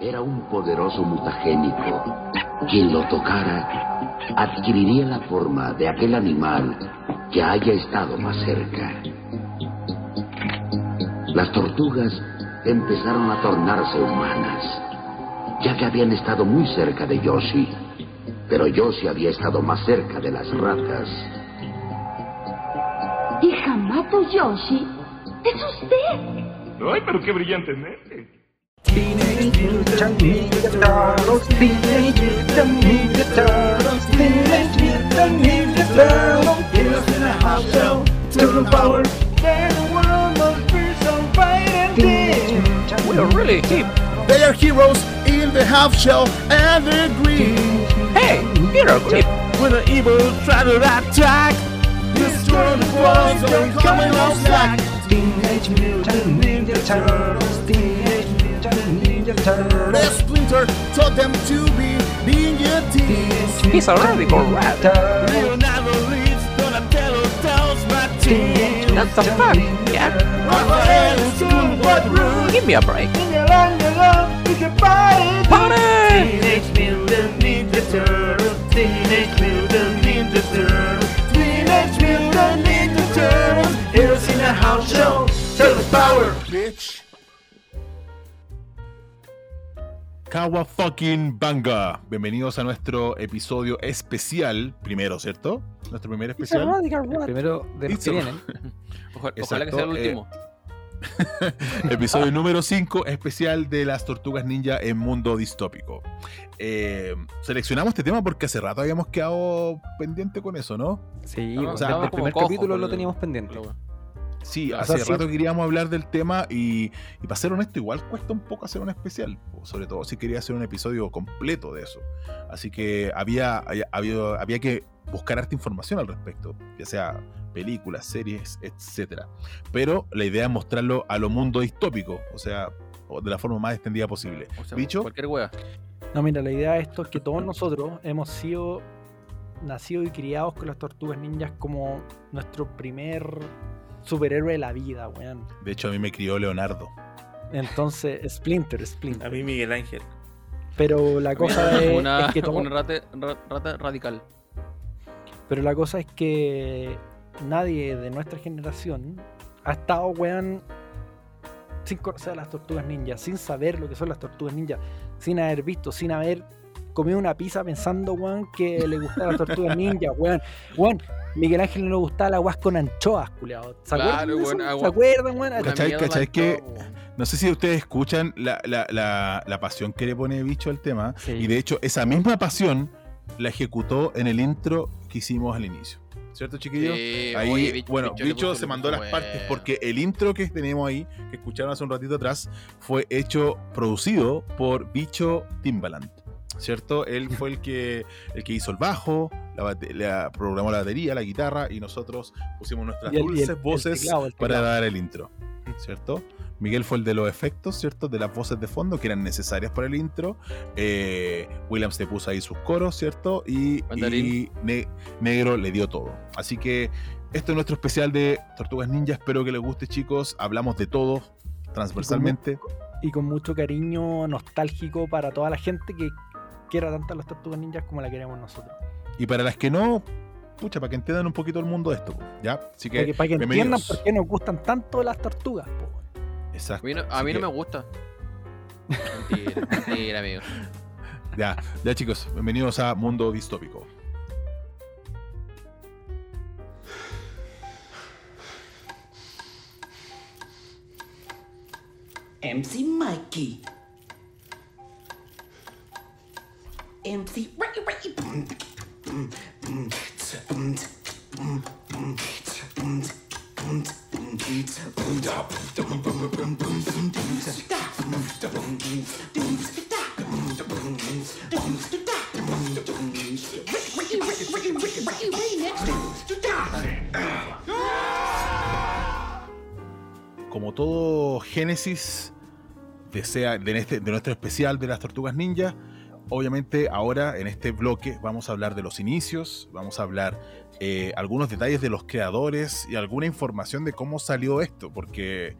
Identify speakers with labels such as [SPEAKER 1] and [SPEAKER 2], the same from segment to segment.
[SPEAKER 1] Era un poderoso mutagénico. Quien lo tocara adquiriría la forma de aquel animal que haya estado más cerca. Las tortugas empezaron a tornarse humanas, ya que habían estado muy cerca de Yoshi, pero Yoshi había estado más cerca de las ratas.
[SPEAKER 2] Y Hamato Yoshi, es usted.
[SPEAKER 3] Ay, pero qué brillante mente.
[SPEAKER 4] Teenage Mutant Ninja Turtles, Teenage Mutant Ninja Turtles, Teenage Mutant Ninja Turtles. Heroes in a house show, total power. They're the world most fearsome fighting team.
[SPEAKER 5] We're really deep.
[SPEAKER 6] They are heroes in the half shell and the green.
[SPEAKER 5] Hey, you're a great.
[SPEAKER 6] With an evil try to attack, destroy the world and coming off slack.
[SPEAKER 4] Teenage Mutant Ninja Turtles, Teenage Mutant Ninja
[SPEAKER 6] The
[SPEAKER 4] Turtles.
[SPEAKER 6] splinter taught them to be being a team.
[SPEAKER 5] He's already gone red.
[SPEAKER 4] Turtles.
[SPEAKER 6] Leonardo leads, Donatello tells my
[SPEAKER 4] Teenage
[SPEAKER 6] team.
[SPEAKER 5] That's the
[SPEAKER 4] Mutant
[SPEAKER 5] fuck,
[SPEAKER 4] Ninja
[SPEAKER 5] yeah.
[SPEAKER 4] Turtles.
[SPEAKER 6] Raphael is cool but rude.
[SPEAKER 5] Give me a break.
[SPEAKER 4] Sing along, you love, you can fight it.
[SPEAKER 5] Party!
[SPEAKER 4] Teenage Mutant Ninja Turtles. Teenage Mutant Ninja Turtles. Teenage Mutant Ninja Turtles. Heroes in a house show. Turtles power.
[SPEAKER 6] Bitch.
[SPEAKER 7] Kawa fucking Banga. Bienvenidos a nuestro episodio especial, primero, ¿cierto? Nuestro primer especial.
[SPEAKER 5] El primero de los que
[SPEAKER 7] Hizo-
[SPEAKER 5] vienen.
[SPEAKER 8] Ojalá,
[SPEAKER 7] Exacto,
[SPEAKER 8] ojalá que sea el
[SPEAKER 7] eh,
[SPEAKER 8] último.
[SPEAKER 7] episodio número 5, especial de las tortugas ninja en mundo distópico. Eh, seleccionamos este tema porque hace rato habíamos quedado pendiente con eso, ¿no?
[SPEAKER 5] Sí,
[SPEAKER 8] Estamos-
[SPEAKER 5] o sea,
[SPEAKER 8] estamos
[SPEAKER 5] el
[SPEAKER 8] como
[SPEAKER 5] primer
[SPEAKER 8] cojos
[SPEAKER 5] capítulo
[SPEAKER 8] con
[SPEAKER 5] lo
[SPEAKER 8] el-
[SPEAKER 5] teníamos pendiente.
[SPEAKER 8] con la wea.
[SPEAKER 7] Sí,
[SPEAKER 8] O
[SPEAKER 7] hace
[SPEAKER 5] sea, sí.
[SPEAKER 7] rato queríamos hablar del tema y, y para ser honesto, igual cuesta un poco hacer un especial, po, sobre todo si quería hacer un episodio completo de eso. Así que había, había, había, había que buscar harta información al respecto, ya sea películas, series, etcétera. Pero la idea es mostrarlo a lo mundo distópico, o sea, o de la forma más extendida posible.
[SPEAKER 8] O sea,
[SPEAKER 7] Bicho,
[SPEAKER 8] Cualquier wea.
[SPEAKER 9] No, mira, la idea de esto es que todos nosotros hemos sido nacidos y criados con las tortugas ninjas como nuestro primer superhéroe de la vida, weón.
[SPEAKER 7] de hecho a mí me crió Leonardo.
[SPEAKER 9] Entonces, Splinter,
[SPEAKER 10] A
[SPEAKER 9] Splinter.
[SPEAKER 10] mí Miguel Ángel.
[SPEAKER 9] Pero la cosa es,
[SPEAKER 8] Una,
[SPEAKER 9] es que todo-
[SPEAKER 8] una rata, ra- rata radical.
[SPEAKER 9] pero la cosa es que nadie de nuestra generación ha estado, weón, sin conocer a las tortugas ninjas, sin saber lo que son las tortugas ninjas, sin haber visto, sin haber comido una pizza pensando, weón, que le gustaban las tortugas ninjas, weón. Weón, Miguel Ángel no le gustaba la guas con anchoas, culiao. ¿Se
[SPEAKER 8] Claro,
[SPEAKER 9] acuerdan? de eso?
[SPEAKER 8] weón,
[SPEAKER 9] ¿Se
[SPEAKER 8] agua-
[SPEAKER 9] acuerdan, weón?
[SPEAKER 8] Una
[SPEAKER 7] ¿Cachai?
[SPEAKER 8] mierda
[SPEAKER 7] ¿Cachai?
[SPEAKER 8] en
[SPEAKER 7] Que-
[SPEAKER 8] todo, weón.
[SPEAKER 7] No sé si ustedes escuchan la, la- la- la pasión que le pone Bicho al tema.
[SPEAKER 9] Sí.
[SPEAKER 7] Y de hecho, esa misma pasión la ejecutó en el intro que hicimos al inicio. ¿Cierto, chiquillos?
[SPEAKER 8] Sí,
[SPEAKER 7] ahí,
[SPEAKER 8] oye, bicho-
[SPEAKER 7] bueno,
[SPEAKER 8] le
[SPEAKER 7] Bicho
[SPEAKER 8] puso
[SPEAKER 7] se
[SPEAKER 8] el-
[SPEAKER 7] mandó las
[SPEAKER 8] wea.
[SPEAKER 7] partes porque el intro que tenemos ahí, que escucharon hace un ratito atrás, fue hecho, producido por Bicho Timbaland. ¿Cierto? Él fue el que, el que hizo el bajo, la, bate- la- programó la batería, la guitarra y nosotros pusimos nuestras
[SPEAKER 9] Y el- y el-
[SPEAKER 7] dulces
[SPEAKER 9] el
[SPEAKER 7] voces
[SPEAKER 9] teclado, el
[SPEAKER 7] para
[SPEAKER 9] teclado.
[SPEAKER 7] dar el intro. ¿Cierto? Miguel fue el de los efectos, ¿cierto? De las voces de fondo que eran necesarias para el intro. Eh, Williams te puso ahí sus coros, ¿cierto? Y,
[SPEAKER 8] Mandarín.
[SPEAKER 7] y Ne- Negro le dio todo. Así que esto Este es nuestro especial de Tortugas Ninja. Espero que les guste, chicos. Hablamos de todo transversalmente.
[SPEAKER 9] y con mucho cariño nostálgico para toda la gente que quiera tanto a las tortugas ninjas como la queremos nosotros.
[SPEAKER 7] Y para las que no, pucha, para que entiendan un poquito el mundo de esto, ¿ya? Así
[SPEAKER 9] Para que,
[SPEAKER 7] que,
[SPEAKER 9] para que entiendan
[SPEAKER 7] bienvenidos.
[SPEAKER 9] por qué nos gustan tanto las tortugas, po, weón.
[SPEAKER 8] A
[SPEAKER 7] exacto.
[SPEAKER 8] mí no, a
[SPEAKER 7] Así
[SPEAKER 8] mí no
[SPEAKER 7] que,
[SPEAKER 8] me gusta. Mentira, mentira, amigo.
[SPEAKER 7] Ya, ya, chicos. Bienvenidos a Mundo Distópico.
[SPEAKER 11] MC Mikey. MC Ray Ray.
[SPEAKER 7] como todo Génesis desea de, este- de nuestro especial de las tortugas ninja, obviamente ahora en este bloque vamos a hablar de los inicios, vamos a hablar eh, algunos detalles de los creadores y alguna información de cómo salió esto, porque,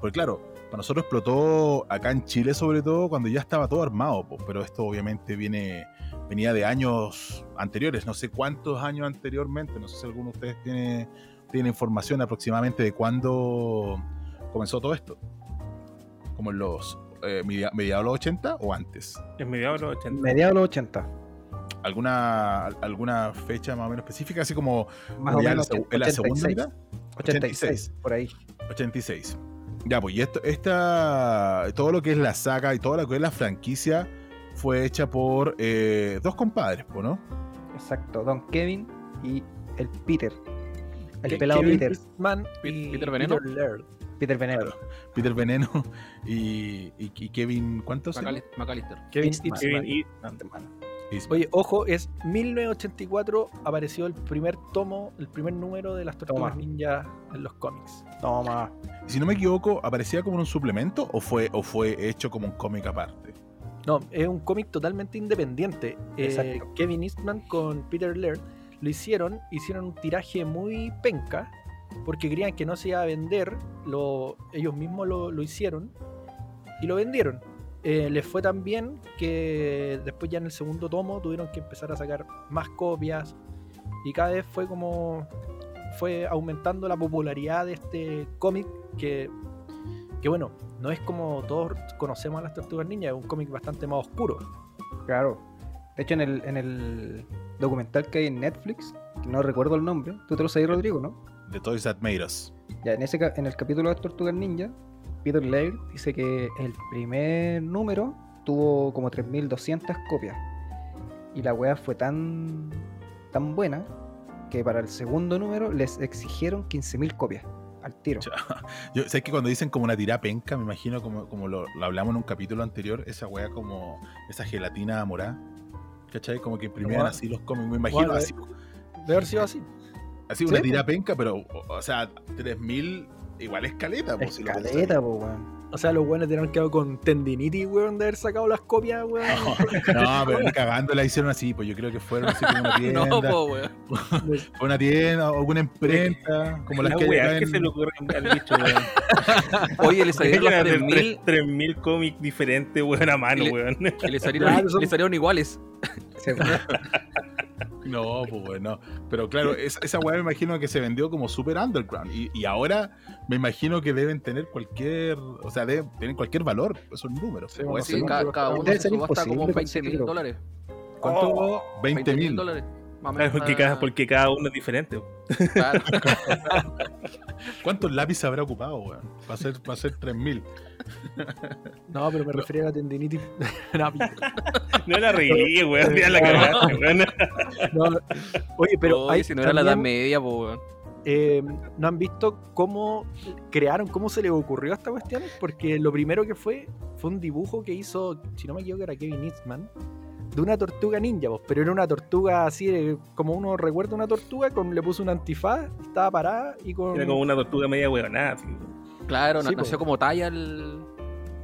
[SPEAKER 7] porque claro, Para nosotros explotó acá en Chile, sobre todo, cuando ya estaba todo armado, po, pero esto obviamente viene, venía de años anteriores, no sé cuántos años anteriormente, no sé si alguno de ustedes tiene, tiene información aproximadamente de cuándo comenzó todo esto. ¿Como en los eh, media- mediados de los 80 o antes?
[SPEAKER 3] En mediados de los 80.
[SPEAKER 4] Mediados de los 80.
[SPEAKER 7] ¿Alguna, al- alguna fecha más o menos específica? Así como
[SPEAKER 4] Más o
[SPEAKER 7] ya en la
[SPEAKER 4] menos.
[SPEAKER 7] segu- en la segunda mitad.
[SPEAKER 4] 86, por ahí.
[SPEAKER 7] 86. Ya, pues, y esto, esta, todo lo que es la saga y todo lo que es la franquicia fue hecha por eh, dos compadres, po, ¿no?
[SPEAKER 4] Exacto. Don Kevin y el Peter. El
[SPEAKER 7] Ke-
[SPEAKER 4] pelado
[SPEAKER 7] Kevin
[SPEAKER 4] Peter.
[SPEAKER 9] Man
[SPEAKER 8] Pe-
[SPEAKER 9] y
[SPEAKER 8] Peter Veneno.
[SPEAKER 9] Laird.
[SPEAKER 4] Peter Venero.
[SPEAKER 7] Peter Veneno y, y- y Kevin, ¿cuántos?
[SPEAKER 8] Macalis- McAllister.
[SPEAKER 9] Kevin
[SPEAKER 4] Eastman.
[SPEAKER 9] Eastman.
[SPEAKER 7] Eastman.
[SPEAKER 9] Oye, ojo, es 1984 apareció el primer tomo, el primer número de las Tortugas
[SPEAKER 4] Toma.
[SPEAKER 9] Ninja en los cómics.
[SPEAKER 4] Toma.
[SPEAKER 7] Si no me equivoco, ¿aparecía como en un suplemento o fue, o fue hecho como un cómic aparte?
[SPEAKER 9] No, es un cómic totalmente independiente. Eh,
[SPEAKER 4] Exacto.
[SPEAKER 9] Kevin Eastman con Peter Laird lo hicieron, hicieron un tiraje muy penca porque creían que no se iba a vender, lo, ellos mismos lo, lo hicieron y lo vendieron. Eh, les fue tan bien que después ya en el segundo tomo tuvieron que empezar a sacar más copias y cada vez fue como fue aumentando la popularidad de este cómic que que bueno, no es como todos conocemos a las tortugas ninjas, es un cómic bastante más oscuro.
[SPEAKER 4] Claro. De hecho, en el, en el documental que hay en Netflix, que no recuerdo el nombre, tú te lo sabes, Rodrigo, ¿no?
[SPEAKER 7] The Toys That Made Us.
[SPEAKER 4] Ya, en, ese, ca- en el capítulo de Tortugas Ninja, Peter Laird dice que el primer número tuvo como 3.200 copias. Y la wea fue tan, tan buena que para el segundo número les exigieron 15.000 copias al tiro.
[SPEAKER 7] Ya. Yo sé que cuando dicen como una tira penca, me imagino como, como lo, lo hablamos en un capítulo anterior, esa weá como esa gelatina morada. ¿Cachai? Como que imprimían
[SPEAKER 9] Guau.
[SPEAKER 7] así los cómics, me imagino
[SPEAKER 9] Guau,
[SPEAKER 7] así,
[SPEAKER 3] eh,
[SPEAKER 9] De haber sido así.
[SPEAKER 7] así una tira
[SPEAKER 3] pues.
[SPEAKER 7] penca, pero o, o sea, 3000 igual es caleta, po, pues, si lo pensáis.
[SPEAKER 4] Escaleta, po, weón.
[SPEAKER 9] O sea, los buenos tenían quedado con tendinitis, weón, de haber sacado las copias, weón.
[SPEAKER 8] Oh.
[SPEAKER 7] No, pero ni cagando la hicieron así, pues yo creo que fueron así como una tienda,
[SPEAKER 8] No, po, weón.
[SPEAKER 7] fue una tienda, o alguna imprenta, como las
[SPEAKER 3] La
[SPEAKER 7] que hay acá
[SPEAKER 3] weá que
[SPEAKER 7] en-
[SPEAKER 3] se le ocurren al bicho, weón.
[SPEAKER 8] Oye,
[SPEAKER 3] Que
[SPEAKER 8] le salieron
[SPEAKER 3] llegan
[SPEAKER 8] los
[SPEAKER 3] a hacer
[SPEAKER 8] 3000
[SPEAKER 3] tres- 3000 cómics diferentes, weón, a mano,
[SPEAKER 8] Y le-
[SPEAKER 3] weón.
[SPEAKER 8] y le salieron,
[SPEAKER 9] Claro, son-
[SPEAKER 8] le salieron iguales.
[SPEAKER 4] Seguro.
[SPEAKER 7] No, pues bueno. Pero claro,
[SPEAKER 9] Eh.
[SPEAKER 7] es- esa weá me imagino que se vendió como super underground. Y, y ahora me imagino que deben tener cualquier. O sea, deben tener cualquier valor esos números.
[SPEAKER 9] Sí,
[SPEAKER 7] o
[SPEAKER 9] bueno,
[SPEAKER 7] ese
[SPEAKER 8] Pues Sí,
[SPEAKER 9] no,
[SPEAKER 8] ca-
[SPEAKER 9] no,
[SPEAKER 8] cada,
[SPEAKER 9] no,
[SPEAKER 8] uno
[SPEAKER 4] debe
[SPEAKER 8] se
[SPEAKER 4] ser
[SPEAKER 8] subasta como
[SPEAKER 4] imposible
[SPEAKER 8] 20
[SPEAKER 4] conseguirlo.
[SPEAKER 8] mil dólares.
[SPEAKER 7] ¿Cuánto? 20 mil.
[SPEAKER 8] dólares. Más o
[SPEAKER 3] Claro,
[SPEAKER 8] menos
[SPEAKER 3] porque
[SPEAKER 8] una-
[SPEAKER 3] cada, porque cada uno es diferente.
[SPEAKER 8] Claro.
[SPEAKER 7] ¿Cuántos lápices habrá ocupado, weón? Va a ser, va a ser 3000.
[SPEAKER 9] No, pero me refería a la tendinitis. No,
[SPEAKER 3] No la reí, weón, ya la cagaste, weón.
[SPEAKER 9] no. Oye, pero
[SPEAKER 8] Oye,
[SPEAKER 9] ahí
[SPEAKER 8] si no era la edad
[SPEAKER 9] también,
[SPEAKER 8] media, po, weón.
[SPEAKER 9] eh, ¿no han visto cómo crearon, cómo se les ocurrió esta cuestión? Porque lo primero que fue, fue un dibujo que hizo, si no me equivoco, era Kevin Eastman, de una tortuga ninja, vos, pero era una tortuga así, eh, como uno recuerda una tortuga, con, le puso un antifaz, estaba parada y con...
[SPEAKER 3] Era como una tortuga media weonada. así.
[SPEAKER 8] Claro,
[SPEAKER 9] Sí,
[SPEAKER 8] na- nació
[SPEAKER 9] po.
[SPEAKER 8] como talla el.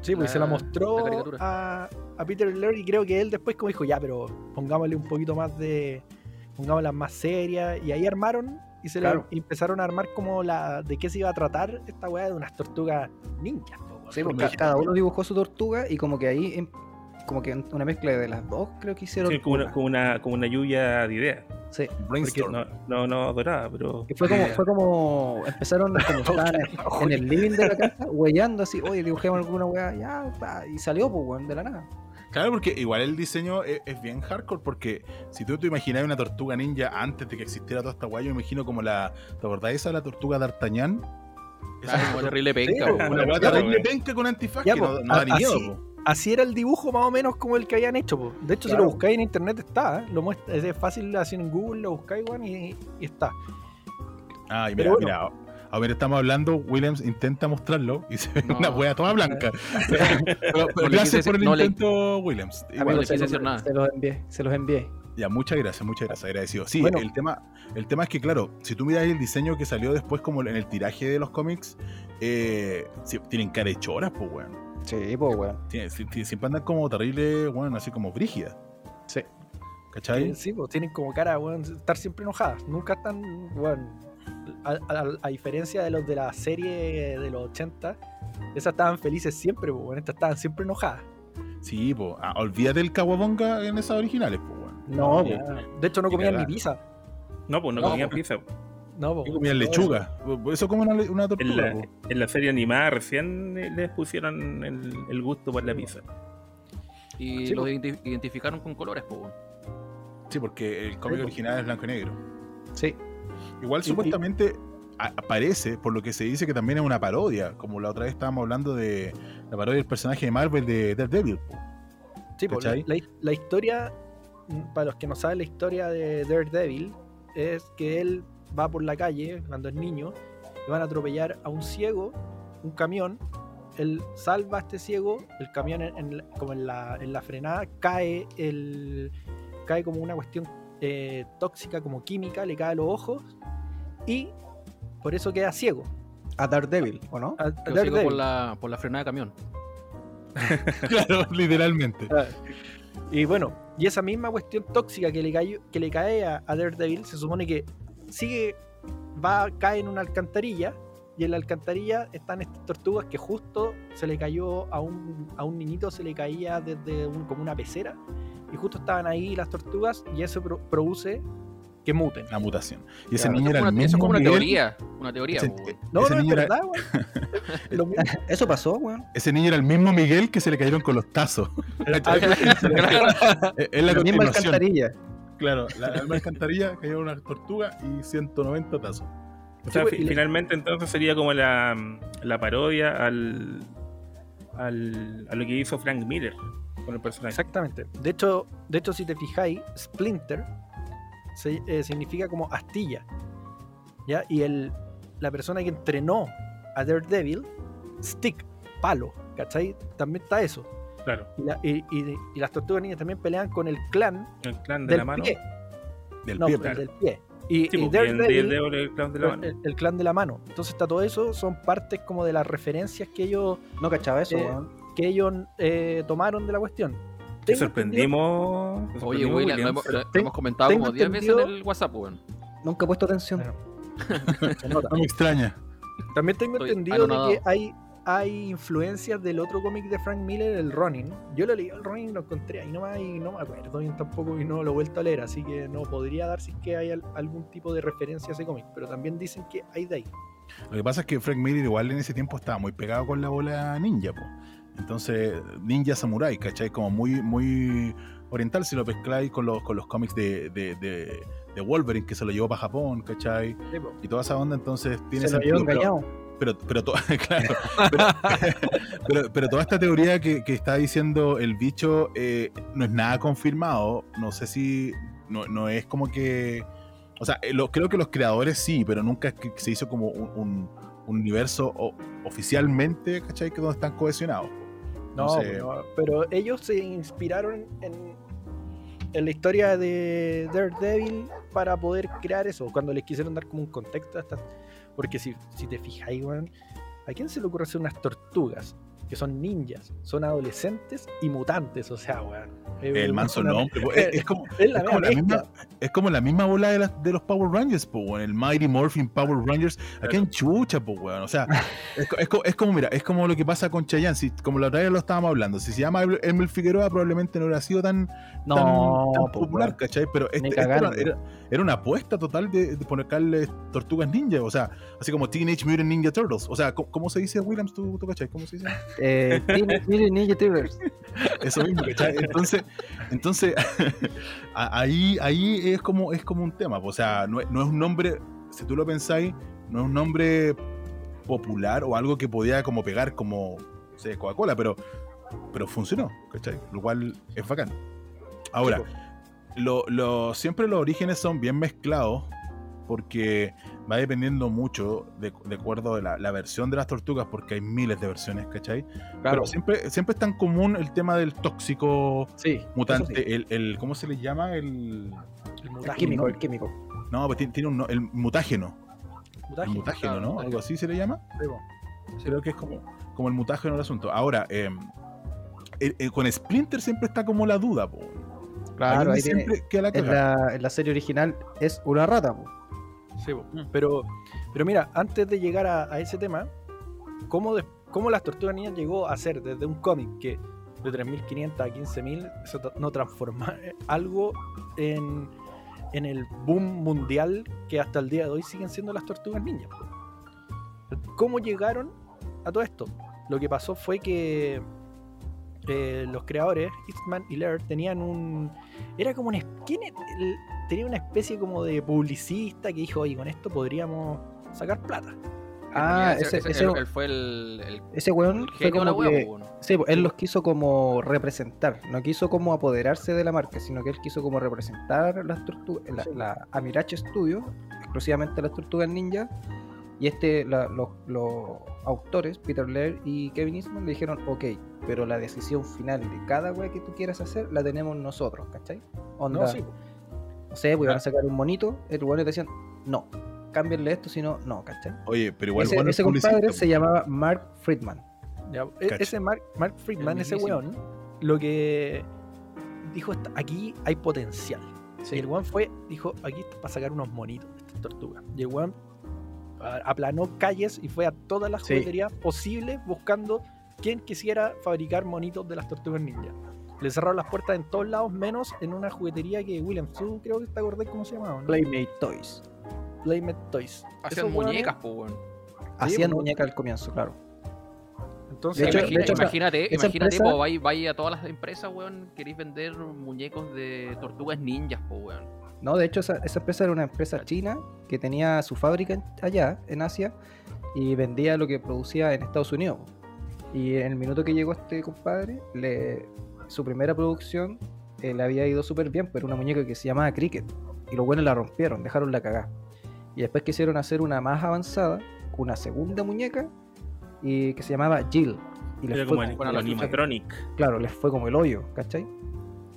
[SPEAKER 9] Sí, pues y se
[SPEAKER 8] La-
[SPEAKER 9] la
[SPEAKER 8] la
[SPEAKER 9] mostró
[SPEAKER 8] caricatura.
[SPEAKER 9] a, a Peter Laird y creo que él después como dijo, ya, pero pongámosle un poquito más de... pongámosla más seria. Y ahí armaron y se la-
[SPEAKER 4] Claro.
[SPEAKER 9] y empezaron a armar como la... de qué se iba a tratar esta weá de unas tortugas ninjas. po, weón.
[SPEAKER 4] Sí, porque
[SPEAKER 7] Imagínate.
[SPEAKER 4] cada uno dibujó su tortuga y como que ahí, em- como que una mezcla de las dos, creo que hicieron.
[SPEAKER 3] Sí, como, una,
[SPEAKER 4] una.
[SPEAKER 3] como, una, como una lluvia de ideas.
[SPEAKER 4] Sí.
[SPEAKER 3] Porque
[SPEAKER 7] Brainstorm.
[SPEAKER 3] no, no, no dorada, pero.
[SPEAKER 4] Que fue como, fue como empezaron como estaban en, en el living de la casa, weyando así, oye, dibujemos alguna weá, ya, pa", y salió, pues, weón, de la nada.
[SPEAKER 7] Claro, porque igual el diseño es, es bien hardcore, porque si tú te imaginas una tortuga ninja antes de que existiera toda esta guay, yo me imagino como la. ¿Te acordás esa de la tortuga d'Artagnan? Esa
[SPEAKER 8] Claro, como terrible penca,
[SPEAKER 9] Sí,
[SPEAKER 8] po,
[SPEAKER 7] Una
[SPEAKER 8] weón.
[SPEAKER 7] guay
[SPEAKER 3] Ya,
[SPEAKER 7] terrible
[SPEAKER 3] po.
[SPEAKER 7] penca con antifaz
[SPEAKER 9] Ya,
[SPEAKER 7] que
[SPEAKER 9] po.
[SPEAKER 7] no, no da ni
[SPEAKER 9] A-
[SPEAKER 7] miedo,
[SPEAKER 9] así.
[SPEAKER 7] po.
[SPEAKER 9] Así era el dibujo más o menos como el que habían hecho. po. De hecho, si
[SPEAKER 4] Claro.
[SPEAKER 9] lo buscáis en internet está. ¿eh? Lo muestra, es fácil así en Google, lo buscáis weón, y, y está.
[SPEAKER 7] Ay, mira,
[SPEAKER 9] Pero
[SPEAKER 7] mira. A ver, estamos hablando, Williams intenta mostrarlo y se ve
[SPEAKER 8] No.
[SPEAKER 7] una wea toda blanca. Pero- pero
[SPEAKER 8] No le quise
[SPEAKER 7] gracias
[SPEAKER 8] decir-
[SPEAKER 7] por el
[SPEAKER 8] no le- Ah,
[SPEAKER 7] intento, Williams. Igual,
[SPEAKER 8] Amigo,
[SPEAKER 4] Amigos,
[SPEAKER 8] le quise
[SPEAKER 4] se,
[SPEAKER 8] decir nada.
[SPEAKER 4] los, se los envié, se los envié.
[SPEAKER 7] ya, muchas gracias, muchas gracias, agradecido. Sí,
[SPEAKER 9] Bueno.
[SPEAKER 7] el, tema, el tema es que, claro, si tú miras el diseño que salió después como en el tiraje de los cómics, eh, sí, tienen cara de choras, pues, weón.
[SPEAKER 4] Sí, pues, weón.
[SPEAKER 7] Tienen- si- si- Siempre andan como terrible, weón, así como brígida.
[SPEAKER 4] Sí.
[SPEAKER 7] ¿Cachai?
[SPEAKER 9] Eh, Sí, pues tienen como cara, weón, de estar siempre enojadas. Nunca están, weón, a, a- a diferencia de los de la serie de los 80, esas estaban felices siempre, pues, estas estaban siempre enojadas.
[SPEAKER 7] Sí, po. Ah, olvídate el caguabonga en esas originales, po, weón.
[SPEAKER 9] No,
[SPEAKER 12] ya.
[SPEAKER 9] De hecho, no
[SPEAKER 7] pues, Qué
[SPEAKER 9] comían ni
[SPEAKER 7] cagada.
[SPEAKER 9] pizza.
[SPEAKER 3] No, pues no,
[SPEAKER 7] No,
[SPEAKER 3] comían
[SPEAKER 7] po.
[SPEAKER 3] pizza. po.
[SPEAKER 9] No, po,
[SPEAKER 7] Y comían
[SPEAKER 9] todo
[SPEAKER 7] lechuga. Eso como una, le- una
[SPEAKER 3] En
[SPEAKER 7] tortuga,
[SPEAKER 3] la,
[SPEAKER 7] po.
[SPEAKER 3] en la serie animada recién eh, les pusieron el, el gusto por la pizza.
[SPEAKER 8] Y
[SPEAKER 9] Sí,
[SPEAKER 8] los
[SPEAKER 9] pues.
[SPEAKER 8] identi- identificaron con colores, po. weón.
[SPEAKER 7] Sí, porque el cómic
[SPEAKER 9] po.
[SPEAKER 7] original es blanco y negro.
[SPEAKER 9] eso. Sí.
[SPEAKER 7] Igual supuestamente a- aparece, por lo que se dice que también es una parodia, como la otra vez estábamos hablando de la parodia del personaje de Marvel de Daredevil. po.
[SPEAKER 9] Sí, po, la,
[SPEAKER 7] ¿Cachai?
[SPEAKER 9] la- la historia, mm, para los que no saben la historia de Daredevil, es que él va por la calle cuando es niño, y van a atropellar a un ciego, un camión, él salva a este ciego, el camión en, en la- como en la, en la frenada cae, el, cae como una cuestión eh, tóxica, como química, le cae a los ojos y por eso queda ciego.
[SPEAKER 12] A Daredevil, ¿o no?
[SPEAKER 4] Ah,
[SPEAKER 9] A- a
[SPEAKER 8] Yo sigo
[SPEAKER 9] Daredevil.
[SPEAKER 8] por la, por la frenada de camión.
[SPEAKER 7] Claro, literalmente.
[SPEAKER 9] Y bueno, y esa misma cuestión tóxica que le, cayó- que le cae a, a Daredevil se supone que sigue, va, cae en una alcantarilla y en la alcantarilla están estas tortugas que justo se le cayó a un, a un niñito, se le caía desde un- como una pecera y justo estaban ahí las tortugas y eso pro- produce que muten.
[SPEAKER 7] La mutación. Y ese
[SPEAKER 9] Claro,
[SPEAKER 7] niño
[SPEAKER 8] Eso es
[SPEAKER 7] era el
[SPEAKER 8] una- eso
[SPEAKER 7] mismo
[SPEAKER 8] es como una
[SPEAKER 7] nivel-
[SPEAKER 8] teoría. Una teoría,
[SPEAKER 7] Ese,
[SPEAKER 8] po, weón.
[SPEAKER 9] No,
[SPEAKER 7] ese
[SPEAKER 9] no es
[SPEAKER 7] niño era-
[SPEAKER 9] verdad, güey. Lo mismo.
[SPEAKER 12] Eso pasó, weón.
[SPEAKER 7] ese niño era el mismo Miguel que se le cayeron con los tazos. Es- es la,
[SPEAKER 12] La misma
[SPEAKER 7] continuación.
[SPEAKER 12] alcantarilla.
[SPEAKER 7] Claro, la misma alcantarilla cayeron unas tortugas y 190 tazos.
[SPEAKER 3] O sea,
[SPEAKER 9] Sí,
[SPEAKER 3] fi-
[SPEAKER 9] y le-
[SPEAKER 3] finalmente entonces sería como la, mm, la parodia al, al, a lo que hizo Frank Miller con el personaje.
[SPEAKER 9] Exactamente. De hecho, de hecho, si te fijáis, splinter se- eh, significa como astilla. ¿ya? Y el, la persona que entrenó a Daredevil, stick, palo, ¿cachai? También está eso.
[SPEAKER 3] Claro,
[SPEAKER 9] Y, la- y- y- y las tortugas niñas también pelean con el clan
[SPEAKER 3] el clan de
[SPEAKER 9] del
[SPEAKER 3] la mano.
[SPEAKER 9] pie.
[SPEAKER 7] Del
[SPEAKER 9] No,
[SPEAKER 7] pie,
[SPEAKER 9] pero
[SPEAKER 7] claro.
[SPEAKER 9] del pie.
[SPEAKER 3] Sí,
[SPEAKER 9] Y, y
[SPEAKER 3] pues, bien,
[SPEAKER 9] Daredevil,
[SPEAKER 3] de- de- el clan de la
[SPEAKER 9] el,
[SPEAKER 3] mano.
[SPEAKER 9] el clan de la mano. Entonces está todo eso, son partes como de las referencias que ellos,
[SPEAKER 12] No cachaba eso,
[SPEAKER 9] Eh,
[SPEAKER 12] weón.
[SPEAKER 9] que ellos eh, tomaron de la cuestión.
[SPEAKER 3] Te
[SPEAKER 9] Tengo entendido-
[SPEAKER 3] sorprendimos. te
[SPEAKER 8] Oye,
[SPEAKER 3] sorprendimos,
[SPEAKER 8] güey, la-
[SPEAKER 3] William.
[SPEAKER 8] la hemos, la
[SPEAKER 9] Ten-
[SPEAKER 8] hemos comentado
[SPEAKER 9] tengo
[SPEAKER 8] como 10 veces en
[SPEAKER 9] entendido-
[SPEAKER 8] el WhatsApp, weón.
[SPEAKER 12] Nunca he puesto atención.
[SPEAKER 9] se nota.
[SPEAKER 7] No me extraña.
[SPEAKER 9] También tengo
[SPEAKER 8] Estoy
[SPEAKER 9] entendido de
[SPEAKER 8] anonadado.
[SPEAKER 9] que hay, hay influencias del otro cómic de Frank Miller, el Ronin. Yo lo leí el Ronin, lo encontré ahí nomás y no me acuerdo bien tampoco y no lo he vuelto a leer, así que no podría dar si es que hay al- algún tipo de referencia a ese cómic, pero también dicen que hay de ahí.
[SPEAKER 7] Lo que pasa es que Frank Miller igual en ese tiempo estaba muy pegado con la bola ninja, po. Entonces, ninja samurai, ¿cachai? Como muy, muy oriental si lo pescáis con los, con los cómics de, de, de- de Wolverine que se lo llevó para Japón, ¿cachai? Y toda esa onda, entonces tiene
[SPEAKER 12] Se lo
[SPEAKER 7] sentido,
[SPEAKER 12] llevo
[SPEAKER 7] pero-
[SPEAKER 12] engañado.
[SPEAKER 7] pero, pero, to- claro, pero, pero- pero toda esta teoría que, que está diciendo el bicho eh, no es nada confirmado. No sé si. No, no es como que. O sea, eh, lo- creo que los creadores sí, pero nunca es que se hizo como un, un- un universo o- oficialmente, ¿cachai? Que donde están cohesionados.
[SPEAKER 9] No,
[SPEAKER 7] Entonces,
[SPEAKER 9] pero, pero ellos se inspiraron en, en la historia de Daredevil para poder crear eso, cuando les quisieron dar como un contexto a estas... Porque si, si te fijáis, weón, ¿a quién se le ocurre hacer unas tortugas? Que son ninjas, son adolescentes y mutantes, o sea, weón. es
[SPEAKER 7] el
[SPEAKER 9] una-
[SPEAKER 7] manso
[SPEAKER 9] una-
[SPEAKER 7] nombre. po, Es, es como,
[SPEAKER 9] Es la,
[SPEAKER 7] es como
[SPEAKER 9] mera
[SPEAKER 7] la
[SPEAKER 9] mezcla.
[SPEAKER 7] misma, es como la misma bola de, las- de los Power Rangers, po, weón. El Mighty Morphin Power Rangers. Acá en chucha, po, weón. O sea, es, co- es co- es como, mira, es como lo que pasa con Chayanne. Si, como la otra vez lo estábamos hablando. Si se llama Emil- Emil Figueroa, probablemente no hubiera sido tan,
[SPEAKER 12] No,
[SPEAKER 7] tan- tan
[SPEAKER 12] po,
[SPEAKER 7] popular,
[SPEAKER 12] weón.
[SPEAKER 7] ¿cachai? Pero este-
[SPEAKER 12] Ni
[SPEAKER 7] esto era-
[SPEAKER 12] cagando.
[SPEAKER 7] era, era una apuesta total de, de ponerle tortugas ninja. O sea, así como Teenage Mutant Ninja Turtles. O sea, ¿cómo, cómo se dice, Williams? ¿Tú, tú cachai? ¿Cómo se dice?
[SPEAKER 12] Eh, Teenage Mutant Ninja Turtles.
[SPEAKER 7] Eso mismo, ¿cachai? Entonces, entonces a- ahí, ahí es como es como un tema. O sea, no, es- no es un nombre, si tú lo pensáis, no es un nombre popular o algo que podía como pegar como no sé, Coca-Cola, pero, pero funcionó, ¿cachai? Lo cual es bacán. Ahora, lo, lo- siempre los orígenes son bien mezclados porque va dependiendo mucho de, de acuerdo de la, la versión de las tortugas, porque hay miles de versiones, ¿cachai? Pero siempre, siempre es tan común el tema del tóxico
[SPEAKER 9] Sí,
[SPEAKER 7] mutante,
[SPEAKER 9] eso
[SPEAKER 7] el, el- ¿cómo se le llama? El
[SPEAKER 9] sí, el
[SPEAKER 12] El
[SPEAKER 9] mutaje-
[SPEAKER 12] químico, el químico.
[SPEAKER 7] no, pues tiene, tiene un no- el mutágeno, el
[SPEAKER 9] mutaje.
[SPEAKER 7] mutágeno,
[SPEAKER 8] claro,
[SPEAKER 7] ¿no?
[SPEAKER 8] mutágeno.
[SPEAKER 7] Algo así se le llama.
[SPEAKER 9] Sí, po.
[SPEAKER 7] Creo que es como, como el mutágeno el asunto. Ahora, eh, el- el- con Splinter siempre está como la duda, po.
[SPEAKER 12] Claro,
[SPEAKER 7] Ahí
[SPEAKER 12] ahí tiene-
[SPEAKER 7] siempre queda la
[SPEAKER 12] En
[SPEAKER 7] cagada.
[SPEAKER 12] la, en la serie original es una rata, po.
[SPEAKER 9] Sí, po. pero, pero mira, antes de llegar a, a ese tema, ¿cómo, de- cómo las tortugas niñas llegó a ser desde un cómic que de 3.500 a 15.000 eso tra- no transforma eh, algo en, en el boom mundial que hasta el día de hoy siguen siendo las tortugas niñas? po? ¿Cómo llegaron a todo esto? Lo que pasó fue que eh, los creadores, Eastman y Laird, tenían un. Era como un. es- ¿quién es el- tenía una especie como de publicista que dijo, oye, con esto podríamos sacar plata.
[SPEAKER 4] Ah, ese,
[SPEAKER 8] Ese- ese-
[SPEAKER 4] ese,
[SPEAKER 8] él- él fue el. el-
[SPEAKER 4] ese weón
[SPEAKER 8] el
[SPEAKER 4] fue
[SPEAKER 8] genio de la
[SPEAKER 4] como
[SPEAKER 8] wea,
[SPEAKER 4] que-
[SPEAKER 8] po, weón.
[SPEAKER 4] sí, pues, él los quiso como representar, no quiso como apoderarse de la marca, sino que él quiso como representar las tortugas, la, la Amirache Studio, exclusivamente las tortugas ninja, y este, la- los, los autores, Peter Laird y Kevin Eastman, le dijeron, ok, pero la decisión final de cada wea que tú quieras hacer la tenemos nosotros, ¿cachai? Onda,
[SPEAKER 9] No, sí,
[SPEAKER 4] no sé, pues iban
[SPEAKER 7] Ah.
[SPEAKER 4] a sacar un monito, el weón le decían, no, cámbienle esto, si no, no, ¿cachai?
[SPEAKER 7] Oye, pero igual
[SPEAKER 4] ese,
[SPEAKER 7] bueno, el
[SPEAKER 4] ese
[SPEAKER 7] publicista,
[SPEAKER 4] compadre
[SPEAKER 7] po.
[SPEAKER 4] se llamaba Mark Friedman.
[SPEAKER 9] Ya, e-
[SPEAKER 4] Cacha.
[SPEAKER 9] ese Mark, Mark Friedman,
[SPEAKER 4] El
[SPEAKER 9] ese
[SPEAKER 4] mismísimo.
[SPEAKER 9] weón, lo que dijo, "Esta- aquí hay potencial. Y el weón fue, dijo, aquí está para sacar unos monitos de estas tortugas. Y el weón a- aplanó calles y fue a todas las
[SPEAKER 4] Sí.
[SPEAKER 9] jugueterías posibles buscando quien quisiera fabricar monitos de las tortugas ninja. Le cerraron las puertas en todos lados, menos en una juguetería que William Sue, creo que te acordás cómo se llamaba, ¿no?
[SPEAKER 4] Playmate Toys.
[SPEAKER 9] Playmate Toys.
[SPEAKER 8] Hacían
[SPEAKER 9] Esos weones-
[SPEAKER 8] muñecas, po, weón.
[SPEAKER 7] pues,
[SPEAKER 4] Hacían muñeca al comienzo, claro.
[SPEAKER 9] Entonces,
[SPEAKER 4] De hecho-
[SPEAKER 8] Imagina-
[SPEAKER 4] de hecho, esa-
[SPEAKER 8] imagínate,
[SPEAKER 4] esa
[SPEAKER 8] imagínate,
[SPEAKER 4] empresa-
[SPEAKER 8] po, vais, vais a todas las empresas, weón, queréis vender muñecos de tortugas ninjas, po, weón.
[SPEAKER 4] No, de hecho, esa, esa empresa era una empresa china que tenía su fábrica en- allá, en Asia, y vendía lo que producía en Estados Unidos. po. Y en el minuto que llegó este compadre, le- su primera producción eh, le había ido súper bien, pero era una muñeca que se llamaba Cricket. Y los buenos la rompieron, dejaron la cagada. Y después quisieron hacer una más avanzada, una segunda muñeca, y que se llamaba Jill. Y les
[SPEAKER 3] Era
[SPEAKER 4] fue
[SPEAKER 3] como el,
[SPEAKER 4] la
[SPEAKER 3] el
[SPEAKER 4] chucha.
[SPEAKER 3] animatronic.
[SPEAKER 4] Claro, les fue como el hoyo, ¿cachai?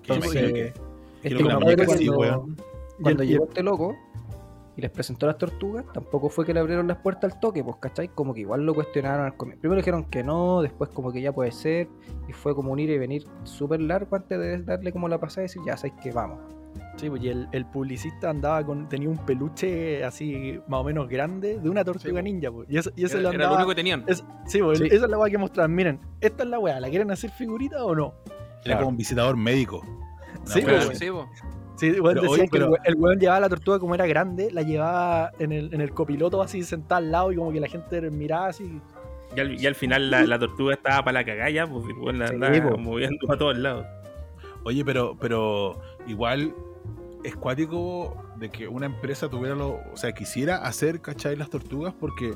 [SPEAKER 3] Qué imagino que-
[SPEAKER 4] este
[SPEAKER 3] quiero que la
[SPEAKER 4] compadre
[SPEAKER 3] muñeca así,
[SPEAKER 4] cuando,
[SPEAKER 3] weón.
[SPEAKER 4] cuando
[SPEAKER 3] Y el-
[SPEAKER 4] llegó este loco y les presentó las tortugas, tampoco fue que le abrieron las puertas al toque, pues, ¿cachai? Como que igual lo cuestionaron al comienzo. Primero dijeron que no, después como que ya puede ser, y fue como un ir y venir súper largo antes de darle como la pasada y decir, ya sabéis que vamos.
[SPEAKER 9] Sí, pues, y el, el publicista andaba con, tenía un peluche así más o menos grande de una tortuga ninja, pues, y, eso, y ese
[SPEAKER 8] Era-
[SPEAKER 9] lo
[SPEAKER 8] era lo
[SPEAKER 9] andaba,
[SPEAKER 8] único que tenían.
[SPEAKER 9] es- sí, pues,
[SPEAKER 7] Sí.
[SPEAKER 9] esa es la weá que mostraban, miren, esta es la weá, ¿la quieren hacer figurita o no?
[SPEAKER 7] Era como un visitador médico.
[SPEAKER 9] Sí,
[SPEAKER 7] Una wea
[SPEAKER 9] pues,
[SPEAKER 7] así.
[SPEAKER 9] Sí, weón,
[SPEAKER 7] Pero,
[SPEAKER 9] decían
[SPEAKER 7] oye,
[SPEAKER 9] que el
[SPEAKER 7] pero-
[SPEAKER 9] we- el weón llevaba la tortuga como era grande, la llevaba en el, en el copiloto así sentada al lado y como que la gente miraba así.
[SPEAKER 3] Y al, y al final la, la tortuga estaba para la cagalla, pues el weón la
[SPEAKER 9] Sí,
[SPEAKER 3] andaba
[SPEAKER 9] po.
[SPEAKER 3] moviendo a todos lados.
[SPEAKER 7] Oye, pero, pero igual es cuático de que una empresa tuviera lo. O sea, quisiera hacer, ¿cachai? Las tortugas, porque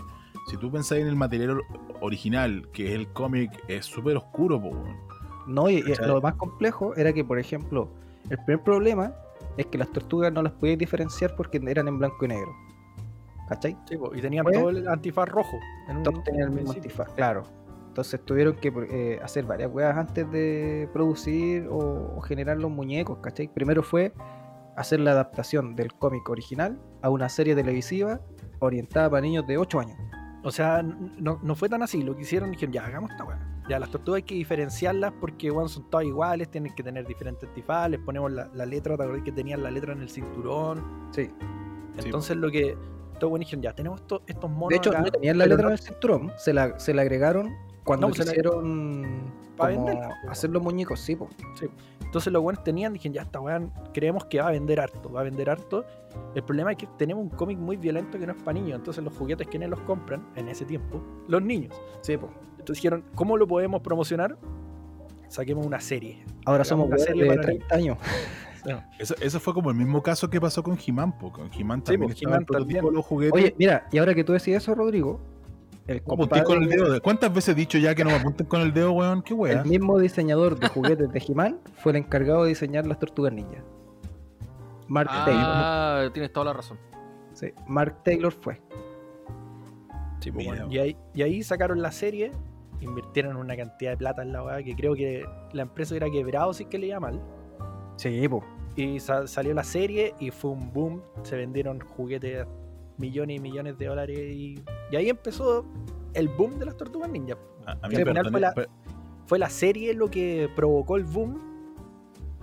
[SPEAKER 7] si tú pensás en el material original, que es el cómic, es súper oscuro, po, weón.
[SPEAKER 4] No, y, y
[SPEAKER 7] ¿Cachai?
[SPEAKER 4] lo más complejo era que, por ejemplo, el primer problema es que las tortugas no las podías diferenciar porque eran en blanco y negro. ¿Cachai?
[SPEAKER 9] Sí, pues, y tenían
[SPEAKER 4] Oye.
[SPEAKER 9] todo el antifaz rojo. En un-
[SPEAKER 4] Todos tenían el mismo
[SPEAKER 9] sí,
[SPEAKER 4] antifaz, claro. Entonces tuvieron que eh, hacer varias weas antes de producir o, o generar los muñecos, ¿cachai? Primero fue hacer la adaptación del cómic original a una serie televisiva orientada para niños de 8 años.
[SPEAKER 9] O sea, n- no, no fue tan así. Lo que hicieron, dijeron, ya hagamos esta weá. Ya las tortugas hay que diferenciarlas porque weón, son todas iguales, tienen que tener diferentes tifas, les ponemos la, la letra, te acordás que tenían la letra en el cinturón.
[SPEAKER 4] Sí.
[SPEAKER 9] Entonces lo que. Todos bueno, dijeron, ya tenemos esto- estos monos.
[SPEAKER 4] De hecho,
[SPEAKER 9] acá,
[SPEAKER 4] no tenían la
[SPEAKER 9] pero
[SPEAKER 4] letra
[SPEAKER 9] no-
[SPEAKER 4] en el cinturón, se la, se la agregaron cuando
[SPEAKER 9] No, se la-
[SPEAKER 4] quisieron
[SPEAKER 9] Pa'
[SPEAKER 4] como
[SPEAKER 9] venderla, po.
[SPEAKER 4] hacer los muñecos, sí, po.
[SPEAKER 9] Sí. Entonces los buenos tenían, dijeron, ya esta weá creemos que va a vender harto, va a vender harto. El problema es que tenemos un cómic muy violento que no es para niños, entonces los juguetes quienes los compran en ese tiempo, los niños.
[SPEAKER 4] Sí, po.
[SPEAKER 9] Entonces dijeron, ¿cómo lo podemos promocionar? Saquemos una serie.
[SPEAKER 4] Ahora
[SPEAKER 9] Hagamos
[SPEAKER 4] somos
[SPEAKER 9] una
[SPEAKER 4] weas
[SPEAKER 9] serie
[SPEAKER 4] de
[SPEAKER 9] para
[SPEAKER 4] 30 años.
[SPEAKER 7] Eso, eso fue como el mismo caso que pasó con He-Man, po. Con He-Man también
[SPEAKER 4] pues,
[SPEAKER 7] estaba el
[SPEAKER 4] He-Man
[SPEAKER 7] prototipo
[SPEAKER 4] también.
[SPEAKER 7] de los juguetes.
[SPEAKER 4] Oye, mira, y ahora que tú decís eso, Rodrigo, el
[SPEAKER 7] No apuntéis con el dedo. ¿Cuántas veces he dicho ya que no me apunten con el dedo, weón? ¿Qué
[SPEAKER 4] El
[SPEAKER 7] weón?
[SPEAKER 4] mismo diseñador de juguetes de He-Man fue el encargado de diseñar las tortugas ninja. Mark Taylor.
[SPEAKER 8] Ah, tienes toda la razón.
[SPEAKER 4] Sí, Mark Taylor fue.
[SPEAKER 9] Sí, pues, bueno, y, ahí, y ahí sacaron la serie, invirtieron una cantidad de plata en la weá, que creo que la empresa era quebrado, si es que le iba mal.
[SPEAKER 4] Sí, po.
[SPEAKER 9] Y sa- salió la serie y fue un boom, se vendieron juguetes millones y millones de dólares y, y ahí empezó el boom de las tortugas ninja.
[SPEAKER 7] A, a mí,
[SPEAKER 9] Que al final
[SPEAKER 7] perdone,
[SPEAKER 9] fue la,
[SPEAKER 7] per-
[SPEAKER 9] fue la serie lo que provocó el boom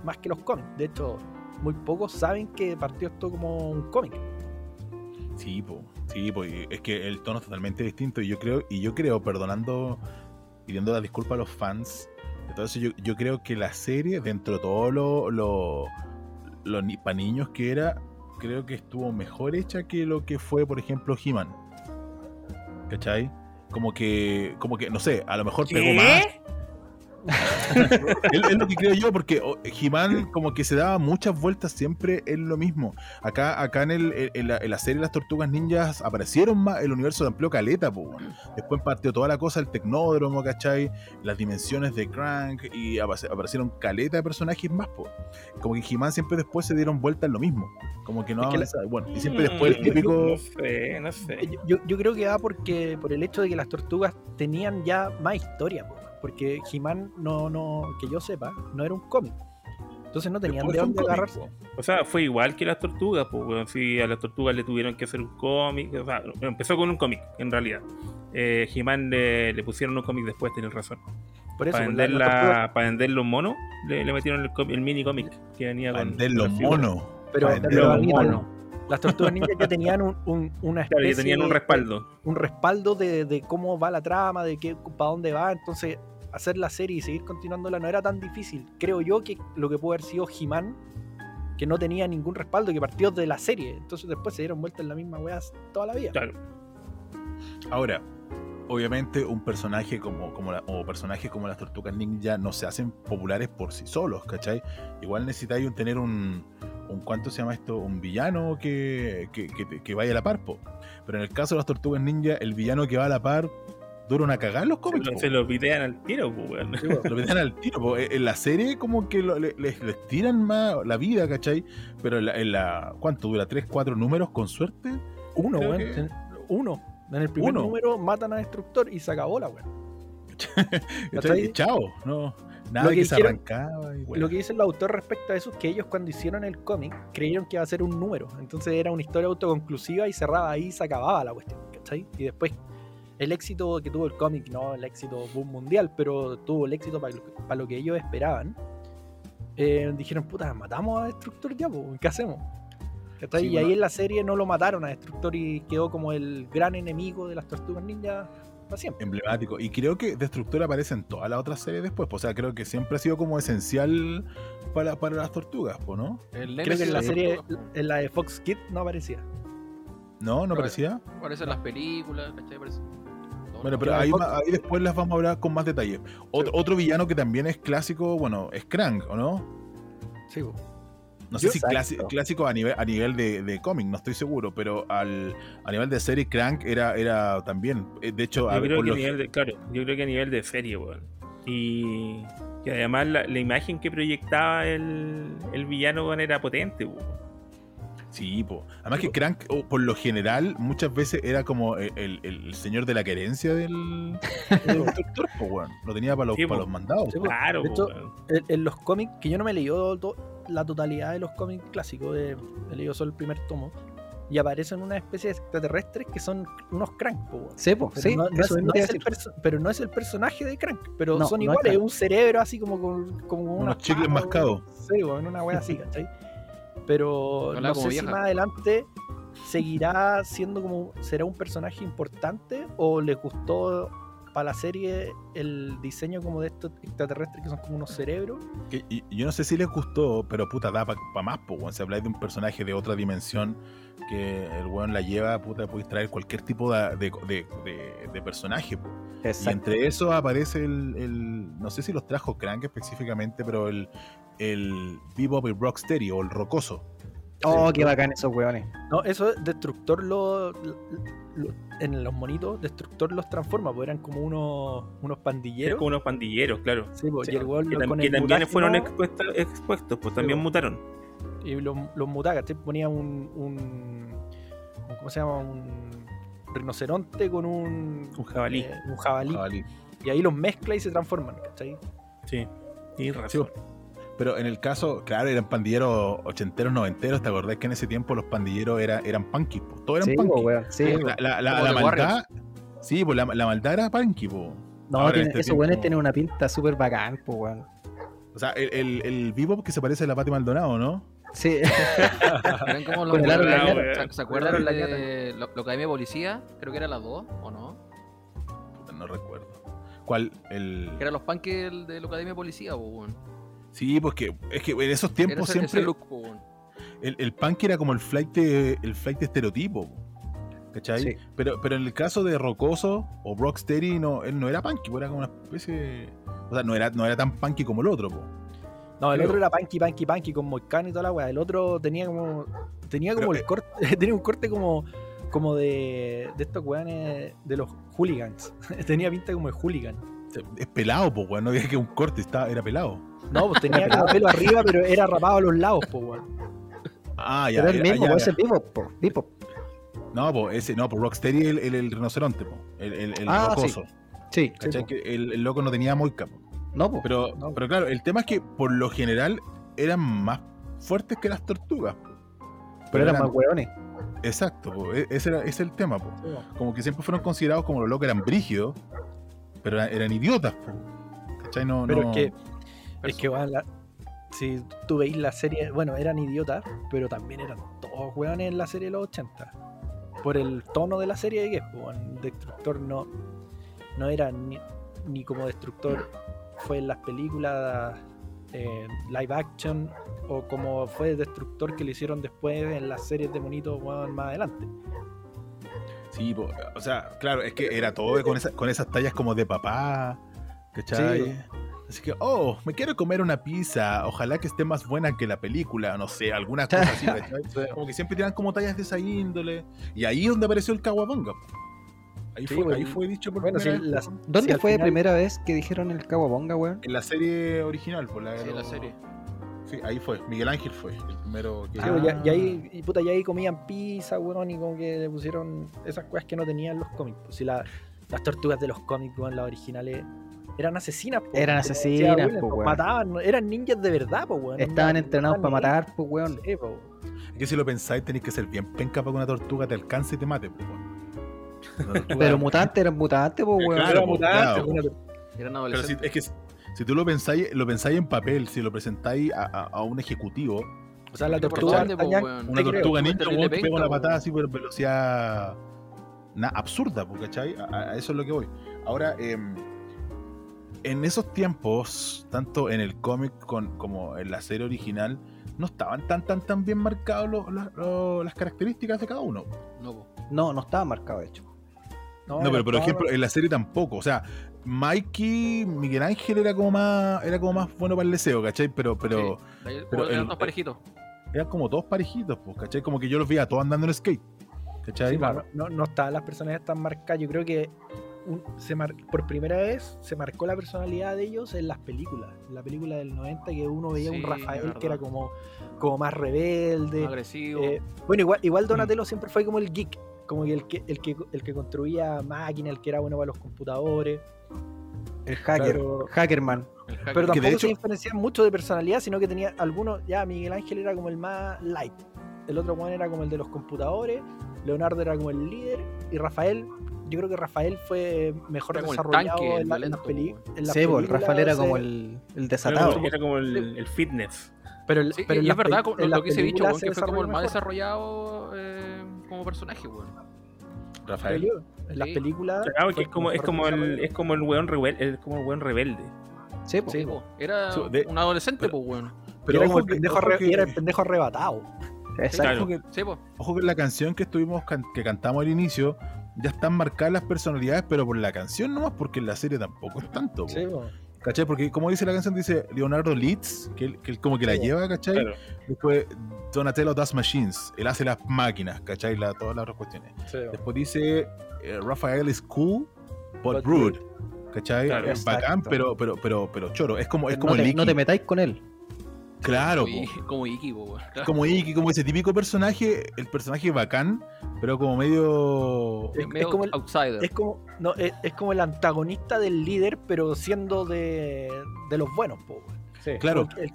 [SPEAKER 9] más que los cómics. De hecho, muy pocos saben que partió esto como un cómic.
[SPEAKER 7] Sí, po, sí, po, y es que el tono es totalmente distinto y yo creo, y yo creo, perdonando y dando la disculpa a los fans, entonces yo, yo creo que la serie, dentro de todo lo, lo, lo ni- pa' niños que era, creo que estuvo mejor hecha que lo que fue, por ejemplo, He-Man. ¿Cachai? Como que, como que, no sé, a lo mejor pegó más. es, es lo que creo yo, porque oh, He-Man como que se daba muchas vueltas siempre en lo mismo. Acá, acá en, el, en- en la, en la serie Las Tortugas Ninjas aparecieron más, el universo se amplió caleta, po, weón. Después partió toda la cosa, el tecnódromo, ¿cachai? Las dimensiones de Crank y apa- aparecieron caleta de personajes más, po. Como que He-Man siempre después se dieron vueltas en lo mismo. Como que no
[SPEAKER 3] Es que la-
[SPEAKER 7] avanzaba. Bueno, y
[SPEAKER 3] Mm.
[SPEAKER 7] siempre después el típico...
[SPEAKER 3] No sé, no sé.
[SPEAKER 9] Eh, Yo- Yo, yo creo que va porque por el hecho de que las tortugas tenían ya más historia, po, porque He-Man no, no, que yo sepa, no era un cómic. Entonces no tenían
[SPEAKER 3] Después
[SPEAKER 9] de
[SPEAKER 3] fue un
[SPEAKER 9] dónde
[SPEAKER 3] cómic,
[SPEAKER 9] agarrarse.
[SPEAKER 3] O sea, fue igual que las tortugas, pues, weón. Sí, a las tortugas le tuvieron que hacer un cómic. O sea, empezó con un cómic, en realidad. Eh, He-Man le, le pusieron un cómic después, tenés razón.
[SPEAKER 9] Por eso,
[SPEAKER 3] para,
[SPEAKER 9] pues, la-
[SPEAKER 3] vender
[SPEAKER 9] las
[SPEAKER 3] la-
[SPEAKER 9] tortugas-
[SPEAKER 3] para vender los monos, le, le metieron el, cómic- el mini cómic que venía
[SPEAKER 7] Para
[SPEAKER 3] con.
[SPEAKER 7] vender los
[SPEAKER 3] con la figura.
[SPEAKER 7] monos.
[SPEAKER 9] Pero,
[SPEAKER 7] Para vender
[SPEAKER 9] pero
[SPEAKER 7] los
[SPEAKER 9] admítalo,
[SPEAKER 7] monos.
[SPEAKER 9] las tortugas ninjas ya tenían un, un- una
[SPEAKER 3] Claro, ya
[SPEAKER 9] especie
[SPEAKER 3] tenían un
[SPEAKER 9] de-
[SPEAKER 3] respaldo.
[SPEAKER 9] un respaldo de, de cómo va la trama, de qué, para dónde va. Entonces, hacer la serie y seguir continuándola no era tan difícil. Creo yo que lo que pudo haber sido He-Man, que no tenía ningún respaldo, que partió de la serie. Entonces, después se dieron vueltas en la misma weá toda la vida.
[SPEAKER 3] Claro.
[SPEAKER 7] Ahora, obviamente un personaje como, como la- o personajes como las tortugas ninja no se hacen populares por sí solos, ¿cachai? Igual necesitáis un- tener un, un cuánto se llama esto, un villano que, que, que te- que vaya a la par, po. Pero en el caso de las tortugas ninja, el villano que va a la par dura una cagada en los cómics. po.
[SPEAKER 3] Se los pitean al tiro, pues, weón.
[SPEAKER 7] Lo meten al tiro. po. En la serie, como que lo- le- les, les tiran más la vida, ¿cachai? Pero en la, en la- ¿Cuánto dura? ¿Tres, cuatro números con suerte?
[SPEAKER 9] Uno,
[SPEAKER 7] Creo
[SPEAKER 9] weón.
[SPEAKER 7] que-
[SPEAKER 9] Ten- Uno. En el primer
[SPEAKER 7] Uno.
[SPEAKER 9] número matan a Destructor y se acabó la weá.
[SPEAKER 7] ¿Cachai?
[SPEAKER 9] ¿Cachai?
[SPEAKER 7] Chao. No, nada que,
[SPEAKER 9] que
[SPEAKER 7] se
[SPEAKER 9] hicieron-
[SPEAKER 7] arrancaba. Y bueno.
[SPEAKER 9] Lo que dice el autor respecto a eso es que ellos cuando hicieron el cómic creyeron que iba a ser un número. Entonces era una historia autoconclusiva y cerraba ahí y se acababa la cuestión, ¿cachai? Y después el éxito que tuvo el cómic, no el éxito boom mundial, pero tuvo el éxito para lo, que- pa lo que ellos esperaban. eh, dijeron, puta, matamos a Destructor ya, po, ¿qué hacemos? ¿Cachai?
[SPEAKER 7] Sí,
[SPEAKER 9] y
[SPEAKER 7] bueno.
[SPEAKER 9] ahí en la serie no lo mataron a Destructor y quedó como el gran enemigo de las tortugas ninja para siempre.
[SPEAKER 7] emblemático. Y creo que Destructor aparece en todas las otras series después. po. O sea, creo que siempre ha sido como esencial para, para las tortugas, po, ¿no?
[SPEAKER 8] El
[SPEAKER 9] Creo que en la
[SPEAKER 8] Nemesis
[SPEAKER 9] serie,
[SPEAKER 8] tortuga.
[SPEAKER 9] en la de Fox Kids no aparecía.
[SPEAKER 7] ¿No? ¿No
[SPEAKER 8] Claro.
[SPEAKER 7] parecía?
[SPEAKER 8] Aparecen las películas, ¿cachai? Aparecen todo.
[SPEAKER 7] Bueno, pero
[SPEAKER 9] Claro,
[SPEAKER 7] ahí,
[SPEAKER 9] Fox-
[SPEAKER 7] ma- ahí después las vamos a hablar con más detalle. Otro, otro villano que también es clásico, bueno, es Krang, ¿o no?
[SPEAKER 9] Sí, po.
[SPEAKER 7] No sé
[SPEAKER 9] Yo-
[SPEAKER 7] si clasi- clásico a nivel, a nivel de, de cómic, no estoy seguro, pero al, a nivel de serie, Krang era, era también. eh, De hecho, a
[SPEAKER 3] Yo
[SPEAKER 7] ver,
[SPEAKER 3] creo,
[SPEAKER 7] por
[SPEAKER 3] que a
[SPEAKER 7] los-
[SPEAKER 3] nivel de, claro, yo creo que a nivel de serie, weón. Y que además la, la imagen que proyectaba el, el villano, weón, era potente, weón.
[SPEAKER 7] Sí, po. Además que Crank, o por lo general, muchas veces era como el, el- el señor de la querencia del, del doctor, po, weón. Lo tenía para los,
[SPEAKER 3] Sí, po.
[SPEAKER 7] para los mandados.
[SPEAKER 9] Sí,
[SPEAKER 7] po.
[SPEAKER 9] po.
[SPEAKER 3] Claro,
[SPEAKER 9] De hecho,
[SPEAKER 3] weón.
[SPEAKER 9] en, en los cómics, que yo no me he leído to- la totalidad de los cómics clásicos, de, he leído solo el primer tomo, y aparecen una especie de extraterrestres que son unos crank, po, weón.
[SPEAKER 4] Sepo,
[SPEAKER 9] Pero,
[SPEAKER 4] sí,
[SPEAKER 9] no, no es,
[SPEAKER 4] eso mismo
[SPEAKER 9] no
[SPEAKER 4] te iba
[SPEAKER 9] es
[SPEAKER 4] a
[SPEAKER 9] el
[SPEAKER 4] decir.
[SPEAKER 9] perso- pero no es el personaje de Crank, pero
[SPEAKER 4] No,
[SPEAKER 9] son
[SPEAKER 4] no es
[SPEAKER 9] iguales,
[SPEAKER 4] Crank.
[SPEAKER 9] un cerebro así como con como con
[SPEAKER 7] Unos
[SPEAKER 9] una
[SPEAKER 7] chicles
[SPEAKER 9] pava,
[SPEAKER 7] mascados.
[SPEAKER 9] weón. Sí, weón, una wea así, ¿cachai? Pero
[SPEAKER 8] Hola,
[SPEAKER 9] no
[SPEAKER 8] como
[SPEAKER 9] sé si
[SPEAKER 8] vieja.
[SPEAKER 9] más adelante seguirá siendo como será un personaje importante o les gustó para la serie el diseño como de estos extraterrestres que son como unos cerebros
[SPEAKER 7] Que- y, y yo no sé si les gustó, pero puta, da para más, po, weón. Si habláis de un personaje de otra dimensión que el weón la lleva, puta, podéis traer cualquier tipo de, de- de- de- de personaje, po. Y
[SPEAKER 4] Exacto.
[SPEAKER 7] entre esos aparece el, el- No sé si los trajo Crank específicamente, pero el. El Bebop y Rocksteady o el Rocoso.
[SPEAKER 4] Oh, qué bacán esos weones.
[SPEAKER 9] No, eso Destructor lo, lo- en los monitos, Destructor los transforma, porque eran como unos, unos
[SPEAKER 3] Es
[SPEAKER 9] pandilleros.
[SPEAKER 3] como unos pandilleros, claro.
[SPEAKER 9] Sí, po,
[SPEAKER 3] Sí,
[SPEAKER 9] y el weón
[SPEAKER 3] Que,
[SPEAKER 9] lo-
[SPEAKER 3] tam-
[SPEAKER 9] con
[SPEAKER 3] que
[SPEAKER 9] el
[SPEAKER 3] también
[SPEAKER 9] mutágeno
[SPEAKER 3] fueron expuestos, expuestos pues también
[SPEAKER 9] po.
[SPEAKER 3] mutaron.
[SPEAKER 9] y los, los mutacas, te ponía un, un- un- ¿cómo se llama? un rinoceronte con un
[SPEAKER 3] Un jabalí.
[SPEAKER 9] eh, un jabalí.
[SPEAKER 7] Jabalí.
[SPEAKER 9] Y ahí los mezcla y se transforman, ¿cachai?
[SPEAKER 3] Sí. Y
[SPEAKER 7] Sí,
[SPEAKER 3] razón.
[SPEAKER 7] Pero en el caso, claro, eran pandilleros ochenteros, noventeros. ¿Te acordás que en ese tiempo los pandilleros era, eran punkies? po? Todos eran
[SPEAKER 4] Sí, po,
[SPEAKER 7] punkies.
[SPEAKER 4] weón, sí.
[SPEAKER 7] la, la- la-
[SPEAKER 8] Como
[SPEAKER 7] la
[SPEAKER 8] The
[SPEAKER 7] maldad.
[SPEAKER 8] Warriors.
[SPEAKER 7] Sí, pues la, la maldad era punky, po.
[SPEAKER 4] No,
[SPEAKER 7] Ahora en
[SPEAKER 4] tiene-
[SPEAKER 7] este
[SPEAKER 4] esos weones
[SPEAKER 7] tiempo-
[SPEAKER 4] tienen una pinta súper bacán, po, weón.
[SPEAKER 7] O sea, el, el, el bebop que se parece a la Pati Maldonado, ¿no?
[SPEAKER 4] Sí.
[SPEAKER 8] ¿Ven cómo lo
[SPEAKER 4] Con el aro
[SPEAKER 8] encontraron?
[SPEAKER 4] de la ñata.
[SPEAKER 8] ¿Se- ¿Se
[SPEAKER 4] Con el aro
[SPEAKER 8] acuerdan
[SPEAKER 4] de la
[SPEAKER 8] de lo, lo que había policía? Creo que era la 2, ¿o no?
[SPEAKER 7] Puta, No recuerdo. ¿Cuál? El...
[SPEAKER 8] Que eran los panques del- de la Academia de Policía, po, weón.
[SPEAKER 7] Sí, porque es que en esos
[SPEAKER 8] Era
[SPEAKER 7] tiempos
[SPEAKER 8] ese-
[SPEAKER 7] siempre
[SPEAKER 8] ese look, po, weón.
[SPEAKER 7] el, el punk era como el flight de, el flight de estereotipo. ¿Cachai?
[SPEAKER 4] Sí.
[SPEAKER 7] Pero, pero en el caso de Rocoso o Rocksteady, no, él no era punky, era como una especie. de- O sea, no era, no era tan punky como el otro, po.
[SPEAKER 9] No, el
[SPEAKER 7] Creo.
[SPEAKER 9] otro era punky, punky, punky, con moicano y toda la weá. El otro tenía como. Tenía como
[SPEAKER 7] Pero,
[SPEAKER 9] el corte. tenía un corte como. Como de. De estos weones. De los hooligans. tenía pinta como de hooligan.
[SPEAKER 7] Es pelado, po, weón. No había que un corte, estaba, era pelado.
[SPEAKER 9] No, pues tenía como pelo arriba, pero era rapado a los lados, po, weón.
[SPEAKER 7] Ah, ya.
[SPEAKER 4] Pero el
[SPEAKER 7] era-
[SPEAKER 4] mismo,
[SPEAKER 7] ya,
[SPEAKER 4] pues,
[SPEAKER 7] ya.
[SPEAKER 4] ese vivo, po. Vivo.
[SPEAKER 7] No, po, ese, no, po, Rocksteady el, el, el rinoceronte, po. El, el, el
[SPEAKER 4] Ah, sí.
[SPEAKER 7] rocoso.
[SPEAKER 4] Sí,
[SPEAKER 7] ¿Cachai?
[SPEAKER 4] sí, po.
[SPEAKER 7] Que el, el loco no tenía moica, po.
[SPEAKER 4] No, po.
[SPEAKER 7] Pero,
[SPEAKER 4] No.
[SPEAKER 7] pero claro, el tema es que por lo general eran más fuertes que las tortugas. po.
[SPEAKER 4] Pero eran más hueones.
[SPEAKER 7] Exacto, po, e- ese, era, ese es el tema. po. Como que siempre fueron considerados como los locos eran brígidos, pero eran, eran idiotas. po. ¿Cachai? No,
[SPEAKER 9] Pero
[SPEAKER 7] no-
[SPEAKER 9] es que. Es que, weón, la- si tú veis la serie. Bueno, eran idiotas, pero también eran todos weones en la serie de los 80. Por el tono de la serie que es, po, weón. Destructor no. No era ni, ni como Destructor fue en las películas eh, live action o como fue Destructor que le hicieron después en las series de monitos weón, más adelante.
[SPEAKER 7] Sí, po, o sea, claro, es que era todo con, esa- con esas tallas como de papá. ¿Cachai?
[SPEAKER 9] Sí.
[SPEAKER 7] Así que, oh, me quiero comer una pizza. Ojalá que esté más buena que la película. No sé, alguna cosa así. ¿cachai? Como que siempre tiran como tallas de esa índole. Y ahí es donde apareció el caguabonga. po. Ahí,
[SPEAKER 9] Sí,
[SPEAKER 7] fue,
[SPEAKER 9] bueno,
[SPEAKER 7] ahí
[SPEAKER 9] y-
[SPEAKER 7] fue dicho por
[SPEAKER 9] Bueno, si
[SPEAKER 7] primera vez,
[SPEAKER 9] las-
[SPEAKER 7] po,
[SPEAKER 4] ¿Dónde
[SPEAKER 9] si al
[SPEAKER 4] fue la
[SPEAKER 9] final-
[SPEAKER 4] primera vez que dijeron el Caguabonga, weón?
[SPEAKER 7] En la serie original, por la, de
[SPEAKER 8] Sí, la
[SPEAKER 7] los-
[SPEAKER 8] serie.
[SPEAKER 7] Sí, ahí fue. Miguel Ángel fue el primero que.
[SPEAKER 9] Sí, pues, ya-
[SPEAKER 4] Ah.
[SPEAKER 9] y ahí, y puta, y ahí comían pizza, weón, y como que le pusieron esas cosas que no tenían los cómics. Pues, si la- las tortugas de los cómics, weón, las originales, eran asesinas, pues, po,
[SPEAKER 4] Eran
[SPEAKER 9] como
[SPEAKER 4] asesinas,
[SPEAKER 9] decía Willem,
[SPEAKER 4] po,
[SPEAKER 9] po,
[SPEAKER 4] weón.
[SPEAKER 9] mataban, no- eran ninjas de verdad, po, weón.
[SPEAKER 4] Estaban
[SPEAKER 9] Onda,
[SPEAKER 4] entrenados para
[SPEAKER 9] mataban
[SPEAKER 4] matar, pues,
[SPEAKER 9] ninjas,
[SPEAKER 4] weón.
[SPEAKER 9] sí, po.
[SPEAKER 7] Es que si lo pensáis, tenéis que ser bien penca para que una tortuga te alcance y te mate. po, weón. Una tortuga-
[SPEAKER 4] Pero mutantes eran mutantes, pues,
[SPEAKER 7] Eh,
[SPEAKER 4] weón.
[SPEAKER 7] claro,
[SPEAKER 9] Era mutante,
[SPEAKER 7] claro.
[SPEAKER 9] una-
[SPEAKER 8] Eran
[SPEAKER 7] Pero si,
[SPEAKER 8] adolescentes.
[SPEAKER 7] es que si- si tú lo pensáis, lo pensáis en papel, si lo presentáis a, a- a un ejecutivo,
[SPEAKER 9] o sea, la
[SPEAKER 8] Porque
[SPEAKER 9] tortuga
[SPEAKER 8] grande, po,
[SPEAKER 9] D'Artagnan,
[SPEAKER 8] weón.
[SPEAKER 7] una
[SPEAKER 9] Te creo,
[SPEAKER 7] tortuga
[SPEAKER 8] una
[SPEAKER 7] ninja,
[SPEAKER 8] terrible
[SPEAKER 7] weón, te pega
[SPEAKER 8] penca,
[SPEAKER 7] una patada
[SPEAKER 8] weón.
[SPEAKER 7] así por velocidad na, absurda, po, ¿cachai? A, a eso es lo que voy. Ahora, em, en esos tiempos, tanto en el cómic con- como en la serie original, no estaban tan tan tan bien marcados los- las- los- las características de cada uno.
[SPEAKER 8] No, po.
[SPEAKER 4] No, no estaba marcado, de hecho.
[SPEAKER 7] No, pero
[SPEAKER 9] era
[SPEAKER 7] por
[SPEAKER 9] todo-
[SPEAKER 7] ejemplo, en la serie tampoco. O sea, Mikey, Miguel Ángel era como más, era como más bueno para el deseo, ¿cachai? Pero, pero
[SPEAKER 8] Sí. Ahí-
[SPEAKER 7] pero
[SPEAKER 8] eran
[SPEAKER 7] el-
[SPEAKER 8] dos parejitos.
[SPEAKER 9] eh,
[SPEAKER 7] eran como todos parejitos, pues, ¿cachai? Como que yo los veía todos andando en skate. ¿Cachai?
[SPEAKER 9] Sí, pues, no, no estaban las personalidades tan marcadas. Yo creo que un- se mar- por primera vez se marcó la personalidad de ellos en las películas. En la película del 90 que uno veía
[SPEAKER 8] Sí,
[SPEAKER 9] un Rafael
[SPEAKER 8] verdad.
[SPEAKER 9] que era como, como más rebelde.
[SPEAKER 8] Agresivo. Mm.
[SPEAKER 9] Eh, bueno, igual, igual Donatello siempre fue como el geek, como que el que, el que, el que construía máquinas, el que era bueno para los computadores.
[SPEAKER 4] El hacker,
[SPEAKER 9] Pero-
[SPEAKER 4] hackerman.
[SPEAKER 8] el hacker.
[SPEAKER 9] Pero
[SPEAKER 7] que de
[SPEAKER 9] tampoco
[SPEAKER 7] hecho-
[SPEAKER 9] se diferenciaban mucho de personalidad, sino que tenía algunos, ya Miguel Ángel era como el más light, el otro Juan era como el de los computadores, Leonardo era como el líder y Rafael, yo creo que Rafael fue mejor
[SPEAKER 8] Era como el
[SPEAKER 9] desarrollado
[SPEAKER 8] tanque, el
[SPEAKER 9] en, la,
[SPEAKER 8] violento,
[SPEAKER 9] peli, en las
[SPEAKER 4] Sebo, el
[SPEAKER 9] películas,
[SPEAKER 4] pues, Rafael era
[SPEAKER 9] o sea,
[SPEAKER 4] como el, el
[SPEAKER 3] Era
[SPEAKER 4] desatado.
[SPEAKER 3] como, era como el, el fitness.
[SPEAKER 9] Pero, el-
[SPEAKER 8] Sí,
[SPEAKER 9] pero en
[SPEAKER 8] y
[SPEAKER 9] las
[SPEAKER 8] es verdad
[SPEAKER 9] peli-
[SPEAKER 8] como-
[SPEAKER 9] en
[SPEAKER 8] lo
[SPEAKER 9] las
[SPEAKER 8] que se ha dicho,
[SPEAKER 9] películas
[SPEAKER 8] weón, que
[SPEAKER 9] se
[SPEAKER 8] fue como el más
[SPEAKER 9] desarrolló
[SPEAKER 8] desarrollado eh, como personaje, weón.
[SPEAKER 7] Rafael.
[SPEAKER 9] mejor. En las
[SPEAKER 8] Sí.
[SPEAKER 9] películas.
[SPEAKER 3] Claro, que
[SPEAKER 9] fue
[SPEAKER 3] es como, es
[SPEAKER 9] mejor
[SPEAKER 3] como el,
[SPEAKER 9] desarrollado.
[SPEAKER 3] es como el weón rebelde, es como el weón rebelde.
[SPEAKER 4] Sí, pues. po.
[SPEAKER 8] Sí, pues. po. Era
[SPEAKER 7] Sí, de-
[SPEAKER 8] un adolescente,
[SPEAKER 7] pero-
[SPEAKER 8] pues, weón.
[SPEAKER 7] Pero
[SPEAKER 9] era, como
[SPEAKER 7] ojo
[SPEAKER 9] el
[SPEAKER 7] que-
[SPEAKER 9] pendejo
[SPEAKER 7] ojo
[SPEAKER 9] arre-
[SPEAKER 7] que-
[SPEAKER 9] era el pendejo arrebatado.
[SPEAKER 4] Exacto.
[SPEAKER 3] Claro.
[SPEAKER 8] Sí, po.
[SPEAKER 7] Ojo que la canción que estuvimos can- que cantamos al inicio, ya están marcadas las personalidades, pero por la canción nomás, porque en la serie tampoco es tanto. po.
[SPEAKER 9] Sí, po.
[SPEAKER 7] ¿Cachai? Porque como dice la canción, dice Leonardo Leeds, que él, que él como que la
[SPEAKER 9] Sí,
[SPEAKER 7] lleva, ¿cachai?
[SPEAKER 3] Claro.
[SPEAKER 7] Después Donatello das machines, él hace las máquinas, ¿cachai? La- todas las otras cuestiones.
[SPEAKER 9] Sí, po.
[SPEAKER 7] Después dice eh, Rafael is cool, but,
[SPEAKER 9] But
[SPEAKER 7] rude. ¿Cachai?
[SPEAKER 3] Claro.
[SPEAKER 7] es bacán,
[SPEAKER 4] Exacto.
[SPEAKER 7] pero, pero, pero, pero choro. Es como, es como
[SPEAKER 4] no, te,
[SPEAKER 7] el
[SPEAKER 4] no te
[SPEAKER 7] Iki.
[SPEAKER 4] metáis con él.
[SPEAKER 7] Claro,
[SPEAKER 8] Como-
[SPEAKER 7] po.
[SPEAKER 8] Como Iki, po, weón. Claro.
[SPEAKER 7] como Iki, como ese típico personaje, el personaje bacán, pero como medio.
[SPEAKER 9] Es- es
[SPEAKER 8] medio
[SPEAKER 9] como el-
[SPEAKER 8] outsider.
[SPEAKER 9] Es como, no, es, es como el antagonista del líder, pero siendo de, de los buenos, po, weón.
[SPEAKER 7] Claro,
[SPEAKER 9] el-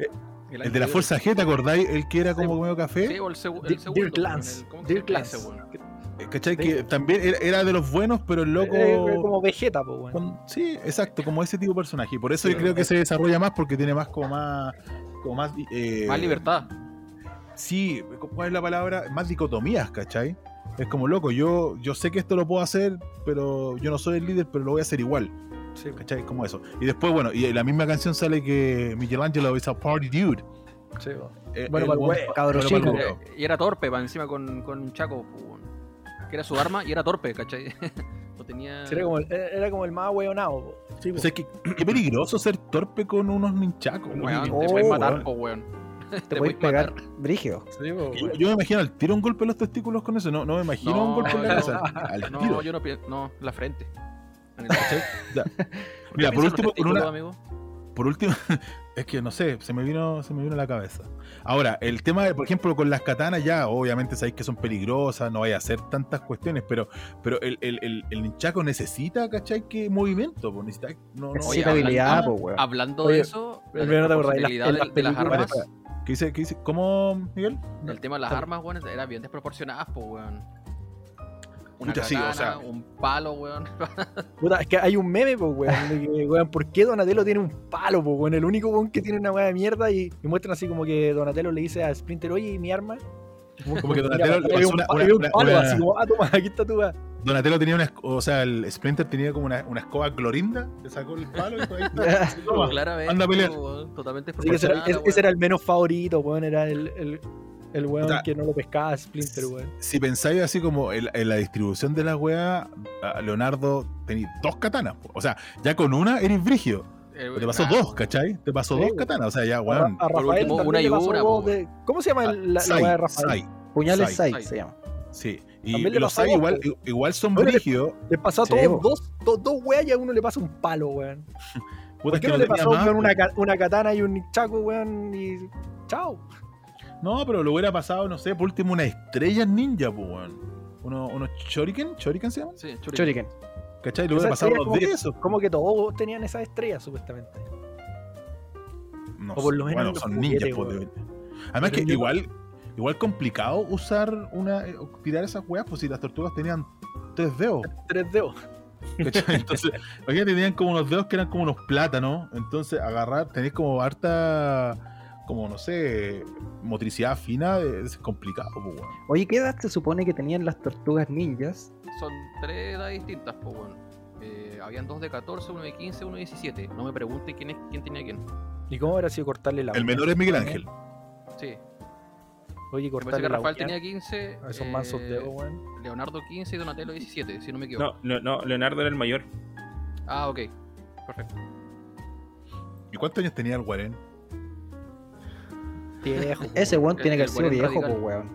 [SPEAKER 7] el, el de la Fuerza G, ¿te acordáis? El que era como medio café.
[SPEAKER 8] Sí, o el, segu- el
[SPEAKER 9] Dirk
[SPEAKER 8] segundo. weón,
[SPEAKER 9] Lance,
[SPEAKER 8] el- ¿cómo que
[SPEAKER 9] Dirk
[SPEAKER 8] se llama ese,
[SPEAKER 9] Lance.
[SPEAKER 8] weón?
[SPEAKER 7] ¿Cachai? Que también era, era de los buenos, pero el loco.
[SPEAKER 9] Eh, como Vegeta, po, weón.
[SPEAKER 7] con- sí, exacto, como ese tipo de personaje. Y por eso
[SPEAKER 9] Sí,
[SPEAKER 7] yo creo que
[SPEAKER 9] es-
[SPEAKER 7] se desarrolla más, porque tiene más como más. Como más, eh,
[SPEAKER 8] Más libertad.
[SPEAKER 7] sí, ¿cuál es la palabra? Más dicotomías, ¿cachai? Es como loco, yo, yo sé que esto lo puedo hacer, pero yo no soy el líder, pero lo voy a hacer igual. Sí. ¿Cachai? Como eso. Y después, bueno, y en la misma canción sale que Michelangelo is a party dude.
[SPEAKER 9] Sí, bueno,
[SPEAKER 7] Eh, el
[SPEAKER 9] bueno, para el
[SPEAKER 7] buen-
[SPEAKER 9] hue-
[SPEAKER 7] cabrón
[SPEAKER 8] Era-
[SPEAKER 7] chico.
[SPEAKER 8] Eh, Y era torpe, va encima con, con un chaco, pues, que era su arma y era torpe, ¿cachai? No tenía.
[SPEAKER 9] Era como, el- eh, era como el más hueonado. po.
[SPEAKER 7] O sea, es que- qué peligroso ser torpe con unos ninchacos.
[SPEAKER 8] Weón, te
[SPEAKER 7] Oh,
[SPEAKER 8] puedes
[SPEAKER 7] weón.
[SPEAKER 8] matar, po, weón.
[SPEAKER 4] Te podéis pegar brigio.
[SPEAKER 7] Yo, yo me imagino al tiro un golpe en los testículos con eso. No, no me imagino un golpe en la
[SPEAKER 8] no,
[SPEAKER 7] cabeza. Al
[SPEAKER 8] no,
[SPEAKER 7] tiro.
[SPEAKER 8] yo no pienso. No, la frente. En el-
[SPEAKER 7] Ya.
[SPEAKER 8] ¿Por
[SPEAKER 7] Mira,
[SPEAKER 8] qué
[SPEAKER 7] por
[SPEAKER 8] piensan
[SPEAKER 7] último,
[SPEAKER 8] los
[SPEAKER 7] con
[SPEAKER 8] testículos,
[SPEAKER 7] una,
[SPEAKER 8] amigo?
[SPEAKER 7] por último, es que no sé, se me vino, se me vino a la cabeza. Ahora, el tema de, por ejemplo, con las katanas, ya, obviamente sabéis que son peligrosas, no hay a hacer tantas cuestiones, pero, pero el, el, el, el ninchaco necesita, ¿cachai? que movimiento? Pues, necesita, no, no,
[SPEAKER 4] Necesita habilidad, pues. po, weón.
[SPEAKER 8] Hablando
[SPEAKER 9] Oye,
[SPEAKER 8] de ah, eso,
[SPEAKER 9] pero no te acordás, en las-
[SPEAKER 8] proporcionalidad
[SPEAKER 9] en las
[SPEAKER 8] de, de las
[SPEAKER 9] películas-
[SPEAKER 8] armas,
[SPEAKER 7] ¿Qué dice, qué dice? ¿Cómo, Miguel?
[SPEAKER 8] el tema de las armas, weón, era bien desproporcionadas, po, weón. Una
[SPEAKER 7] Pucha, sí, o
[SPEAKER 8] katana,
[SPEAKER 7] sea-
[SPEAKER 8] un palo, weón.
[SPEAKER 9] Puta, es que hay un meme, pues, weón, de que, weón, ¿por qué Donatello tiene un palo, pues, weón? El único weón que tiene una weá de mierda y, y muestran así como que Donatello le dice a Splinter, oye, ¿y mi arma?
[SPEAKER 7] Como que
[SPEAKER 9] Mira,
[SPEAKER 7] Donatello le
[SPEAKER 9] hay
[SPEAKER 7] pasó
[SPEAKER 9] un,
[SPEAKER 7] una-
[SPEAKER 9] pa-
[SPEAKER 7] una-
[SPEAKER 9] hay un
[SPEAKER 7] una-
[SPEAKER 9] palo,
[SPEAKER 7] una-
[SPEAKER 9] así como, ah, toma, aquí está tu weá.
[SPEAKER 7] Donatello tenía una, esc- o sea, el Splinter tenía como una, una escoba glorinda, le sacó el palo y por ahí está. Toma,
[SPEAKER 8] Claramente,
[SPEAKER 7] anda a pelear.
[SPEAKER 8] weón, totalmente
[SPEAKER 9] Así que ese, era,
[SPEAKER 8] desproporcionada,
[SPEAKER 9] ese-
[SPEAKER 8] weón.
[SPEAKER 9] ese era el menos favorito, weón, era el, el, el weón
[SPEAKER 7] Puta.
[SPEAKER 9] que no lo pescaba Splinter, weón.
[SPEAKER 7] Si pensáis así como en, en la distribución de las weas, a Leonardo tenía dos katanas. po. O sea, ya con una eres brigio.
[SPEAKER 8] Eh,
[SPEAKER 7] Te pasó
[SPEAKER 8] nah,
[SPEAKER 7] dos, ¿cachai? Te pasó
[SPEAKER 9] Ah. Sí,
[SPEAKER 7] dos
[SPEAKER 9] weón.
[SPEAKER 7] katanas. O sea, ya,
[SPEAKER 9] A,
[SPEAKER 7] weón. Ah,
[SPEAKER 9] a
[SPEAKER 8] Por
[SPEAKER 9] Rafael
[SPEAKER 8] último,
[SPEAKER 9] también
[SPEAKER 8] una
[SPEAKER 9] le
[SPEAKER 8] y
[SPEAKER 9] pasó
[SPEAKER 8] una,
[SPEAKER 9] dos
[SPEAKER 8] po,
[SPEAKER 9] de- ¿Cómo se llama el- la, la
[SPEAKER 7] Sai,
[SPEAKER 9] weá de Rafael?
[SPEAKER 7] Sai,
[SPEAKER 4] Puñales
[SPEAKER 7] Sai.
[SPEAKER 4] 6 se llama.
[SPEAKER 7] Sí. Y
[SPEAKER 9] También le
[SPEAKER 7] los
[SPEAKER 9] pasó
[SPEAKER 7] Sai
[SPEAKER 9] dos,
[SPEAKER 7] igual,
[SPEAKER 9] po.
[SPEAKER 7] igual son
[SPEAKER 9] Ahora le-
[SPEAKER 7] brigios.
[SPEAKER 9] Le pasó a
[SPEAKER 4] Sí,
[SPEAKER 9] todos
[SPEAKER 4] po.
[SPEAKER 9] dos, dos, dos weas y a uno le pasa un palo, weón.
[SPEAKER 7] Puta,
[SPEAKER 9] ¿Por
[SPEAKER 7] es
[SPEAKER 9] qué
[SPEAKER 7] que
[SPEAKER 9] no le
[SPEAKER 7] tenía
[SPEAKER 9] pasó
[SPEAKER 7] más, pues.
[SPEAKER 9] weón, una,
[SPEAKER 7] po.
[SPEAKER 9] ca- una katana y un chaco, weón? Y. Chao.
[SPEAKER 7] No, pero lo hubiera pasado, no sé, por último, una estrella ninja, pues, weón. Uno- Unos shuriken, shuriken se llaman,
[SPEAKER 8] Sí, churico.
[SPEAKER 4] Shuriken.
[SPEAKER 7] ¿cachai? Le hubiera
[SPEAKER 9] Esa
[SPEAKER 7] pasado
[SPEAKER 9] estrella
[SPEAKER 7] los de
[SPEAKER 9] como-
[SPEAKER 7] esos.
[SPEAKER 9] Como que todos tenían esas estrellas, supuestamente.
[SPEAKER 7] No
[SPEAKER 9] O por
[SPEAKER 7] sé,
[SPEAKER 9] lo menos
[SPEAKER 7] bueno,
[SPEAKER 9] los
[SPEAKER 7] son
[SPEAKER 9] juguetes,
[SPEAKER 7] ninjas, po,
[SPEAKER 9] weón.
[SPEAKER 7] de- Además
[SPEAKER 9] Pero
[SPEAKER 7] que
[SPEAKER 9] yo-
[SPEAKER 7] igual, igual complicado usar una, eh, tirar esas weas, pues si las tortugas tenían tres dedos.
[SPEAKER 9] Tres dedos.
[SPEAKER 7] ¿cachai? Entonces, imagínate, tenían como unos dedos que eran como unos plátanos. Entonces, agarrar, tenés como harta, como no sé, motricidad fina, eh, es complicado, pues, weón.
[SPEAKER 4] Oye, ¿qué edad se supone que tenían las tortugas ninjas?
[SPEAKER 8] Son tres edades distintas, po, weón. Eh, habían dos de 14, uno de 15, uno de 17. No me pregunte quién es quién tenía quién.
[SPEAKER 9] ¿Y cómo habrá sido cortarle la
[SPEAKER 7] El menor es Miguel Ángel.
[SPEAKER 8] Sí.
[SPEAKER 9] Oye,
[SPEAKER 8] Me parece
[SPEAKER 9] cortarle
[SPEAKER 8] que
[SPEAKER 9] la
[SPEAKER 8] Rafael
[SPEAKER 9] wea
[SPEAKER 8] tenía 15.
[SPEAKER 9] a Ah, esos
[SPEAKER 8] eh,
[SPEAKER 9] mansos dedos, weón.
[SPEAKER 8] Leonardo 15 y Donatello 17, si no me equivoco.
[SPEAKER 3] No, no, no, Leonardo era el mayor.
[SPEAKER 8] Ah, ok. Perfecto.
[SPEAKER 7] ¿Y cuántos años tenía el Guarén?
[SPEAKER 9] Viejo.
[SPEAKER 4] Ese weón tiene que haber
[SPEAKER 8] el
[SPEAKER 4] sido
[SPEAKER 8] weón
[SPEAKER 4] viejo,
[SPEAKER 8] radical.
[SPEAKER 4] pues weón.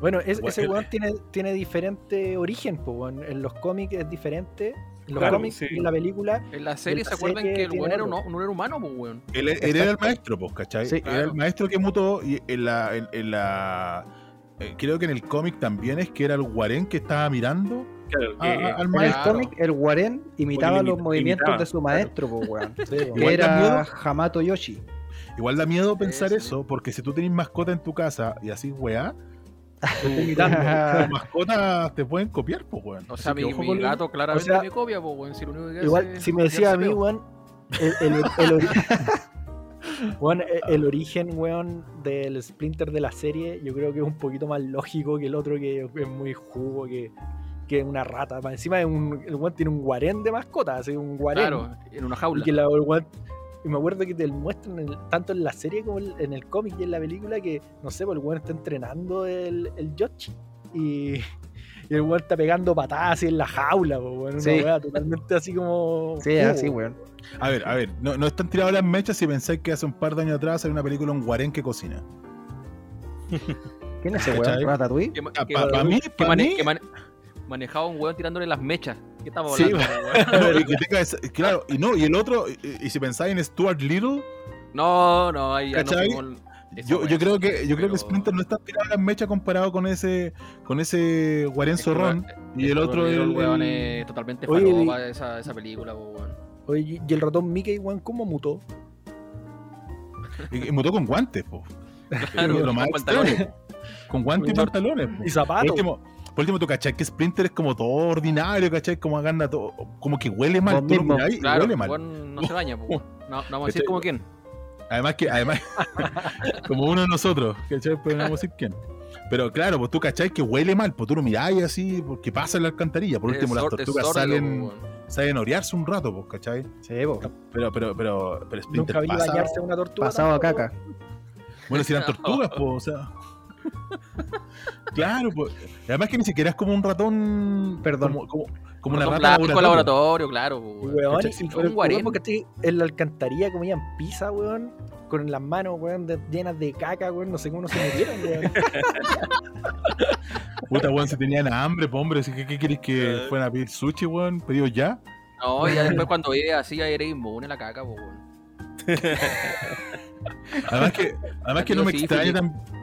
[SPEAKER 9] Bueno, es-
[SPEAKER 7] Bueno, eh,
[SPEAKER 9] ese
[SPEAKER 7] el-
[SPEAKER 9] weón tiene, tiene diferente origen, po, weón. En los cómics es diferente. En los
[SPEAKER 3] Claro,
[SPEAKER 9] cómics
[SPEAKER 3] sí.
[SPEAKER 9] y en la película.
[SPEAKER 8] En la serie se
[SPEAKER 9] la
[SPEAKER 8] acuerdan
[SPEAKER 9] serie
[SPEAKER 8] que el
[SPEAKER 9] tiene
[SPEAKER 8] weón era un,
[SPEAKER 9] algo.
[SPEAKER 8] no era humano, pues weón.
[SPEAKER 7] Él, él era el maestro, pues, ¿cachai?
[SPEAKER 4] Sí,
[SPEAKER 7] Era
[SPEAKER 8] claro.
[SPEAKER 7] el maestro que mutó y en la. en- en la- eh, creo que en el cómic también es que era el Guarén que estaba mirando
[SPEAKER 3] Claro,
[SPEAKER 8] Ah,
[SPEAKER 7] a- a- al
[SPEAKER 4] En el
[SPEAKER 7] maestro.
[SPEAKER 8] Claro.
[SPEAKER 4] cómic, el Warren imitaba
[SPEAKER 3] Porque le
[SPEAKER 4] los
[SPEAKER 3] imita-
[SPEAKER 4] movimientos
[SPEAKER 3] imitaba,
[SPEAKER 4] de su maestro, pues weón.
[SPEAKER 9] Sí, po.
[SPEAKER 4] Que
[SPEAKER 7] Igual da
[SPEAKER 4] era
[SPEAKER 7] miedo.
[SPEAKER 4] Hamato Yoshi.
[SPEAKER 7] Igual da miedo pensar
[SPEAKER 8] sí.
[SPEAKER 7] eso, porque si tú tenés mascota en tu casa y así, weá,
[SPEAKER 4] Ajá.
[SPEAKER 7] las mascotas te pueden copiar, pues, weón.
[SPEAKER 8] O sea,
[SPEAKER 7] Así que
[SPEAKER 8] mi,
[SPEAKER 7] ojo
[SPEAKER 8] mi
[SPEAKER 7] con-
[SPEAKER 8] gato claramente
[SPEAKER 9] sea,
[SPEAKER 8] me copia, pues weón. Si lo único que hace
[SPEAKER 9] Igual,
[SPEAKER 8] es
[SPEAKER 9] si me decía a mí,
[SPEAKER 8] copiarse,
[SPEAKER 9] weón, el, el- el ori- Weón, el- el origen, weón, del Splinter de la serie, yo creo que es un poquito más lógico que el otro que es muy jugo, que, que una rata. Más Encima, es un, el weón tiene un guarén de mascota, así un guarén.
[SPEAKER 8] Claro, en una
[SPEAKER 9] Y
[SPEAKER 8] jaula.
[SPEAKER 9] que la- el weón- y me acuerdo que te lo muestran en- tanto en la serie como en, en el cómic y en la película que, no sé, pues el weón está entrenando el, el Yoshi y, y el weón está pegando patadas así en la jaula, pues, weón, una
[SPEAKER 4] Sí.
[SPEAKER 9] weá totalmente así como...
[SPEAKER 4] Sí,
[SPEAKER 9] jugo.
[SPEAKER 4] así, weón.
[SPEAKER 7] A ver, a ver, no, no están tiradas las mechas si pensáis que hace un par de años atrás hay una película un Guarén que cocina.
[SPEAKER 4] ¿Quién es ese
[SPEAKER 7] ¿Cachai?
[SPEAKER 4] weón? ¿Ratatouille?
[SPEAKER 8] Que ma- que-
[SPEAKER 7] Para mí,
[SPEAKER 8] que
[SPEAKER 7] Ah, pa'
[SPEAKER 8] mane-
[SPEAKER 7] mí-
[SPEAKER 8] que mane- manejaba un weón tirándole las mechas. ¿Qué estamos
[SPEAKER 7] Sí,
[SPEAKER 8] hablando, weón?
[SPEAKER 7] No, y que tenga esa- claro, y no, y el otro, y, y si pensáis en Stuart Little,
[SPEAKER 8] No, no, ahí ya no
[SPEAKER 7] ¿Cachai?
[SPEAKER 8] fuimos- esa
[SPEAKER 7] yo,
[SPEAKER 8] wea,
[SPEAKER 7] yo creo que yo creo
[SPEAKER 8] pero-
[SPEAKER 7] que Splinter no está tirado las mechas comparado con ese con ese Guarén
[SPEAKER 8] Es que, weón,
[SPEAKER 7] Zorrón ¿eh? y el
[SPEAKER 8] Robert
[SPEAKER 7] otro
[SPEAKER 8] De Niro,
[SPEAKER 7] el,
[SPEAKER 8] el weón
[SPEAKER 7] el-
[SPEAKER 8] es totalmente
[SPEAKER 9] Oye, y-
[SPEAKER 8] falopa esa, esa película, po, weón.
[SPEAKER 9] Oye, y- y el ratón Mickey, weón, ¿cómo mutó?
[SPEAKER 7] y- y mutó con guantes, po.
[SPEAKER 8] Claro,
[SPEAKER 7] Lo más
[SPEAKER 8] con pantalones.
[SPEAKER 7] extraño, po. Con guantes y
[SPEAKER 9] Con-
[SPEAKER 7] pantalones, po.
[SPEAKER 9] Y
[SPEAKER 7] Por
[SPEAKER 9] zapatos.
[SPEAKER 7] último, por último, tú cachai que Splinter es como todo ordinario, cachai, como aganda todo, como que huele mal,
[SPEAKER 4] Vos
[SPEAKER 7] tú lo
[SPEAKER 4] mismo.
[SPEAKER 7] mirás y
[SPEAKER 8] Claro,
[SPEAKER 7] huele mal.
[SPEAKER 8] weón no se daña, po, weón. No, no vamos a decir
[SPEAKER 7] Este-
[SPEAKER 8] como quién.
[SPEAKER 7] Además que, además, como uno de nosotros, ¿cachai? Pero no vamos a decir quién. Pero claro, pues tú cachai que huele mal, pues tú lo mirás y así, porque pasa en la alcantarilla. Por último,
[SPEAKER 8] Es
[SPEAKER 7] las
[SPEAKER 8] sor- es
[SPEAKER 7] tortugas
[SPEAKER 8] sordo,
[SPEAKER 7] salen,
[SPEAKER 8] pues, weón.
[SPEAKER 7] salen a orearse un rato, pues, ¿cachai? Sí, Pero, pero, pero, pero Splinter
[SPEAKER 9] Nunca vi
[SPEAKER 7] pasa-
[SPEAKER 9] bañarse una tortuga.
[SPEAKER 4] Pasado a
[SPEAKER 9] tampoco.
[SPEAKER 4] caca.
[SPEAKER 7] Bueno, si eran tortugas, pues, o sea. Claro, pues. Además que ni siquiera es como un ratón. Perdón. Como, como, como una
[SPEAKER 8] Ratón
[SPEAKER 7] rata
[SPEAKER 8] blanco,
[SPEAKER 7] laboratorio.
[SPEAKER 8] laboratorio, claro. po, weón.
[SPEAKER 9] Weón,
[SPEAKER 8] Cachai,
[SPEAKER 9] y
[SPEAKER 8] si
[SPEAKER 9] por
[SPEAKER 8] un guarén.
[SPEAKER 9] porque estoy en la alcantarilla comían pizza, weón, con las manos, weón, de- llenas de caca, weón, no sé cómo no se murieron, weón.
[SPEAKER 7] Puta, weón, si tenían hambre, pues, hombre, así que, ¿qué querés que fueran a pedir sushi, weón? ¿Pedido ya?
[SPEAKER 8] No, y ya después cuando vive así, ya eres inmune a la caca, po, weón.
[SPEAKER 7] Además que, además que no me
[SPEAKER 8] Adiós,
[SPEAKER 7] extraña
[SPEAKER 8] sífilis.
[SPEAKER 7] tan-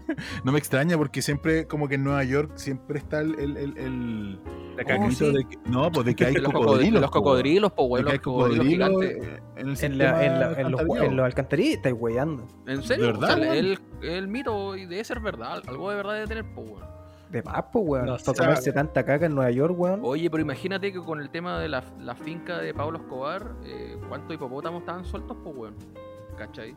[SPEAKER 7] No me extraña porque siempre, como que en Nueva York, siempre está el. el, el, el-
[SPEAKER 3] La
[SPEAKER 7] el
[SPEAKER 3] caca.
[SPEAKER 7] mito
[SPEAKER 3] Sí.
[SPEAKER 7] de que- no, pues de que hay
[SPEAKER 8] Los cocodrilos,
[SPEAKER 7] cocodrilos.
[SPEAKER 8] los
[SPEAKER 7] po, weón. De
[SPEAKER 8] cocodrilos, po, weón,
[SPEAKER 7] que hay
[SPEAKER 8] los cocodrilos
[SPEAKER 7] cocodrilos
[SPEAKER 8] gigantes.
[SPEAKER 7] eh, en el
[SPEAKER 4] En, la, en, la,
[SPEAKER 7] sistema
[SPEAKER 4] en, los,
[SPEAKER 7] alcantarillado.
[SPEAKER 4] en los alcantarillas estáis weyando.
[SPEAKER 8] En serio,
[SPEAKER 7] ¿De
[SPEAKER 8] o
[SPEAKER 7] verdad,
[SPEAKER 8] sea,
[SPEAKER 7] weón?
[SPEAKER 8] el, el mito y debe ser verdad, algo de verdad debe tener, po, weón.
[SPEAKER 4] De más, pues, weón.
[SPEAKER 9] No,
[SPEAKER 4] Para
[SPEAKER 9] sí.
[SPEAKER 4] comerse tanta caca en Nueva York, weón.
[SPEAKER 8] Oye, pero imagínate que con el tema de la, la finca de Pablo Escobar, eh, ¿cuántos hipopótamos estaban sueltos, pues, weón? ¿Cachai?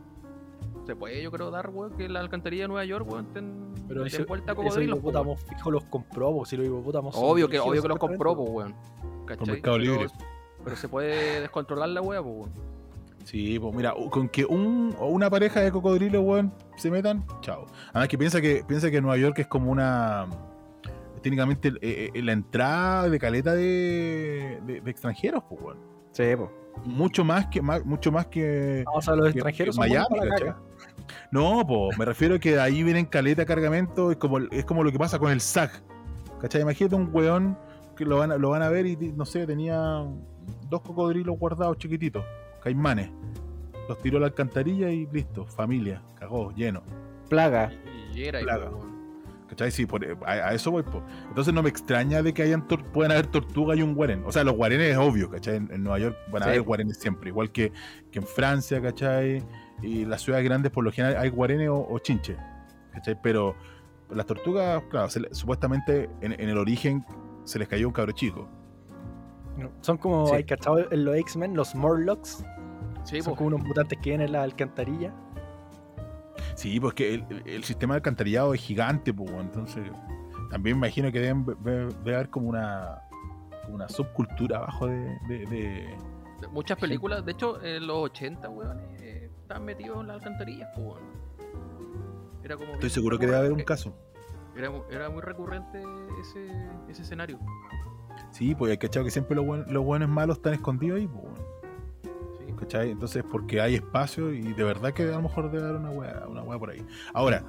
[SPEAKER 8] Se puede, yo creo, dar, weón, que la alcantarilla de Nueva York, weón, ten,
[SPEAKER 9] Pero
[SPEAKER 8] ten
[SPEAKER 9] ese-
[SPEAKER 8] vuelta a
[SPEAKER 9] esos
[SPEAKER 8] cocodrilos, po, weón.
[SPEAKER 9] hipopótamos fijos los compró, po, si los hipopótamos son
[SPEAKER 8] Obvio que,
[SPEAKER 9] brígidos,
[SPEAKER 8] obvio que los compró, pues,
[SPEAKER 9] exactamente.
[SPEAKER 8] weón. ¿Cachai?
[SPEAKER 7] Mercado
[SPEAKER 8] pero,
[SPEAKER 7] Libre.
[SPEAKER 8] pero se puede descontrolar la wea, pues, weón.
[SPEAKER 7] Sí, pues mira, u- con que un o una pareja de cocodrilos, weón, se metan, chao. Además que piensa que piensa que Nueva York es como una técnicamente eh, eh, la entrada de caleta de, de- de extranjeros, pues weón.
[SPEAKER 4] Sí, pues.
[SPEAKER 7] Mucho más que más- mucho más que,
[SPEAKER 9] Ah, o sea, los
[SPEAKER 7] que-
[SPEAKER 9] extranjeros
[SPEAKER 7] que
[SPEAKER 9] son buenos
[SPEAKER 7] Miami,
[SPEAKER 9] para la
[SPEAKER 7] ¿cachai?
[SPEAKER 9] caca.
[SPEAKER 7] No, pues me refiero que ahí vienen caleta cargamento, es como es como lo que pasa con el SAC. ¿Cachai? Imagínate un weón que lo van a, lo van a ver y no sé, tenía dos cocodrilos guardados chiquititos, caimanes. Los tiró a la alcantarilla y listo, familia, cagó, lleno.
[SPEAKER 4] Plaga.
[SPEAKER 8] Y era, ahí,
[SPEAKER 7] Claro.
[SPEAKER 8] po, weón.
[SPEAKER 7] ¿Cachai? Sí, por- eh, a, a eso voy. po. Entonces no me extraña de que hayan tor- puedan haber tortuga y un guarén. O sea, los guarenes es obvio, ¿cachai? En, en Nueva York van a
[SPEAKER 4] Sí,
[SPEAKER 7] haber
[SPEAKER 4] po.
[SPEAKER 7] guarenes siempre, igual que, que en Francia, ¿cachai? Y las ciudades grandes por lo general hay guarenes o, o chinches, ¿cachai? Pero las tortugas, claro, se le- supuestamente en, en el origen se les cayó un cabro chico.
[SPEAKER 9] No, Son como,
[SPEAKER 4] Sí.
[SPEAKER 9] hay cachado en los X-Men, los Morlocks,
[SPEAKER 8] Sí,
[SPEAKER 9] son
[SPEAKER 8] pues.
[SPEAKER 9] como unos mutantes que vienen en la alcantarilla.
[SPEAKER 7] Sí, pues que el, el- el sistema de alcantarillado es gigante, pues, weón. entonces también me imagino que deben be- be- debe haber como una, como una subcultura abajo de- de- de
[SPEAKER 8] Muchas películas, de hecho, en los 80, weón, eh, estaban metidos en las alcantarillas, pues, weón. Era como
[SPEAKER 7] Estoy seguro que debe haber un
[SPEAKER 8] Eh,
[SPEAKER 7] caso.
[SPEAKER 8] Era, mu- era muy recurrente ese, ese escenario.
[SPEAKER 7] Sí, pues hay cachado que siempre los, buen- los buenos malos están escondidos ahí, pues, bueno,
[SPEAKER 8] Sí.
[SPEAKER 7] ¿cachai? Entonces, porque hay espacio y de verdad que a lo mejor debe haber una hueá una hueá por ahí. Ahora,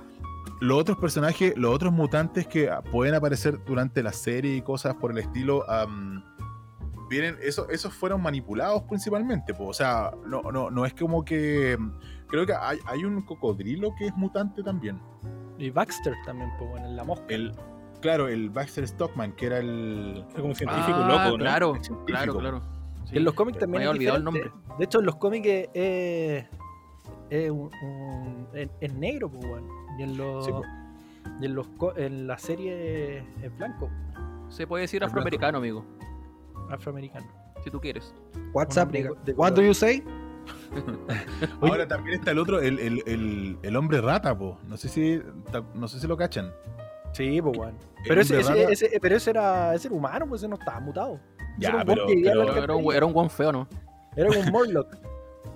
[SPEAKER 7] los otros personajes, los otros mutantes que ah, pueden aparecer durante la serie y cosas por el estilo, am, vienen, eso, esos fueron manipulados principalmente, pues, o sea, no, no, no es como que. mm, Creo que hay, hay un cocodrilo que es mutante también.
[SPEAKER 9] Y Baxter también, pues, bueno, en la mosca.
[SPEAKER 7] El, claro, el Baxter Stockman, que era el.
[SPEAKER 3] Es como un científico
[SPEAKER 8] Ah,
[SPEAKER 3] loco, ¿no?
[SPEAKER 8] claro,
[SPEAKER 7] Científico.
[SPEAKER 8] claro, claro. Sí. eh,
[SPEAKER 9] En los cómics también
[SPEAKER 8] Me
[SPEAKER 9] es
[SPEAKER 8] había olvidado el
[SPEAKER 9] diferente.
[SPEAKER 8] nombre.
[SPEAKER 9] De hecho, en los cómics es, es- es un- un- es- es negro, pues, weón. Y en los.
[SPEAKER 7] Sí, po.
[SPEAKER 9] y en, los co- en la serie es blanco,
[SPEAKER 8] Se puede decir
[SPEAKER 7] El blanco.
[SPEAKER 8] afroamericano, amigo,
[SPEAKER 9] afroamericano.
[SPEAKER 8] si tú quieres.
[SPEAKER 4] What's
[SPEAKER 9] Un
[SPEAKER 4] up,
[SPEAKER 9] hombre
[SPEAKER 4] nigga?
[SPEAKER 9] de
[SPEAKER 4] What
[SPEAKER 9] color.
[SPEAKER 4] do you say?
[SPEAKER 7] Ahora también está el otro, el, el, el, el hombre rata, po. No sé si ta- no sé si lo cachan.
[SPEAKER 9] Sí, pues, weón.
[SPEAKER 7] El
[SPEAKER 9] Pero ese,
[SPEAKER 7] hombre
[SPEAKER 9] ese,
[SPEAKER 7] rata-
[SPEAKER 9] ese- pero ese era ese era humano, pues ese no estaba mutado.
[SPEAKER 7] Ya,
[SPEAKER 9] era un
[SPEAKER 7] pero-
[SPEAKER 9] buen que vivía en la
[SPEAKER 7] pero-
[SPEAKER 8] Pero era un, era un guan feo, ¿no?
[SPEAKER 9] Era un Morlock.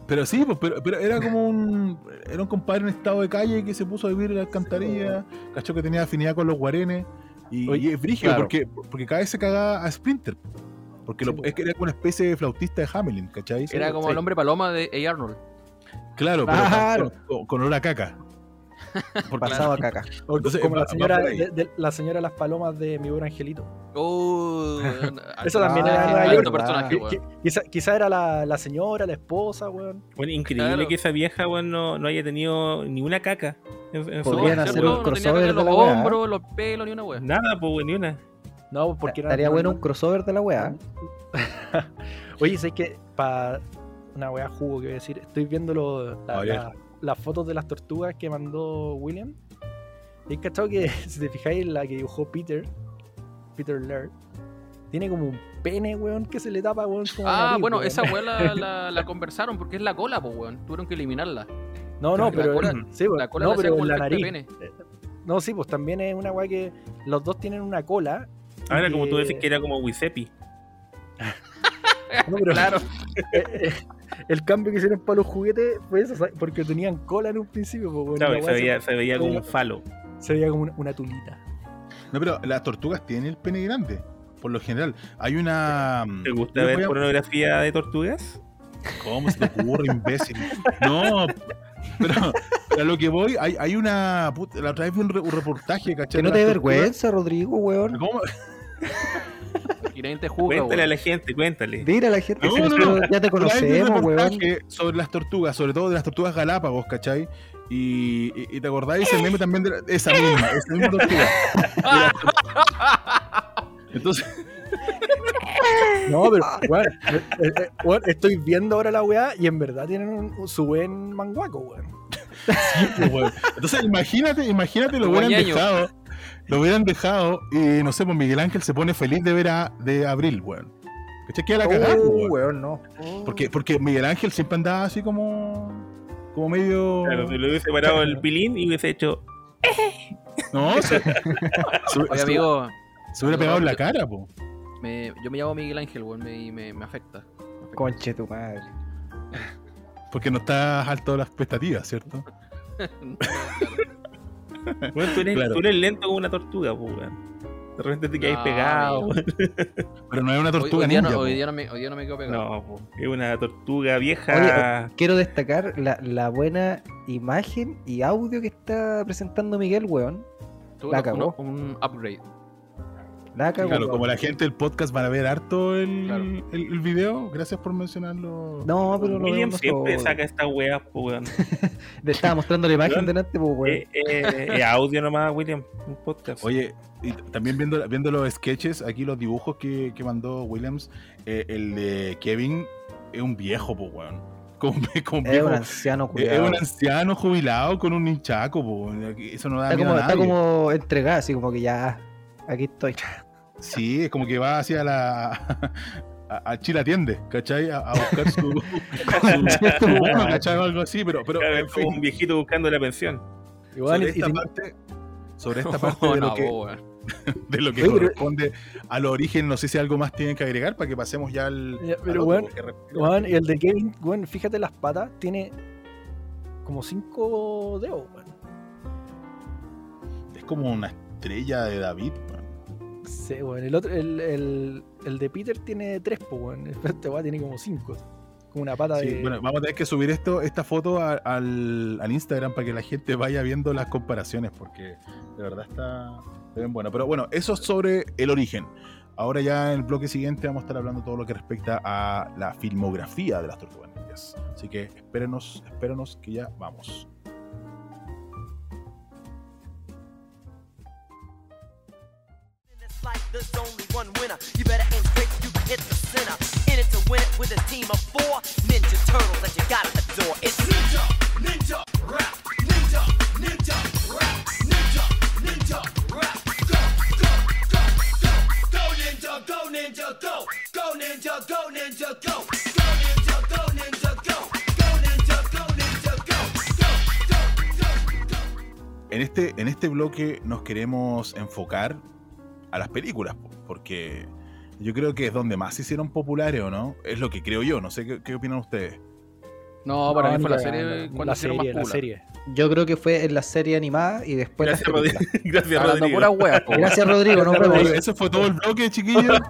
[SPEAKER 7] Pero sí, po, pero, pero era como un era un compadre en estado de calle que se puso a vivir en la alcantarilla, cachó que tenía afinidad con los guarenes y,
[SPEAKER 4] Oye,
[SPEAKER 7] y es brígido
[SPEAKER 4] claro.
[SPEAKER 7] porque porque cada vez se cagaba a Splinter. Porque
[SPEAKER 9] Sí,
[SPEAKER 7] lo-
[SPEAKER 9] po.
[SPEAKER 7] es que era como una especie de flautista de Hamelin, ¿cachai?
[SPEAKER 8] Era como
[SPEAKER 7] Sí.
[SPEAKER 8] el hombre paloma de A. Arnold.
[SPEAKER 7] Claro, pero
[SPEAKER 4] Claro.
[SPEAKER 7] con- con, con olor a caca. Porque-
[SPEAKER 4] Pasado a caca.
[SPEAKER 7] O- entonces,
[SPEAKER 9] como
[SPEAKER 7] va-
[SPEAKER 9] la
[SPEAKER 7] va
[SPEAKER 9] señora,
[SPEAKER 7] por ahí.
[SPEAKER 9] de, de- la señora de las palomas de mi buen angelito.
[SPEAKER 8] Oh,
[SPEAKER 9] Eso
[SPEAKER 8] alto-
[SPEAKER 9] también era
[SPEAKER 8] alto
[SPEAKER 9] Nueva York.
[SPEAKER 8] personaje,
[SPEAKER 9] Qui-
[SPEAKER 8] weón.
[SPEAKER 9] qui- quizá, quizá era la, la señora, la esposa, weón.
[SPEAKER 3] Bueno, increíble
[SPEAKER 8] Claro.
[SPEAKER 3] que esa vieja weón, no, no haya tenido ni una caca en, en su
[SPEAKER 4] Podrían
[SPEAKER 3] vida,
[SPEAKER 8] ¿cierto?
[SPEAKER 4] hacer
[SPEAKER 3] weón.
[SPEAKER 4] un
[SPEAKER 8] No tenía
[SPEAKER 4] crossover
[SPEAKER 8] que
[SPEAKER 4] de
[SPEAKER 8] ver los
[SPEAKER 4] la weá, ¿eh?
[SPEAKER 8] hombros, los pelos, ni una wea.
[SPEAKER 3] Nada, pues, weón, ni una.
[SPEAKER 9] No, pues, porque era.
[SPEAKER 4] Estaría
[SPEAKER 9] no-
[SPEAKER 4] bueno
[SPEAKER 9] no-
[SPEAKER 4] un crossover de la weá.
[SPEAKER 9] Oye, sé que para una weá jugo que voy a decir, estoy viendo lo- la-
[SPEAKER 7] A ver.
[SPEAKER 9] la- las fotos de las tortugas que mandó William. Y he cachado que, si te fijáis, la que dibujó Peter, Peter Laird, Tiene como un pene, weón, que se le tapa, weón. Como
[SPEAKER 8] ah,
[SPEAKER 9] nariz,
[SPEAKER 8] bueno,
[SPEAKER 9] weón.
[SPEAKER 8] esa weá la, la- la conversaron porque es la cola, pues weón. Tuvieron que eliminarla.
[SPEAKER 9] No, no,
[SPEAKER 8] la
[SPEAKER 9] pero.
[SPEAKER 8] cola-
[SPEAKER 9] sí, weón,
[SPEAKER 8] la cola
[SPEAKER 9] no,
[SPEAKER 8] la hacía
[SPEAKER 9] pero
[SPEAKER 8] como
[SPEAKER 9] la
[SPEAKER 8] efecto
[SPEAKER 9] nariz.
[SPEAKER 8] de
[SPEAKER 9] No, sí, pues también es una weá que. Los dos tienen una cola.
[SPEAKER 3] Ah, era como tú
[SPEAKER 9] que-
[SPEAKER 3] decís que era como Wisepi.
[SPEAKER 9] No, pero-
[SPEAKER 8] Claro.
[SPEAKER 9] eh, eh, el cambio que hicieron para los juguetes fue eso, ¿sabes? porque tenían cola en un principio, pues, weón,
[SPEAKER 3] Claro,
[SPEAKER 9] la
[SPEAKER 3] y se
[SPEAKER 9] weá
[SPEAKER 3] veía, se veía como un
[SPEAKER 9] se
[SPEAKER 3] falo.
[SPEAKER 9] veía- se veía como una, una tulita.
[SPEAKER 7] No, pero las tortugas tienen el pene grande, por lo general. Hay una. mm,
[SPEAKER 3] ¿Te gusta
[SPEAKER 7] Yo
[SPEAKER 3] ver
[SPEAKER 7] voy a-
[SPEAKER 3] pornografía de tortugas?
[SPEAKER 7] ¿Cómo se te ocurre, imbécil? No, pero, pero a lo que voy, hay, hay una. puta, La otra vez vi un, re- un reportaje, ¿cachai?
[SPEAKER 4] Que no
[SPEAKER 7] de
[SPEAKER 4] te dé
[SPEAKER 7] las tortugas.
[SPEAKER 4] vergüenza, Rodrigo, weón.
[SPEAKER 7] ¿Cómo?
[SPEAKER 8] Y nadie te juzga,
[SPEAKER 3] Cuéntale a
[SPEAKER 8] weón.
[SPEAKER 3] la gente, cuéntale.
[SPEAKER 4] Dile a la gente,
[SPEAKER 7] No,
[SPEAKER 4] si
[SPEAKER 7] no,
[SPEAKER 4] nosotros ya te
[SPEAKER 7] Otra vez vi un
[SPEAKER 4] conocemos, weón.
[SPEAKER 7] reportaje sobre las tortugas, sobre todo de las tortugas galápagos, ¿cachai? Y, y- y te acordáis el meme también de la- esa misma, esa misma tortuga. De la tortuga. Entonces,
[SPEAKER 9] No, pero, weón, eh, eh, eh, weón, estoy viendo ahora la weá y en verdad tienen un- su buen manguaco, weón.
[SPEAKER 7] pues, weón. entonces imagínate, imagínate lo
[SPEAKER 8] Como
[SPEAKER 7] hubieran
[SPEAKER 8] ñaño.
[SPEAKER 7] dejado, lo hubieran dejado y no sé, pues Miguel Ángel se pone feliz de ver a de Abril, weón. ¿Cachai? Que a la cagada, pues,
[SPEAKER 4] Oh,
[SPEAKER 7] weón.
[SPEAKER 4] weón, no.
[SPEAKER 7] Porque, porque Miguel Ángel siempre andaba así como. como medio.
[SPEAKER 3] Claro, si le hubiese parado el pilín y hubiese hecho.
[SPEAKER 7] No, se, se-
[SPEAKER 8] Oye,
[SPEAKER 7] se-
[SPEAKER 8] amigo,
[SPEAKER 7] se hubiera pegado en la cara, po.
[SPEAKER 8] me- yo me llamo Miguel Ángel, weón, me- y me, me afecta. Me afecta.
[SPEAKER 4] Conche tu madre.
[SPEAKER 7] Porque no estás alto de las expectativas, ¿cierto?
[SPEAKER 3] Bueno, tú, eres,
[SPEAKER 7] Claro.
[SPEAKER 3] tú eres lento como una tortuga, pues, weón. De repente te quedas
[SPEAKER 8] No,
[SPEAKER 3] pegado.
[SPEAKER 8] amigo.
[SPEAKER 3] weón.
[SPEAKER 7] Pero no es una
[SPEAKER 8] Hoy-
[SPEAKER 7] tortuga
[SPEAKER 8] hoy, día
[SPEAKER 7] ninja.
[SPEAKER 8] no,
[SPEAKER 7] po.
[SPEAKER 8] hoy día no me, hoy día no me quedo pegado.
[SPEAKER 3] No, po, es una tortuga
[SPEAKER 4] Oye,
[SPEAKER 3] vieja.
[SPEAKER 4] quiero destacar la, la buena imagen y audio que está presentando Miguel, weón.
[SPEAKER 8] Tuve
[SPEAKER 4] La
[SPEAKER 8] un-
[SPEAKER 4] cagó.
[SPEAKER 8] Un, un upgrade.
[SPEAKER 4] La cagó,
[SPEAKER 7] Claro,
[SPEAKER 4] weón.
[SPEAKER 7] como la gente del podcast van a ver harto el,
[SPEAKER 8] Claro.
[SPEAKER 7] el, el video, gracias por mencionarlo.
[SPEAKER 4] No, pero lo
[SPEAKER 3] William
[SPEAKER 4] vemos
[SPEAKER 3] siempre
[SPEAKER 4] todo.
[SPEAKER 3] saca estas weas, pues, weón.
[SPEAKER 4] Te estaba mostrando la imagen
[SPEAKER 3] Weón,
[SPEAKER 4] delante, pues, weón.
[SPEAKER 3] Eh, eh, eh, audio nomás, William, un podcast.
[SPEAKER 7] Oye, y t- también viendo, viendo los sketches, aquí los dibujos que, que mandó Williams, eh, el de Kevin es un viejo, pues, weón. Como, un- como un
[SPEAKER 4] es
[SPEAKER 7] viejo.
[SPEAKER 4] un anciano,
[SPEAKER 7] eh, Es
[SPEAKER 4] cuidado.
[SPEAKER 7] un anciano jubilado con un hinchaco, po. Eso no da
[SPEAKER 4] Está
[SPEAKER 7] miedo
[SPEAKER 4] como,
[SPEAKER 7] a
[SPEAKER 4] está
[SPEAKER 7] nadie.
[SPEAKER 4] como entregado, así como que ya, aquí estoy.
[SPEAKER 7] Sí, es como que va hacia la. A, a Chile atiende, ¿cachai? A, a buscar su. su bono, ¿cachai? O algo así, pero. pero
[SPEAKER 3] Claro,
[SPEAKER 7] en
[SPEAKER 3] es como
[SPEAKER 7] fin.
[SPEAKER 3] un viejito buscando la pensión.
[SPEAKER 9] Y, weón,
[SPEAKER 7] sobre
[SPEAKER 9] y- y
[SPEAKER 7] esta
[SPEAKER 9] ten-
[SPEAKER 7] parte, sobre esta parte
[SPEAKER 8] Oh,
[SPEAKER 7] de,
[SPEAKER 8] no,
[SPEAKER 7] lo que,
[SPEAKER 8] vos, weón.
[SPEAKER 7] de lo que
[SPEAKER 9] Oye, pero-
[SPEAKER 7] corresponde al origen, no sé si algo más tienen que agregar para que pasemos ya al.
[SPEAKER 9] Ya,
[SPEAKER 7] al
[SPEAKER 9] pero,
[SPEAKER 7] otro,
[SPEAKER 9] weón,
[SPEAKER 7] porque re-
[SPEAKER 9] weón, y el de Kevin, weón, fíjate las patas, tiene como cinco dedos, weón.
[SPEAKER 7] Es como una estrella de David, weón.
[SPEAKER 9] Sí, weón. El, otro, el, el, el de Peter tiene tres, pues, weón. Este weón tiene como cinco. Como una pata
[SPEAKER 7] Sí,
[SPEAKER 9] de.
[SPEAKER 7] bueno, vamos a tener que subir esto, esta foto a- al, al Instagram para que la gente vaya viendo las comparaciones, porque de verdad está está bien bueno. Pero bueno, eso es sobre el origen. Ahora ya en el bloque siguiente vamos a estar hablando todo lo que respecta a la filmografía de las tortugas ninjas. Así que espérenos, espérenos que ya vamos.
[SPEAKER 13] It's like there's only one winner. You better aim straight, you can hit the center. In it to win it with a team of four Ninja Turtles that you gotta adore. It's Ninja, Ninja, Rap, Ninja, Ninja, Rap, Ninja, Ninja, Rap. Go, go, go, go, go Ninja, go Ninja, go, go Ninja, go Ninja, go, go Ninja, go Ninja, go, go Ninja, go Ninja, go, go, go, go, go.
[SPEAKER 7] En este, en este bloque nos queremos enfocar a las películas, po, porque yo creo que es donde más se hicieron populares, ¿o no? Es lo que creo yo, no sé qué, qué opinan ustedes.
[SPEAKER 8] No, para
[SPEAKER 9] No,
[SPEAKER 8] mí fue
[SPEAKER 9] ni
[SPEAKER 8] la
[SPEAKER 9] cagando.
[SPEAKER 8] serie cuando
[SPEAKER 9] la
[SPEAKER 8] hicieron
[SPEAKER 9] serie, la
[SPEAKER 8] más pula.
[SPEAKER 9] serie.
[SPEAKER 4] Yo creo que fue en la serie animada y después las
[SPEAKER 3] Gracias, Rodrigo.
[SPEAKER 4] películas.
[SPEAKER 3] Gracias,
[SPEAKER 8] Hablando
[SPEAKER 3] Rodrigo.
[SPEAKER 8] pura wea, po, weón.
[SPEAKER 4] Gracias, Rodrigo. Nos
[SPEAKER 9] Gracias,
[SPEAKER 4] vemos.
[SPEAKER 7] Bueno, eso fue todo el bloque, chiquillos.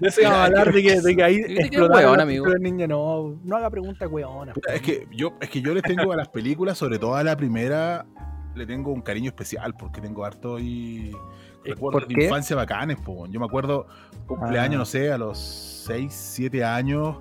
[SPEAKER 9] No se va a hablar de que, de que ahí
[SPEAKER 8] Yo creo que es
[SPEAKER 9] explotaron
[SPEAKER 8] weón,
[SPEAKER 9] las
[SPEAKER 8] amigo.
[SPEAKER 9] tortugas ninja. No, no haga preguntas weonas.
[SPEAKER 7] Puta, Es que yo, es que yo les tengo a las películas, sobre todo a la primera, le tengo un cariño especial porque tengo harto y recuerdos
[SPEAKER 4] ¿por
[SPEAKER 7] de
[SPEAKER 4] qué?
[SPEAKER 7] infancia bacanes, po, weón. Yo me acuerdo cumpleaños,
[SPEAKER 4] Ah.
[SPEAKER 7] no sé, a los 6, 7 años.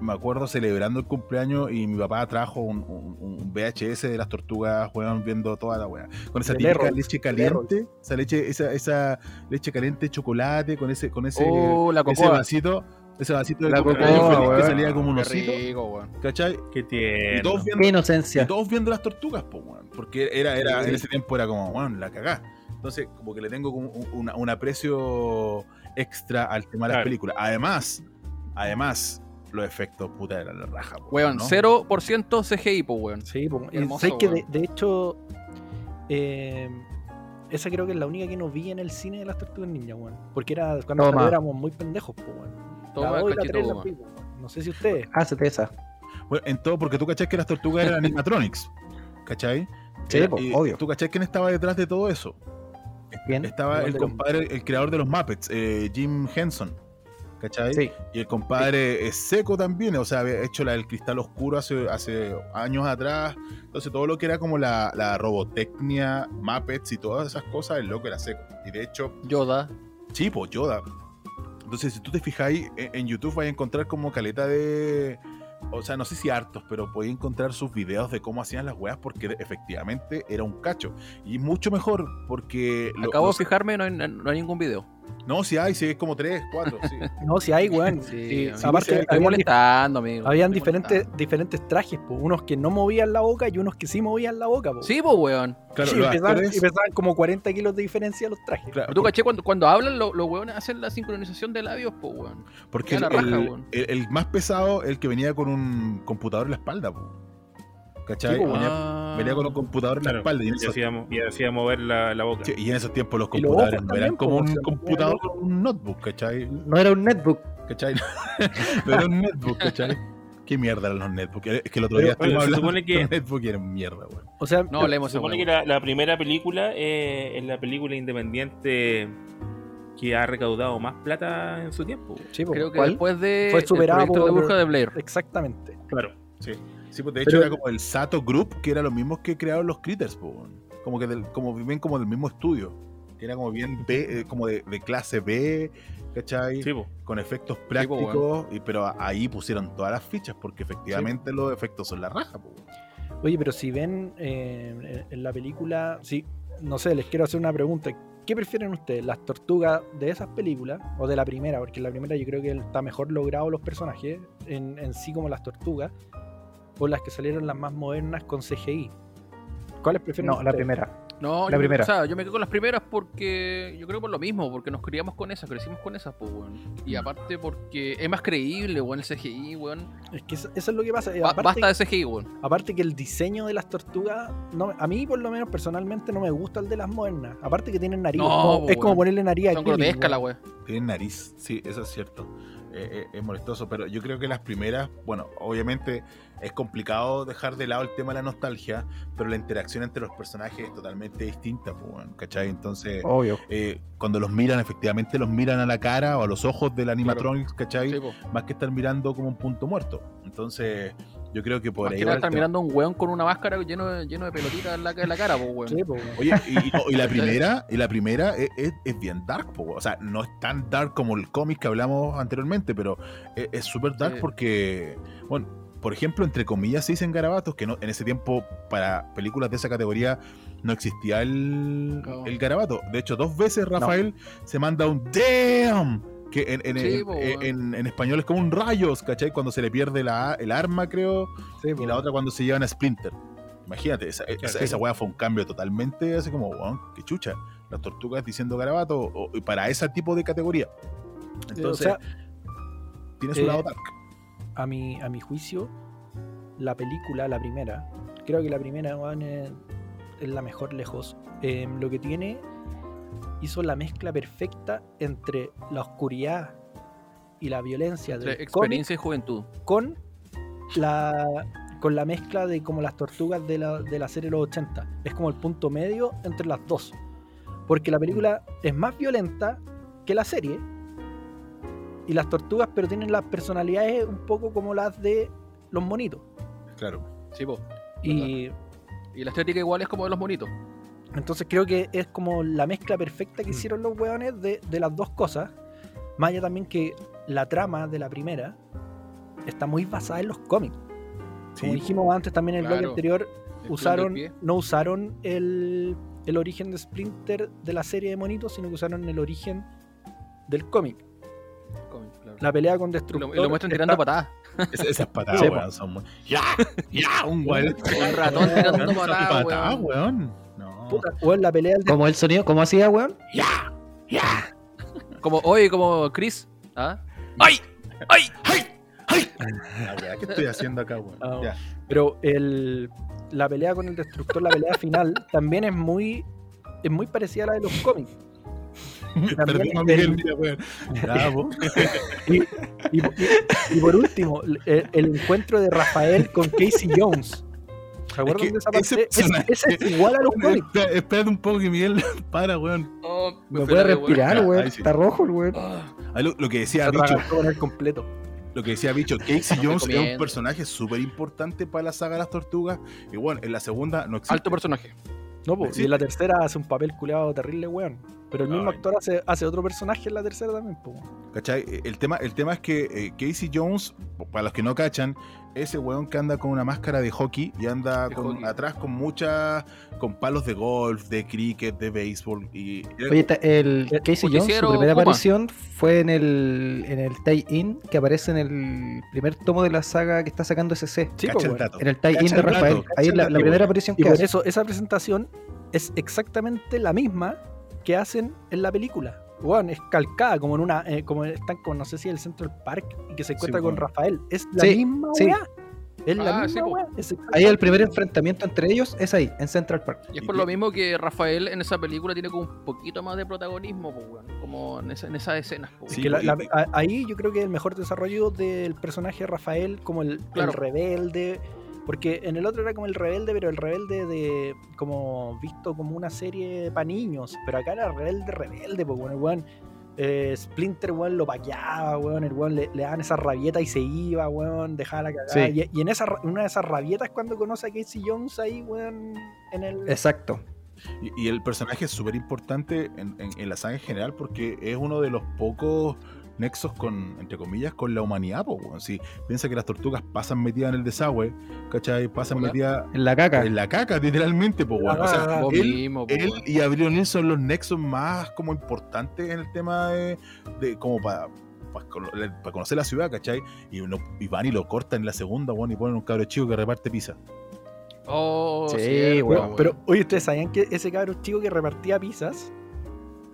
[SPEAKER 7] Me acuerdo celebrando el cumpleaños y mi papá trajo un, un- un VHS de las tortugas, weón, viendo toda la weá. Con esa
[SPEAKER 9] De
[SPEAKER 7] típica
[SPEAKER 9] Lerroy,
[SPEAKER 7] leche
[SPEAKER 9] Lerroy.
[SPEAKER 7] caliente, esa leche, esa, esa leche caliente de chocolate, con ese, con ese,
[SPEAKER 8] Oh, la
[SPEAKER 7] ese
[SPEAKER 8] cocoa.
[SPEAKER 7] vasito, ese vasito de
[SPEAKER 4] La
[SPEAKER 7] cumpleaños
[SPEAKER 4] cocoa,
[SPEAKER 7] feliz que
[SPEAKER 4] weón.
[SPEAKER 7] salía como un
[SPEAKER 8] Qué
[SPEAKER 7] osito,
[SPEAKER 8] rico, weón.
[SPEAKER 7] ¿cachai?
[SPEAKER 3] Qué
[SPEAKER 7] Y
[SPEAKER 3] tierno.
[SPEAKER 7] todos viendo,
[SPEAKER 4] Qué
[SPEAKER 7] y
[SPEAKER 4] inocencia.
[SPEAKER 7] todos viendo las tortugas, po, weón, porque era, era, en ese tiempo era como, weón, la cagá. Entonces, como que le tengo como un, un- un aprecio extra al tema de las
[SPEAKER 8] Claro.
[SPEAKER 7] películas. Además, además, los efectos puta eran la raja. po,
[SPEAKER 8] Weón,
[SPEAKER 7] ¿no?
[SPEAKER 8] 0% CGI, po, weón.
[SPEAKER 9] Sí, po. Y
[SPEAKER 8] Hermoso,
[SPEAKER 9] sabes que de,
[SPEAKER 8] weón.
[SPEAKER 9] de hecho, eh, esa creo que es la única que no vi en el cine de las tortugas ninja, weón. Porque era cuando
[SPEAKER 4] Toma.
[SPEAKER 9] éramos muy pendejos, po, weón.
[SPEAKER 8] Toma,
[SPEAKER 9] la dos y la
[SPEAKER 8] cachito,
[SPEAKER 9] tres las
[SPEAKER 8] weón.
[SPEAKER 9] vi, po, weón. No sé si ustedes.
[SPEAKER 4] Hazte esa.
[SPEAKER 7] Bueno, en todo, porque tú cachás que las tortugas eran animatronics. ¿Cachai?
[SPEAKER 4] Sí,
[SPEAKER 7] Era-
[SPEAKER 4] po,
[SPEAKER 7] y
[SPEAKER 4] obvio.
[SPEAKER 7] ¿Tú cachás quién estaba detrás de todo eso?
[SPEAKER 4] ¿Quién?
[SPEAKER 7] Estaba
[SPEAKER 4] Igual
[SPEAKER 7] el
[SPEAKER 4] de los-
[SPEAKER 7] compadre, el creador de los Muppets, eh, Jim Henson. ¿Cachai?
[SPEAKER 4] Sí.
[SPEAKER 7] Y el compadre es seco también, o sea, había hecho la del cristal oscuro hace, hace años atrás. Entonces, todo lo que era como la, la robotecnia, Muppets y todas esas cosas, el loco era seco. Y de hecho,
[SPEAKER 8] Yoda.
[SPEAKER 7] Sí, pues Yoda. Entonces, si tú te fijáis en, en YouTube, vais a encontrar como caleta de. O sea, no sé si hartos, pero podéis encontrar sus videos de cómo hacían las weas, porque efectivamente era un cacho. Y mucho mejor, porque. lo-
[SPEAKER 8] Acabo
[SPEAKER 7] los-
[SPEAKER 8] de fijarme, no hay, no hay ningún video.
[SPEAKER 7] No, si hay, si es como tres, cuatro. sí.
[SPEAKER 9] No, si hay, weón.
[SPEAKER 8] Sí,
[SPEAKER 9] Sí,
[SPEAKER 8] amigo,
[SPEAKER 9] aparte,
[SPEAKER 8] sí, estoy
[SPEAKER 9] habían
[SPEAKER 8] molestando, amigo.
[SPEAKER 9] Habían
[SPEAKER 8] estoy
[SPEAKER 9] diferentes,
[SPEAKER 8] molestando.
[SPEAKER 9] diferentes trajes, po. unos que no movían la boca y unos que sí movían la boca. Po.
[SPEAKER 8] Sí, po, weón.
[SPEAKER 7] Claro,
[SPEAKER 9] Sí,
[SPEAKER 7] los
[SPEAKER 9] pesaban,
[SPEAKER 7] actores-
[SPEAKER 9] y pesaban como 40 kilos de diferencia los trajes.
[SPEAKER 7] claro,
[SPEAKER 8] Tú caché cuando, cuando hablan, lo- los weones hacen la sincronización de labios, po, weón.
[SPEAKER 7] porque
[SPEAKER 8] a
[SPEAKER 7] el,
[SPEAKER 8] la raja,
[SPEAKER 7] el-
[SPEAKER 8] weón.
[SPEAKER 7] el- el más pesado, el que venía con un computador en la espalda, po. ¿cachai?
[SPEAKER 9] Sí, po,
[SPEAKER 7] venía,
[SPEAKER 8] Ah.
[SPEAKER 7] venía con un computador en la
[SPEAKER 3] Claro,
[SPEAKER 7] espalda. Y en,
[SPEAKER 3] y
[SPEAKER 7] esos,
[SPEAKER 3] hacía, mo- y hacía mover la, la boca.
[SPEAKER 7] sí, y en esos tiempos los
[SPEAKER 9] Y los ojos
[SPEAKER 7] computadores no eran
[SPEAKER 9] también,
[SPEAKER 7] como
[SPEAKER 9] po,
[SPEAKER 7] un
[SPEAKER 9] se movían
[SPEAKER 7] computador
[SPEAKER 9] los
[SPEAKER 7] con un notebook, ¿cachai?
[SPEAKER 4] No era un netbook.
[SPEAKER 7] ¿cachai? Pero era un netbook, ¿cachai? ¿Qué mierda eran los netbooks? Es que el otro día
[SPEAKER 3] Pero,
[SPEAKER 7] estuvimos
[SPEAKER 3] pero se
[SPEAKER 7] hablando
[SPEAKER 3] supone que-
[SPEAKER 7] los netbooks eran mierda, güey.
[SPEAKER 9] O sea,
[SPEAKER 8] No hablemos
[SPEAKER 3] Se
[SPEAKER 8] de
[SPEAKER 3] supone que la, la primera película eh, es la película independiente que ha recaudado más plata en su tiempo.
[SPEAKER 9] sí, po.
[SPEAKER 8] Creo que
[SPEAKER 9] ¿Cuál?
[SPEAKER 8] después de.
[SPEAKER 9] Fue
[SPEAKER 8] el
[SPEAKER 9] superado
[SPEAKER 8] proyecto de
[SPEAKER 9] por-
[SPEAKER 8] bruja de Blair.
[SPEAKER 9] Exactamente.
[SPEAKER 3] Claro.
[SPEAKER 7] Sí, pues de hecho
[SPEAKER 9] Pero-
[SPEAKER 7] era como el Sato Group, que era los mismos que crearon los Critters, po, güey. como que del, como bien como del mismo estudio, que era como bien B, eh, como de, de clase B, ¿cachai?
[SPEAKER 3] Sí, po.
[SPEAKER 7] Con efectos
[SPEAKER 8] pues,
[SPEAKER 7] prácticos,
[SPEAKER 8] güey.
[SPEAKER 7] y, pero a- ahí pusieron todas las fichas, porque efectivamente los efectos son la raja, po, güey.
[SPEAKER 9] Oye, pero si ven eh, en la película, sí, no sé, les quiero hacer una pregunta. ¿Qué prefieren ustedes, las tortugas de esas películas o de la primera? Porque en la primera yo creo que está mejor logrado los personajes en, en sí como las tortugas o las que salieron las más modernas con CGI. ¿Cuáles prefieren?
[SPEAKER 4] No, la
[SPEAKER 9] ustedes?
[SPEAKER 4] primera.
[SPEAKER 8] No,
[SPEAKER 4] La
[SPEAKER 8] yo,
[SPEAKER 4] primera.
[SPEAKER 8] o sea, yo me quedo con las primeras porque yo creo por lo mismo, porque nos criamos con esas, crecimos con esas, pues, weón. Y aparte porque es más creíble, weón, el CGI, weón.
[SPEAKER 9] Es que eso, eso es lo que pasa. eh,
[SPEAKER 8] Ba-
[SPEAKER 9] aparte-
[SPEAKER 8] basta de CGI, weón.
[SPEAKER 9] Aparte que el diseño de las tortugas, no, a mí por lo menos personalmente no me gusta el de las modernas. Aparte que tienen nariz.
[SPEAKER 8] No,
[SPEAKER 9] es como-
[SPEAKER 8] po,
[SPEAKER 9] es como
[SPEAKER 8] weón.
[SPEAKER 9] ponerle nariz a
[SPEAKER 8] Son
[SPEAKER 9] Krillin,
[SPEAKER 8] grotescas
[SPEAKER 9] weón.
[SPEAKER 8] la weón.
[SPEAKER 7] Tienen nariz, sí, eso es cierto. Eh, eh, es molestoso, pero yo creo que las primeras, bueno, obviamente es complicado dejar de lado el tema de la nostalgia, pero la interacción entre los personajes es totalmente distinta, pues, bueno, ¿cachai? Entonces,
[SPEAKER 4] Obvio.
[SPEAKER 7] eh, cuando los miran, efectivamente los miran a la cara o a los ojos del animatronics, ¿cachai?
[SPEAKER 8] Sí, po.
[SPEAKER 7] Más que estar mirando como un punto muerto. Entonces, yo creo que por
[SPEAKER 8] Más
[SPEAKER 7] ahí...
[SPEAKER 8] que
[SPEAKER 7] va
[SPEAKER 8] nada
[SPEAKER 7] el
[SPEAKER 8] estar
[SPEAKER 7] tema.
[SPEAKER 8] mirando a un weón con una máscara lleno de, lleno de pelotitas en la, en la cara, pues, weón.
[SPEAKER 9] Sí, po, weón.
[SPEAKER 7] Oye, y, y- no, y la primera, y la primera es, es- es bien dark, po. o sea, no es tan dark como el cómic que hablamos anteriormente, pero es- es súper dark
[SPEAKER 8] Sí.
[SPEAKER 7] porque, bueno, por ejemplo, entre comillas se dicen garabatos, que no, en ese tiempo para películas de esa categoría no existía el,
[SPEAKER 8] Claro.
[SPEAKER 7] el garabato. De hecho, dos veces Rafael se manda un damn. Que en, en-
[SPEAKER 8] Sí,
[SPEAKER 7] en-
[SPEAKER 8] po,
[SPEAKER 7] en-
[SPEAKER 8] weón.
[SPEAKER 7] en- en español es como un rayos, ¿cachai? Cuando se le pierde la, el arma, creo
[SPEAKER 9] Sí, po.
[SPEAKER 7] y la otra cuando se llevan a Splinter. Imagínate, esa, esa, esa weá fue un cambio totalmente así como, weón, qué chucha. Las tortugas diciendo garabato o- y para ese tipo de categoría. Entonces,
[SPEAKER 9] o sea,
[SPEAKER 7] tiene su
[SPEAKER 9] eh,
[SPEAKER 7] lado dark.
[SPEAKER 9] a mi, a mi juicio, la película, la primera, creo que la primera weón, es, es la mejor lejos. Eh, lo que tiene, hizo la mezcla perfecta entre la oscuridad y la violencia
[SPEAKER 8] Entre
[SPEAKER 9] del cómic
[SPEAKER 8] experiencia y juventud.
[SPEAKER 9] con la con la mezcla de como las tortugas de la, de la serie Los 80. Es como el punto medio entre las dos. Porque la película es más violenta que la serie. Y las tortugas, pero tienen las personalidades un poco como las de los monitos.
[SPEAKER 7] Claro.
[SPEAKER 8] Sí, po.
[SPEAKER 9] Y
[SPEAKER 8] Y la estética igual es como de los monitos.
[SPEAKER 9] entonces creo que es como la mezcla perfecta que hicieron los hueones de, de las dos cosas. Más allá también que la trama de la primera está muy basada en los cómics. Como
[SPEAKER 7] Sí.
[SPEAKER 9] dijimos antes también en el
[SPEAKER 8] Claro.
[SPEAKER 9] blog anterior,
[SPEAKER 8] El
[SPEAKER 9] usaron,
[SPEAKER 8] clon del pie.
[SPEAKER 9] no usaron el, el origen de Splinter de la serie de monitos, sino que usaron el origen del cómic.
[SPEAKER 8] Coño, claro.
[SPEAKER 9] La pelea con
[SPEAKER 8] Y
[SPEAKER 9] Destructor.
[SPEAKER 8] lo, y lo muestran tirando
[SPEAKER 9] está-
[SPEAKER 8] patadas.
[SPEAKER 7] Es- esas patadas,
[SPEAKER 9] Sí,
[SPEAKER 7] weón, son muy. ¡Ya! ¡Ya! Un weón.
[SPEAKER 8] Un ratón tirando patadas,
[SPEAKER 7] Patadas,
[SPEAKER 8] weón.
[SPEAKER 7] weón. No,
[SPEAKER 9] Puta, weón, la pelea del
[SPEAKER 4] ¿Cómo el sonido? ¿Cómo hacía, weón?
[SPEAKER 8] ¡Ya! ¡Ya! Como hoy, como Chris. ¿Ah? ¡Ay! ¡Ay! ¡Ay!
[SPEAKER 7] ¡Ay! Ah, ya, ¿Qué estoy haciendo acá, weón?
[SPEAKER 9] Ah,
[SPEAKER 7] Ya.
[SPEAKER 9] Pero el, la pelea con el destructor, la pelea final, también es muy, es muy parecida a la de los cómics.
[SPEAKER 7] Perdimos a
[SPEAKER 9] el-
[SPEAKER 7] Miguel, mira, weón. Ya, vos.
[SPEAKER 9] Y, y- y- y por último, el, el encuentro de Rafael con Casey Jones. ¿Se acuerdan
[SPEAKER 7] que
[SPEAKER 9] de esa parte?
[SPEAKER 7] ese
[SPEAKER 9] Ese-
[SPEAKER 7] personaje-
[SPEAKER 9] ese es igual a los cómics.
[SPEAKER 7] Espera- Espérate un poco que Miguel para, weón.
[SPEAKER 8] Oh, me
[SPEAKER 4] No
[SPEAKER 8] fui
[SPEAKER 4] puede
[SPEAKER 8] la wea.
[SPEAKER 4] respirar,
[SPEAKER 7] Ya,
[SPEAKER 4] weón.
[SPEAKER 7] ahí sí.
[SPEAKER 4] Está rojo el weón.
[SPEAKER 8] Ah,
[SPEAKER 7] Ah, Lo, lo que decía
[SPEAKER 9] Se
[SPEAKER 7] Bicho,
[SPEAKER 9] atragantó con el completo.
[SPEAKER 7] lo que decía Bicho, Casey
[SPEAKER 8] No me
[SPEAKER 7] Jones es un
[SPEAKER 8] comiendo.
[SPEAKER 7] personaje súper importante para la saga de las tortugas. Y bueno, en la segunda no existe.
[SPEAKER 8] Alto personaje.
[SPEAKER 9] No, po, y
[SPEAKER 7] Existe.
[SPEAKER 9] en la tercera hace un papel culeado terrible, weón. Pero el mismo
[SPEAKER 7] Ay.
[SPEAKER 9] actor hace, hace otro personaje en la tercera también, po.
[SPEAKER 7] ¿Cachai? El tema, el tema es que eh, Casey Jones, para los que no cachan, ese weón que anda con una máscara de hockey y anda
[SPEAKER 8] De
[SPEAKER 7] con-
[SPEAKER 8] hockey.
[SPEAKER 7] atrás con muchas, con palos de golf, de cricket, de béisbol. Y,
[SPEAKER 4] Oye,
[SPEAKER 9] Eh,
[SPEAKER 4] está- el Casey
[SPEAKER 9] El
[SPEAKER 4] Jones, su
[SPEAKER 8] justiciero
[SPEAKER 4] primera
[SPEAKER 8] Kuma.
[SPEAKER 4] aparición fue en el, en el tie-in que aparece en el primer tomo de la saga que está sacando SC.
[SPEAKER 9] Sí, po,
[SPEAKER 7] cacha el
[SPEAKER 9] weón.
[SPEAKER 7] dato.
[SPEAKER 4] En el tie-in
[SPEAKER 7] Cacha
[SPEAKER 4] de
[SPEAKER 7] el dato,
[SPEAKER 4] Rafael.
[SPEAKER 7] cacha
[SPEAKER 4] Ahí
[SPEAKER 7] el
[SPEAKER 4] la,
[SPEAKER 7] dato,
[SPEAKER 4] la primera
[SPEAKER 7] weón.
[SPEAKER 4] aparición
[SPEAKER 9] Y
[SPEAKER 4] que
[SPEAKER 9] por
[SPEAKER 4] hace.
[SPEAKER 9] eso esa presentación es exactamente la misma que hacen en la película. Weón, es calcada, como en una, eh, como están con, no sé si el Central Park, y que se encuentra con
[SPEAKER 7] weón.
[SPEAKER 9] Rafael. Es la
[SPEAKER 4] Sí,
[SPEAKER 9] misma
[SPEAKER 4] sí.
[SPEAKER 9] weá. Es la
[SPEAKER 8] Ah,
[SPEAKER 9] misma
[SPEAKER 8] sí, po.
[SPEAKER 9] weá. Es
[SPEAKER 4] Ahí el
[SPEAKER 9] exactamente-
[SPEAKER 4] primer enfrentamiento entre ellos es ahí, en Central Park.
[SPEAKER 8] Y es por lo mismo que Rafael en esa película tiene como un poquito más de protagonismo, po, weón. Como en, esa, en esas escenas, po,
[SPEAKER 7] Sí,
[SPEAKER 9] que la-
[SPEAKER 7] y-
[SPEAKER 4] pues,
[SPEAKER 9] la- a- ahí yo creo que el mejor desarrollo del personaje Rafael como el, el
[SPEAKER 8] Claro.
[SPEAKER 9] rebelde, porque en el otro era como el rebelde, pero el rebelde de como visto como una serie para niños, pero acá era rebelde, rebelde, porque el weón, eh, Splinter weón, lo paqueaba, weón, el weón le, le daban esa rabieta y se iba, weón, dejaba la cagada.
[SPEAKER 4] Sí.
[SPEAKER 9] Y, y en esa, ra- una de esas rabietas cuando conoce a Casey Jones ahí, weón, en el...
[SPEAKER 4] Exacto.
[SPEAKER 7] Y, y el personaje es súper importante en, en- en la saga en general porque es uno de los pocos nexos con, entre comillas, con la humanidad, po, weón. Si piensa que las tortugas pasan metidas en el desagüe, ¿cachai? Pasan
[SPEAKER 8] Hola.
[SPEAKER 7] metidas
[SPEAKER 4] En la caca.
[SPEAKER 7] en la caca, literalmente, po, weón. O sea,
[SPEAKER 9] Ah,
[SPEAKER 8] Vos
[SPEAKER 7] él-
[SPEAKER 8] mismo, po,
[SPEAKER 7] él
[SPEAKER 8] weón.
[SPEAKER 7] y Abril O'Neil son los nexos más como importantes en el tema de, de como para conocer la ciudad, ¿cachai? Y, uno, y van y lo cortan en la segunda, weón, y ponen un cabro chico que reparte pizza.
[SPEAKER 8] Oh,
[SPEAKER 4] Sí,
[SPEAKER 8] cierto,
[SPEAKER 4] weón.
[SPEAKER 8] weón.
[SPEAKER 9] Pero, oye, ¿ustedes sabían que ese cabro chico que repartía pizzas,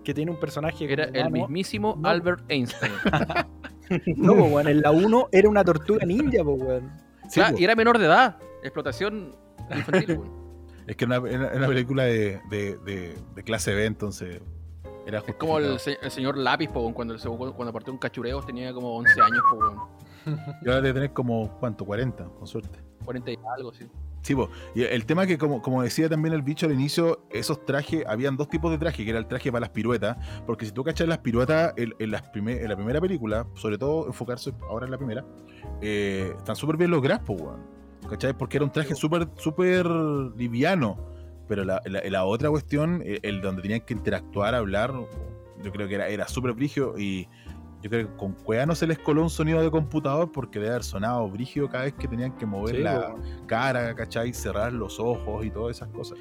[SPEAKER 9] que tiene un personaje
[SPEAKER 8] Era
[SPEAKER 9] como
[SPEAKER 8] el
[SPEAKER 9] humano-
[SPEAKER 8] mismísimo
[SPEAKER 9] no.
[SPEAKER 8] Albert Einstein.
[SPEAKER 9] No, po, weón, en la 1 era una tortuga ninja, po, weón.
[SPEAKER 7] Sí,
[SPEAKER 8] Claro,
[SPEAKER 7] po.
[SPEAKER 8] Ah, y era menor de edad. Explotación infantil, weón.
[SPEAKER 7] Es que era una, era una película de, de- de- de clase B, entonces era
[SPEAKER 8] Es como el,
[SPEAKER 7] justificado.
[SPEAKER 8] se- el señor Lápiz, po, weón, cuando, el, seg- cuando partió un cachureo tenía como 11 años, po, weón.
[SPEAKER 7] Yo ahora de tener como, ¿cuánto? 40, con suerte.
[SPEAKER 8] 40 y algo, sí.
[SPEAKER 7] Sí, po. y el tema que, como, como decía también el bicho al inicio, esos trajes, habían dos tipos de trajes, que era el traje para las piruetas, porque si tú cachas las piruetas en, en las prime- en la primera película, sobre todo enfocarse ahora en la primera, eh, están súper bien logradas, po, weón. ¿Cachai? Porque era un traje súper súper liviano, pero la, la- la otra cuestión, eh, el, donde tenían que interactuar, hablar, yo creo que era, era súper brigio y... Yo creo que con Cuea no se les coló un sonido de computador porque debe haber sonado brigio cada vez que tenían que mover
[SPEAKER 9] Sí,
[SPEAKER 7] la, cara, ¿cachai? Cerrar los ojos y todas esas cosas.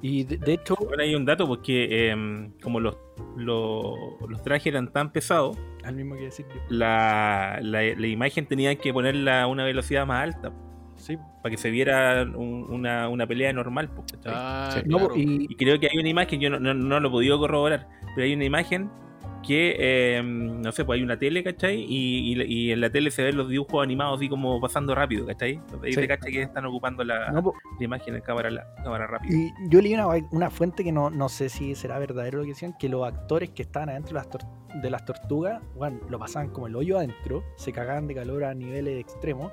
[SPEAKER 9] Y de, de hecho,
[SPEAKER 3] Ahora hay un dato porque em, como los, los, los trajes eran tan pesados,
[SPEAKER 9] al mismo que decir yo.
[SPEAKER 3] la, la, la imagen tenía que ponerla a una velocidad más alta
[SPEAKER 9] Sí.
[SPEAKER 3] para que se viera un- una, una pelea normal. po, ¿cachai?
[SPEAKER 8] Ah,
[SPEAKER 9] No, po,
[SPEAKER 8] claro.
[SPEAKER 9] y,
[SPEAKER 3] Y creo que hay una imagen, yo no, no, no lo he podido corroborar, pero hay una imagen que, eh, no sé, pues hay una tele, ¿cachai? Y, y- y en la tele se ven los dibujos animados así como pasando rápido, ¿cachai? Entonces ahí
[SPEAKER 9] Sí.
[SPEAKER 3] se cacha que están ocupando la,
[SPEAKER 9] no, po,
[SPEAKER 3] la imagen en cámara, la, cámara rápida.
[SPEAKER 9] y yo leí una, va- una fuente que no, no sé si será verdadero lo que decían, que los actores que estaban adentro de las, tor- de las tortugas, weón, lo pasaban como el hoyo adentro, se cagaban de calor a niveles extremos,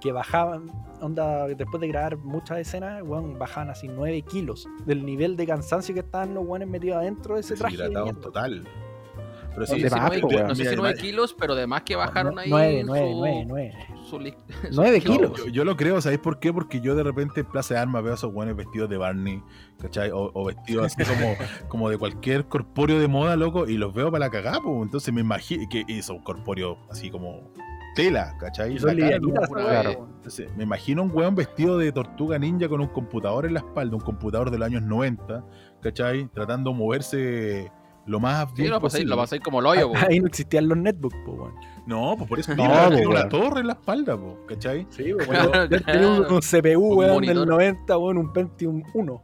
[SPEAKER 9] que bajaban, onda, después de grabar muchas escenas, weón, bajaban así 9 kilos del nivel de cansancio que estaban los weones metidos adentro de ese traje. de
[SPEAKER 7] Deshidratados
[SPEAKER 9] mierda.
[SPEAKER 7] total. Pero
[SPEAKER 8] No
[SPEAKER 7] sí,
[SPEAKER 8] sé si
[SPEAKER 4] más,
[SPEAKER 8] nueve-
[SPEAKER 4] po,
[SPEAKER 7] mira,
[SPEAKER 4] weón.
[SPEAKER 8] no sé
[SPEAKER 7] mira,
[SPEAKER 8] si 9
[SPEAKER 7] mira,
[SPEAKER 8] kilos, pero además que bajaron ahí.
[SPEAKER 9] 9,
[SPEAKER 8] su-
[SPEAKER 9] 9, 9, 9.
[SPEAKER 8] su li- su
[SPEAKER 4] Nueve
[SPEAKER 8] listado,
[SPEAKER 4] kilos.
[SPEAKER 7] yo,
[SPEAKER 8] weón.
[SPEAKER 7] yo lo creo, ¿sabéis por qué? Porque yo de repente en Plaza de Armas veo a esos buenos vestidos de Barney, ¿cachai? O, o vestidos así como, como de cualquier corpóreo de moda, loco, y los veo para la cagada, pues. Entonces me imagino que y son corpóreos así como tela, ¿cachai?
[SPEAKER 9] Y
[SPEAKER 7] La
[SPEAKER 9] son
[SPEAKER 7] cara,
[SPEAKER 9] livianitas,
[SPEAKER 8] pura
[SPEAKER 9] claro.
[SPEAKER 8] vez.
[SPEAKER 7] Entonces, me imagino un weón vestido de tortuga ninja con un computador en la espalda, un computador de los años 90, ¿cachai? Tratando de moverse lo más
[SPEAKER 8] Sí, pues lo pasáis, lo pasáis como el hoyo, po.
[SPEAKER 9] Ahí no existían los netbooks, po, weón.
[SPEAKER 7] No, pues por eso
[SPEAKER 4] No,
[SPEAKER 7] mira, ahora
[SPEAKER 4] po,
[SPEAKER 7] tiene una
[SPEAKER 4] weón.
[SPEAKER 7] torre en la espalda, po, ¿cachai?
[SPEAKER 9] Sí, weón.
[SPEAKER 8] Claro,
[SPEAKER 9] Tenía un,
[SPEAKER 8] claro.
[SPEAKER 9] un CPU,
[SPEAKER 8] Un
[SPEAKER 9] weón,
[SPEAKER 8] monitor.
[SPEAKER 9] del 90, weón, un Pentium 1.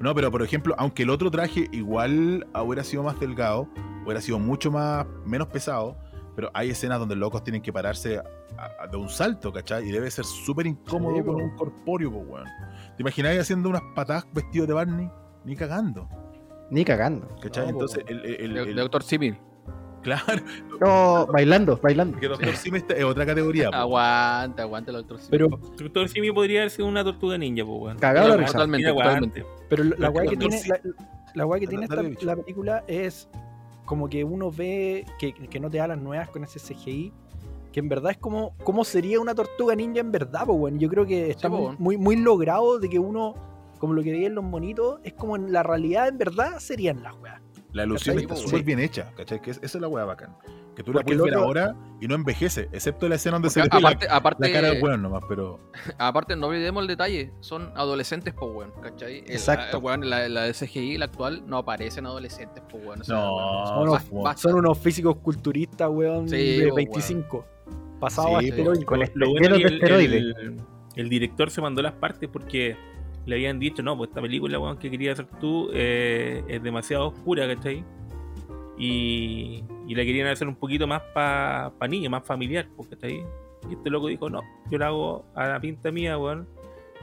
[SPEAKER 7] No, pero por ejemplo, aunque el otro traje igual hubiera sido más delgado, hubiera sido mucho más menos pesado, pero hay escenas donde locos tienen que pararse a- a- de un salto, ¿cachai? Y debe ser súper incómodo
[SPEAKER 9] Sí,
[SPEAKER 7] con
[SPEAKER 9] po.
[SPEAKER 7] un corpóreo, po, weón. ¿Te imagináis haciendo unas patadas vestido de Barney? Ni cagando,
[SPEAKER 4] Ni cagando.
[SPEAKER 7] ¿cachai?
[SPEAKER 9] No, po,
[SPEAKER 7] Entonces, el, el- el-
[SPEAKER 8] De-
[SPEAKER 7] el-
[SPEAKER 8] de Doctor Simil.
[SPEAKER 7] Claro,
[SPEAKER 4] No, bailando, bailando.
[SPEAKER 7] porque Doctor Sim está- es otra categoría. po.
[SPEAKER 8] Ah, Aguanta, aguanta el Doctor Simil.
[SPEAKER 9] Pero,
[SPEAKER 3] Doctor Simi podría haber sido una tortuga ninja, pues, weón.
[SPEAKER 4] Cagado la
[SPEAKER 8] Pero
[SPEAKER 4] risa.
[SPEAKER 3] Mira,
[SPEAKER 8] Totalmente,
[SPEAKER 3] weón,
[SPEAKER 8] totalmente.
[SPEAKER 9] pero la
[SPEAKER 7] Pero
[SPEAKER 9] weá
[SPEAKER 7] que
[SPEAKER 9] que
[SPEAKER 7] no,
[SPEAKER 9] tiene,
[SPEAKER 7] sí.
[SPEAKER 9] la, la weá que
[SPEAKER 7] Dale,
[SPEAKER 9] tiene esta-
[SPEAKER 7] dale, bicho.
[SPEAKER 9] la película es como que uno ve que, que no te da las nuevas con ese CGI. Que en verdad es como cómo sería una tortuga ninja en verdad, pues, weón. Yo creo que está
[SPEAKER 8] po,
[SPEAKER 9] muy,
[SPEAKER 8] weón.
[SPEAKER 9] muy, muy logrado de que uno, como lo que veía en los monitos, es como en la realidad en verdad serían las weas.
[SPEAKER 7] La ilusión
[SPEAKER 9] ¿Cachai?
[SPEAKER 7] está
[SPEAKER 8] Pues, Sí.
[SPEAKER 7] súper bien hecha, ¿cachai? Que es- esa es la weá bacán. Que tú la
[SPEAKER 9] Porque
[SPEAKER 7] puedes
[SPEAKER 9] el
[SPEAKER 7] ver
[SPEAKER 9] otro-
[SPEAKER 7] ahora y no envejece, excepto la escena donde se le ve la,
[SPEAKER 8] Aparte, aparte,
[SPEAKER 7] la cara del weón nomás, pero.
[SPEAKER 8] aparte, no olvidemos el detalle. Son adolescentes, po, weón. ¿Cachai? El-
[SPEAKER 4] Exacto.
[SPEAKER 8] el weón, la, la de CGI, la actual, no aparecen adolescentes, po, weón. O sea,
[SPEAKER 7] No,
[SPEAKER 8] weón,
[SPEAKER 7] son
[SPEAKER 8] bas-
[SPEAKER 7] unos-
[SPEAKER 8] basta.
[SPEAKER 9] Son unos físicos culturistas, weón,
[SPEAKER 8] Sí,
[SPEAKER 9] de
[SPEAKER 8] po,
[SPEAKER 9] 25. Pasado a
[SPEAKER 7] Sí, po.
[SPEAKER 9] esteroides.
[SPEAKER 4] Con
[SPEAKER 3] Lo
[SPEAKER 4] este
[SPEAKER 3] bueno
[SPEAKER 4] lleno
[SPEAKER 3] es
[SPEAKER 4] de
[SPEAKER 3] que el,
[SPEAKER 4] esteroides.
[SPEAKER 3] el- el director se mandó las partes porque le habían dicho, no, pues esta película, weón, que quería hacer tú eh, es demasiado oscura, ¿cachai? Y, y la querían hacer un poquito más para pa niños, más familiar, pues, ¿cachai? Y este loco dijo, no, yo la hago a la pinta mía, weón.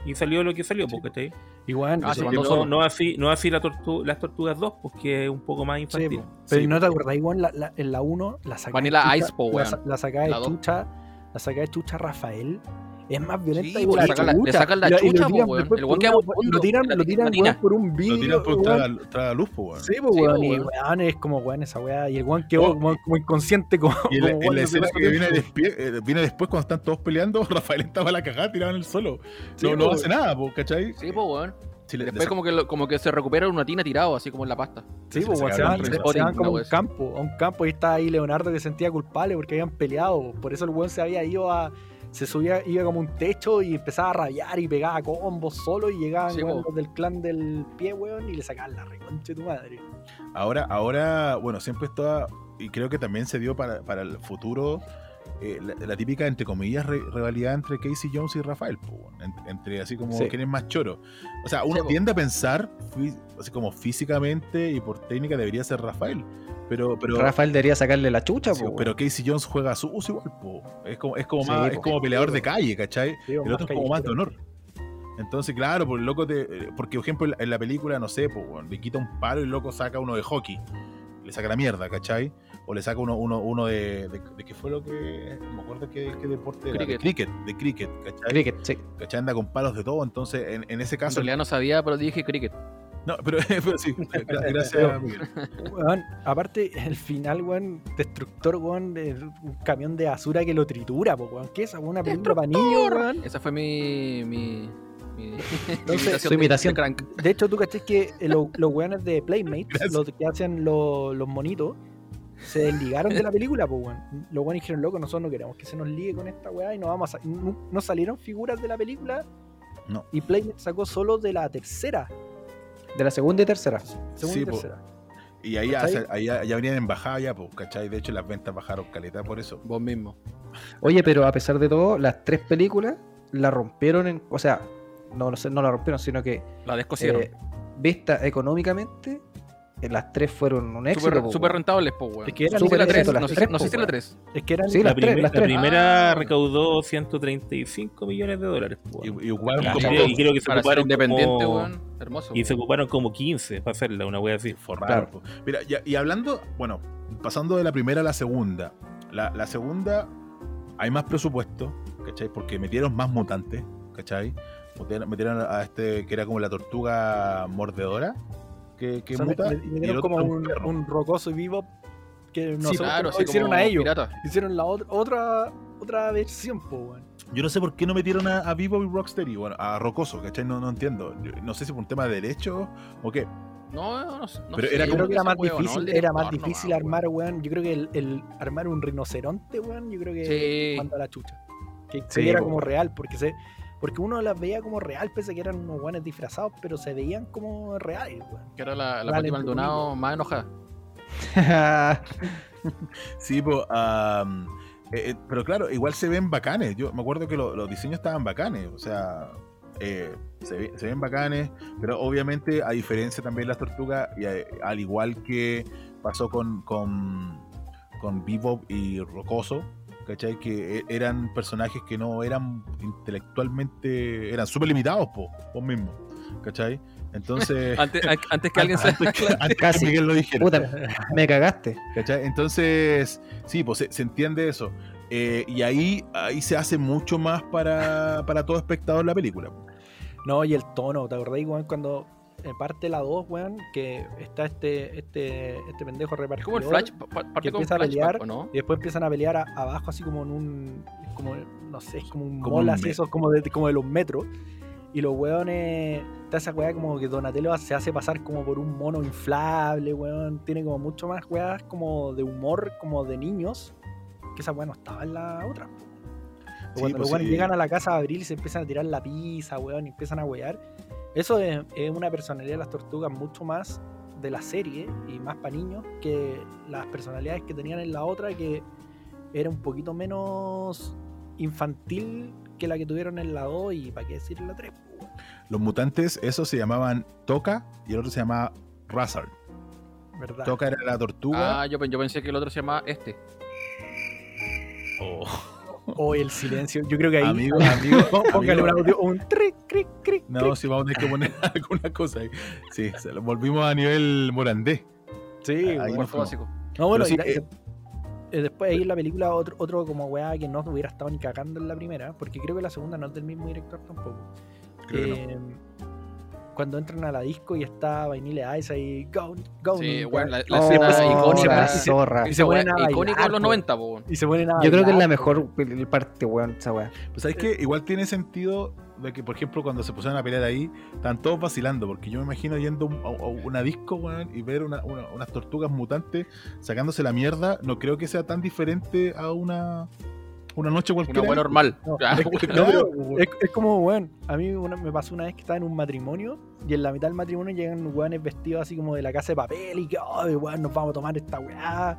[SPEAKER 3] Y salió lo que salió, pues, ¿cachai?
[SPEAKER 9] Y weón,
[SPEAKER 8] Ah,
[SPEAKER 9] sí,
[SPEAKER 8] se
[SPEAKER 3] Porque
[SPEAKER 8] mandó
[SPEAKER 3] no,
[SPEAKER 8] solo.
[SPEAKER 3] no así, no así la tortu- las tortugas 2, pues que es un poco más
[SPEAKER 9] Sí,
[SPEAKER 3] infantil.
[SPEAKER 9] po. pero
[SPEAKER 7] Sí,
[SPEAKER 9] no
[SPEAKER 7] po.
[SPEAKER 9] te acordás, igual la, la- en la 1 la sacaba
[SPEAKER 8] Vanilla
[SPEAKER 9] de
[SPEAKER 8] Ice, po,
[SPEAKER 9] la, sa-
[SPEAKER 8] weón.
[SPEAKER 9] la sacaba
[SPEAKER 8] La
[SPEAKER 9] de
[SPEAKER 8] dos.
[SPEAKER 9] chucha, la sacaba de chucha Rafael. Es más violenta
[SPEAKER 8] Sí, pues,
[SPEAKER 9] igual.
[SPEAKER 8] le sacan la- le sacan la chucha, po, weón. El weón queda
[SPEAKER 9] Lo
[SPEAKER 8] moribundo
[SPEAKER 9] tiran,
[SPEAKER 8] en la
[SPEAKER 9] lo tiran
[SPEAKER 8] tiranina.
[SPEAKER 9] weón, por un
[SPEAKER 7] Lo tiran
[SPEAKER 9] vídeo.
[SPEAKER 7] por
[SPEAKER 9] weón.
[SPEAKER 7] traga, traga luz, po, weón.
[SPEAKER 9] Sí, po,
[SPEAKER 8] Sí, po,
[SPEAKER 9] weón, y
[SPEAKER 8] weón.
[SPEAKER 9] weón, es como weón esa weá. Y el weón quedó
[SPEAKER 7] Oh.
[SPEAKER 9] como, como inconsciente. Como,
[SPEAKER 7] Y en la,
[SPEAKER 9] como,
[SPEAKER 7] en
[SPEAKER 9] weón,
[SPEAKER 7] la
[SPEAKER 9] lo
[SPEAKER 7] escena que
[SPEAKER 9] primero
[SPEAKER 7] viene,
[SPEAKER 9] hizo.
[SPEAKER 7] despie- eh, viene después, cuando están todos peleando, Rafael estaba a la cagada tirado en el suelo.
[SPEAKER 9] Sí,
[SPEAKER 7] no, no
[SPEAKER 9] po.
[SPEAKER 7] hace nada, po, ¿cachai?
[SPEAKER 8] Sí, po, weón.
[SPEAKER 7] Si le- le
[SPEAKER 8] Después
[SPEAKER 7] saca-
[SPEAKER 8] como que, lo- como que se recupera una tina tirado, así como en la pasta.
[SPEAKER 9] Sí,
[SPEAKER 7] se
[SPEAKER 9] po, weón, se
[SPEAKER 7] sacaron
[SPEAKER 9] van,
[SPEAKER 7] risa.
[SPEAKER 9] se- se van como
[SPEAKER 8] Una
[SPEAKER 9] a un
[SPEAKER 8] weá.
[SPEAKER 9] campo, a un campo. Y está ahí Leonardo que se sentía culpable porque habían peleado. po. Por eso el weón se había ido a. Se subía, iba como a un techo y empezaba a rabiar y pegaba combos solo. Y llegaban
[SPEAKER 8] Sí,
[SPEAKER 9] weón,
[SPEAKER 8] po.
[SPEAKER 9] los del clan del pie, weón, y le sacaban la reconcha de tu madre.
[SPEAKER 7] Ahora, ahora, bueno, siempre está, y creo que también se dio para, para el futuro, eh, la, la típica, entre comillas, re- rivalidad entre Casey Jones y Rafael, po, weón. En- entre así como
[SPEAKER 9] Sí.
[SPEAKER 7] quién es más choro. O sea, uno
[SPEAKER 8] Sí, po.
[SPEAKER 7] tiende a pensar, fí- así como físicamente y por técnica, debería ser Rafael. Pero, pero,
[SPEAKER 4] Rafael debería sacarle la chucha,
[SPEAKER 7] Sí,
[SPEAKER 4] po, weón.
[SPEAKER 7] pero Casey Jones juega a su uso igual, po. Es como, es como,
[SPEAKER 4] Sí,
[SPEAKER 7] más-
[SPEAKER 4] po.
[SPEAKER 7] es como peleador de calle, ¿cachai?
[SPEAKER 9] Sí,
[SPEAKER 7] El
[SPEAKER 9] más
[SPEAKER 7] otro es como más de
[SPEAKER 9] callejero.
[SPEAKER 7] honor. Entonces, claro, por el loco te, eh, porque por ejemplo en la- en la película, no sé, po, weón, le quita un palo y el loco saca uno de hockey. Le saca la mierda, ¿cachai? O le saca uno, uno, uno de, de, de qué fue lo que. No me acuerdo qué, qué deporte era. De cricket, de cricket, ¿cachai?
[SPEAKER 4] Cricket, sí.
[SPEAKER 7] ¿Cachai? Anda con palos de todo. Entonces, en, en ese
[SPEAKER 8] En
[SPEAKER 7] caso.
[SPEAKER 8] realidad no sabía, pero dije cricket.
[SPEAKER 7] No, pero, pero sí, gra- gracias, Miguel.
[SPEAKER 9] Weón, aparte, el final, weón, destructor, weón, de un camión de basura que lo tritura, po, weón. ¿Qué es esa, weón? Una película para niños, weón.
[SPEAKER 8] Esa fue mi. mi. mi. mi
[SPEAKER 4] su imitación.
[SPEAKER 8] de Crank.
[SPEAKER 9] De hecho, tú cachés que eh, lo- los weones de Playmates,
[SPEAKER 7] Gracias.
[SPEAKER 9] los que hacen lo- los monitos, se desligaron de la película, pues, weón. Los weones dijeron, loco, nosotros no queremos que se nos ligue con esta weá y no vamos a. y No, no salieron figuras de la película.
[SPEAKER 7] No.
[SPEAKER 9] Y Playmates sacó solo de la tercera.
[SPEAKER 4] De la segunda y tercera.
[SPEAKER 9] Segunda
[SPEAKER 7] Sí,
[SPEAKER 9] y
[SPEAKER 7] po.
[SPEAKER 9] tercera.
[SPEAKER 7] Y ahí ya,
[SPEAKER 9] ¿Cachai?
[SPEAKER 7] se- ahí ya, ya venían en bajada ya, pues, ¿cachai? De hecho, las ventas bajaron caleta por eso.
[SPEAKER 8] Vos mismo.
[SPEAKER 4] Oye, pero a pesar de todo, las tres películas la rompieron en. O sea, no, no sé, no la rompieron, sino que
[SPEAKER 8] La descosieron.
[SPEAKER 4] eh, vista económicamente, eh, las tres fueron un éxito.
[SPEAKER 8] Súper
[SPEAKER 4] po,
[SPEAKER 8] súper
[SPEAKER 4] weón.
[SPEAKER 8] rentables, po, weón.
[SPEAKER 9] Es que eran
[SPEAKER 8] No sé si la
[SPEAKER 4] súper
[SPEAKER 8] tres,
[SPEAKER 4] éxito,
[SPEAKER 8] no
[SPEAKER 4] las
[SPEAKER 8] sé-
[SPEAKER 4] tres,
[SPEAKER 8] No sé
[SPEAKER 4] po,
[SPEAKER 8] si la
[SPEAKER 4] weón.
[SPEAKER 8] 3.
[SPEAKER 9] Es que eran.
[SPEAKER 4] Sí,
[SPEAKER 3] La,
[SPEAKER 4] las tres,
[SPEAKER 3] primer-
[SPEAKER 4] las
[SPEAKER 3] la
[SPEAKER 4] tres.
[SPEAKER 3] primera
[SPEAKER 8] Ah.
[SPEAKER 3] recaudó 135 millones de dólares. pues, weón.
[SPEAKER 7] Y, y ocuparon
[SPEAKER 3] Claro,
[SPEAKER 7] como
[SPEAKER 3] sí,
[SPEAKER 7] dos,
[SPEAKER 3] y creo que se
[SPEAKER 8] Para ser
[SPEAKER 3] ocuparon
[SPEAKER 8] independiente,
[SPEAKER 3] como-
[SPEAKER 8] weón. Hermoso.
[SPEAKER 3] Y se
[SPEAKER 8] weón.
[SPEAKER 3] ocuparon como 15 para hacerla, una wea así.
[SPEAKER 7] forraron, po. Mira, ya- y, hablando, bueno, pasando de la primera a la segunda. La, la segunda, hay más presupuesto, ¿cachai? Porque metieron más mutantes, ¿cachai? Metieron, metieron a este que era como la tortuga mordedora, que, que
[SPEAKER 9] o sea, me-
[SPEAKER 7] muta.
[SPEAKER 9] me- me
[SPEAKER 7] y el
[SPEAKER 9] dieron
[SPEAKER 7] otro
[SPEAKER 9] como
[SPEAKER 7] era un
[SPEAKER 9] un,
[SPEAKER 7] perro.
[SPEAKER 9] un rocoso y vivo que no
[SPEAKER 7] Sí,
[SPEAKER 9] sé,
[SPEAKER 8] Claro,
[SPEAKER 9] no
[SPEAKER 8] así
[SPEAKER 9] hicieron
[SPEAKER 8] como
[SPEAKER 9] a ellos.
[SPEAKER 8] pirata.
[SPEAKER 9] Hicieron la otra, otra, otra versión, po, weón.
[SPEAKER 7] Yo no sé por qué no metieron a, a Vivo y Rocksteady, bueno, a Rocoso, ¿cachai? No, no entiendo. Yo No sé si por un tema de derechos o qué.
[SPEAKER 8] No, no, no, sé- no
[SPEAKER 7] Pero
[SPEAKER 8] sé,
[SPEAKER 7] era
[SPEAKER 8] yo
[SPEAKER 9] Yo creo que era
[SPEAKER 8] ese
[SPEAKER 9] más
[SPEAKER 8] weón, ¿no?
[SPEAKER 9] difícil,
[SPEAKER 8] El
[SPEAKER 9] era más
[SPEAKER 8] director nomás,
[SPEAKER 9] difícil
[SPEAKER 8] weón.
[SPEAKER 9] armar, weón. Yo creo que el, el armar un rinoceronte, weón, yo creo que
[SPEAKER 8] Sí.
[SPEAKER 9] manda la chucha. Que
[SPEAKER 4] Sí,
[SPEAKER 9] se viera
[SPEAKER 4] po,
[SPEAKER 9] como
[SPEAKER 4] weón.
[SPEAKER 9] real, porque se, porque uno las veía como real, pese a que eran unos weones disfrazados, pero se veían como reales, weón.
[SPEAKER 8] Que era la, la
[SPEAKER 9] Vale,
[SPEAKER 8] Pati
[SPEAKER 9] entre
[SPEAKER 8] Maldonado más enojada.
[SPEAKER 7] Sí, pues. am, eh, eh, pero claro, igual se ven bacanes. Yo me acuerdo que lo- los diseños estaban bacanes. O sea, eh, se, ve- se ven bacanes, pero obviamente a diferencia también de las tortugas, y a- al igual que pasó con, con, con Bebop y Rocoso, ¿cachai? Que e- eran personajes que no eran intelectualmente, eran súper limitados, po, vos mismo, ¿cachai? Entonces...
[SPEAKER 8] Antes, an- antes que alguien se.
[SPEAKER 7] Antes que, antes que
[SPEAKER 4] Casi.
[SPEAKER 7] Miguel lo dijera.
[SPEAKER 4] Puta, me cagaste.
[SPEAKER 7] ¿Cachai? Entonces, sí, pues se, se entiende eso. Eh, y ahí, ahí se hace mucho más para, para todo espectador la película.
[SPEAKER 9] No, y el tono, ¿te acordáis, weón? Cuando eh, parte la 2, weón, que está este, este, este pendejo
[SPEAKER 8] Es
[SPEAKER 9] repartidor.
[SPEAKER 8] como el flash. pa- pa-
[SPEAKER 9] que
[SPEAKER 8] Parte como un
[SPEAKER 9] empieza a pelear
[SPEAKER 8] flashback, ¿o ¿no?
[SPEAKER 9] y después empiezan a pelear a- abajo así como en un como no sé es como un
[SPEAKER 7] Como
[SPEAKER 9] mall
[SPEAKER 7] un
[SPEAKER 9] así
[SPEAKER 7] me-
[SPEAKER 9] esos como de, como de los metros y los weones está esa weá como que Donatello se hace pasar como por un mono inflable weón tiene como mucho más weas como de humor como de niños que esa weá no estaba en la otra
[SPEAKER 7] Sí, pues
[SPEAKER 9] cuando los weones
[SPEAKER 7] sí.
[SPEAKER 9] llegan a la casa de Abril y se empiezan a tirar la pizza weón y empiezan a wear eso es, es una personalidad de las tortugas mucho más de la serie y más para niños que las personalidades que tenían en la otra que era un poquito menos infantil que la que tuvieron en la 2 y para qué decir en la 3.
[SPEAKER 7] Los mutantes, esos se llamaban Toca y el otro se llamaba Razard.
[SPEAKER 9] ¿Verdad?
[SPEAKER 7] Toca era la tortuga.
[SPEAKER 8] Ah, yo, pen- yo pensé que el otro se llamaba este.
[SPEAKER 7] Oh,
[SPEAKER 9] O el silencio. Yo creo que ahí
[SPEAKER 7] amigo, amigo,
[SPEAKER 9] póngale un
[SPEAKER 7] amigo.
[SPEAKER 9] audio, un tric, cric, cric.
[SPEAKER 7] No, sí, vamos a tener que poner alguna cosa ahí. Sí, se lo- volvimos a nivel morandé.
[SPEAKER 9] Sí,
[SPEAKER 7] Ahí
[SPEAKER 9] weón.
[SPEAKER 7] nos
[SPEAKER 8] Cuarto
[SPEAKER 7] fuimos.
[SPEAKER 8] básico.
[SPEAKER 9] No,
[SPEAKER 7] Pero
[SPEAKER 9] bueno,
[SPEAKER 7] sí,
[SPEAKER 9] y la-
[SPEAKER 7] eh,
[SPEAKER 9] eh, después ahí en la película otro, otro como weá que no hubiera estado ni cagando en la primera, porque creo que la segunda no es del mismo director tampoco.
[SPEAKER 7] Creo que
[SPEAKER 9] Eh, Cuando entran a la disco y está Vanilla Ice ahí, go, go,
[SPEAKER 8] Sí,
[SPEAKER 9] go.
[SPEAKER 8] weón, la, la
[SPEAKER 4] Oh,
[SPEAKER 8] escena
[SPEAKER 9] se-
[SPEAKER 8] icónica.
[SPEAKER 4] la
[SPEAKER 9] pues, y se-
[SPEAKER 4] zorra.
[SPEAKER 9] y
[SPEAKER 8] esa
[SPEAKER 9] se
[SPEAKER 8] weá
[SPEAKER 9] ponen a
[SPEAKER 8] icónica de
[SPEAKER 9] bailar,
[SPEAKER 8] los
[SPEAKER 9] po.
[SPEAKER 8] 90, po, weón.
[SPEAKER 9] y se ponen a
[SPEAKER 4] Yo creo que es la
[SPEAKER 9] bailar,
[SPEAKER 4] mejor pel- parte, weón, esa weá.
[SPEAKER 7] Pues sabes que igual tiene sentido de que, por ejemplo, cuando se pusieron a pelear ahí, están todos vacilando, porque yo me imagino yendo a, un- a- a una disco, weón, y ver una- una- unas tortugas mutantes sacándose la mierda, no creo que sea tan diferente a una, una noche
[SPEAKER 8] Una
[SPEAKER 7] cualquiera.
[SPEAKER 8] weá normal.
[SPEAKER 9] No,
[SPEAKER 8] Claro.
[SPEAKER 7] No, pero-
[SPEAKER 9] Es, es como, weón, a mí una- me pasó una vez que estaba en un matrimonio y en la mitad del matrimonio llegan weones vestidos así como de la casa de papel y que, "Ay, weón, nos vamos a tomar esta weá.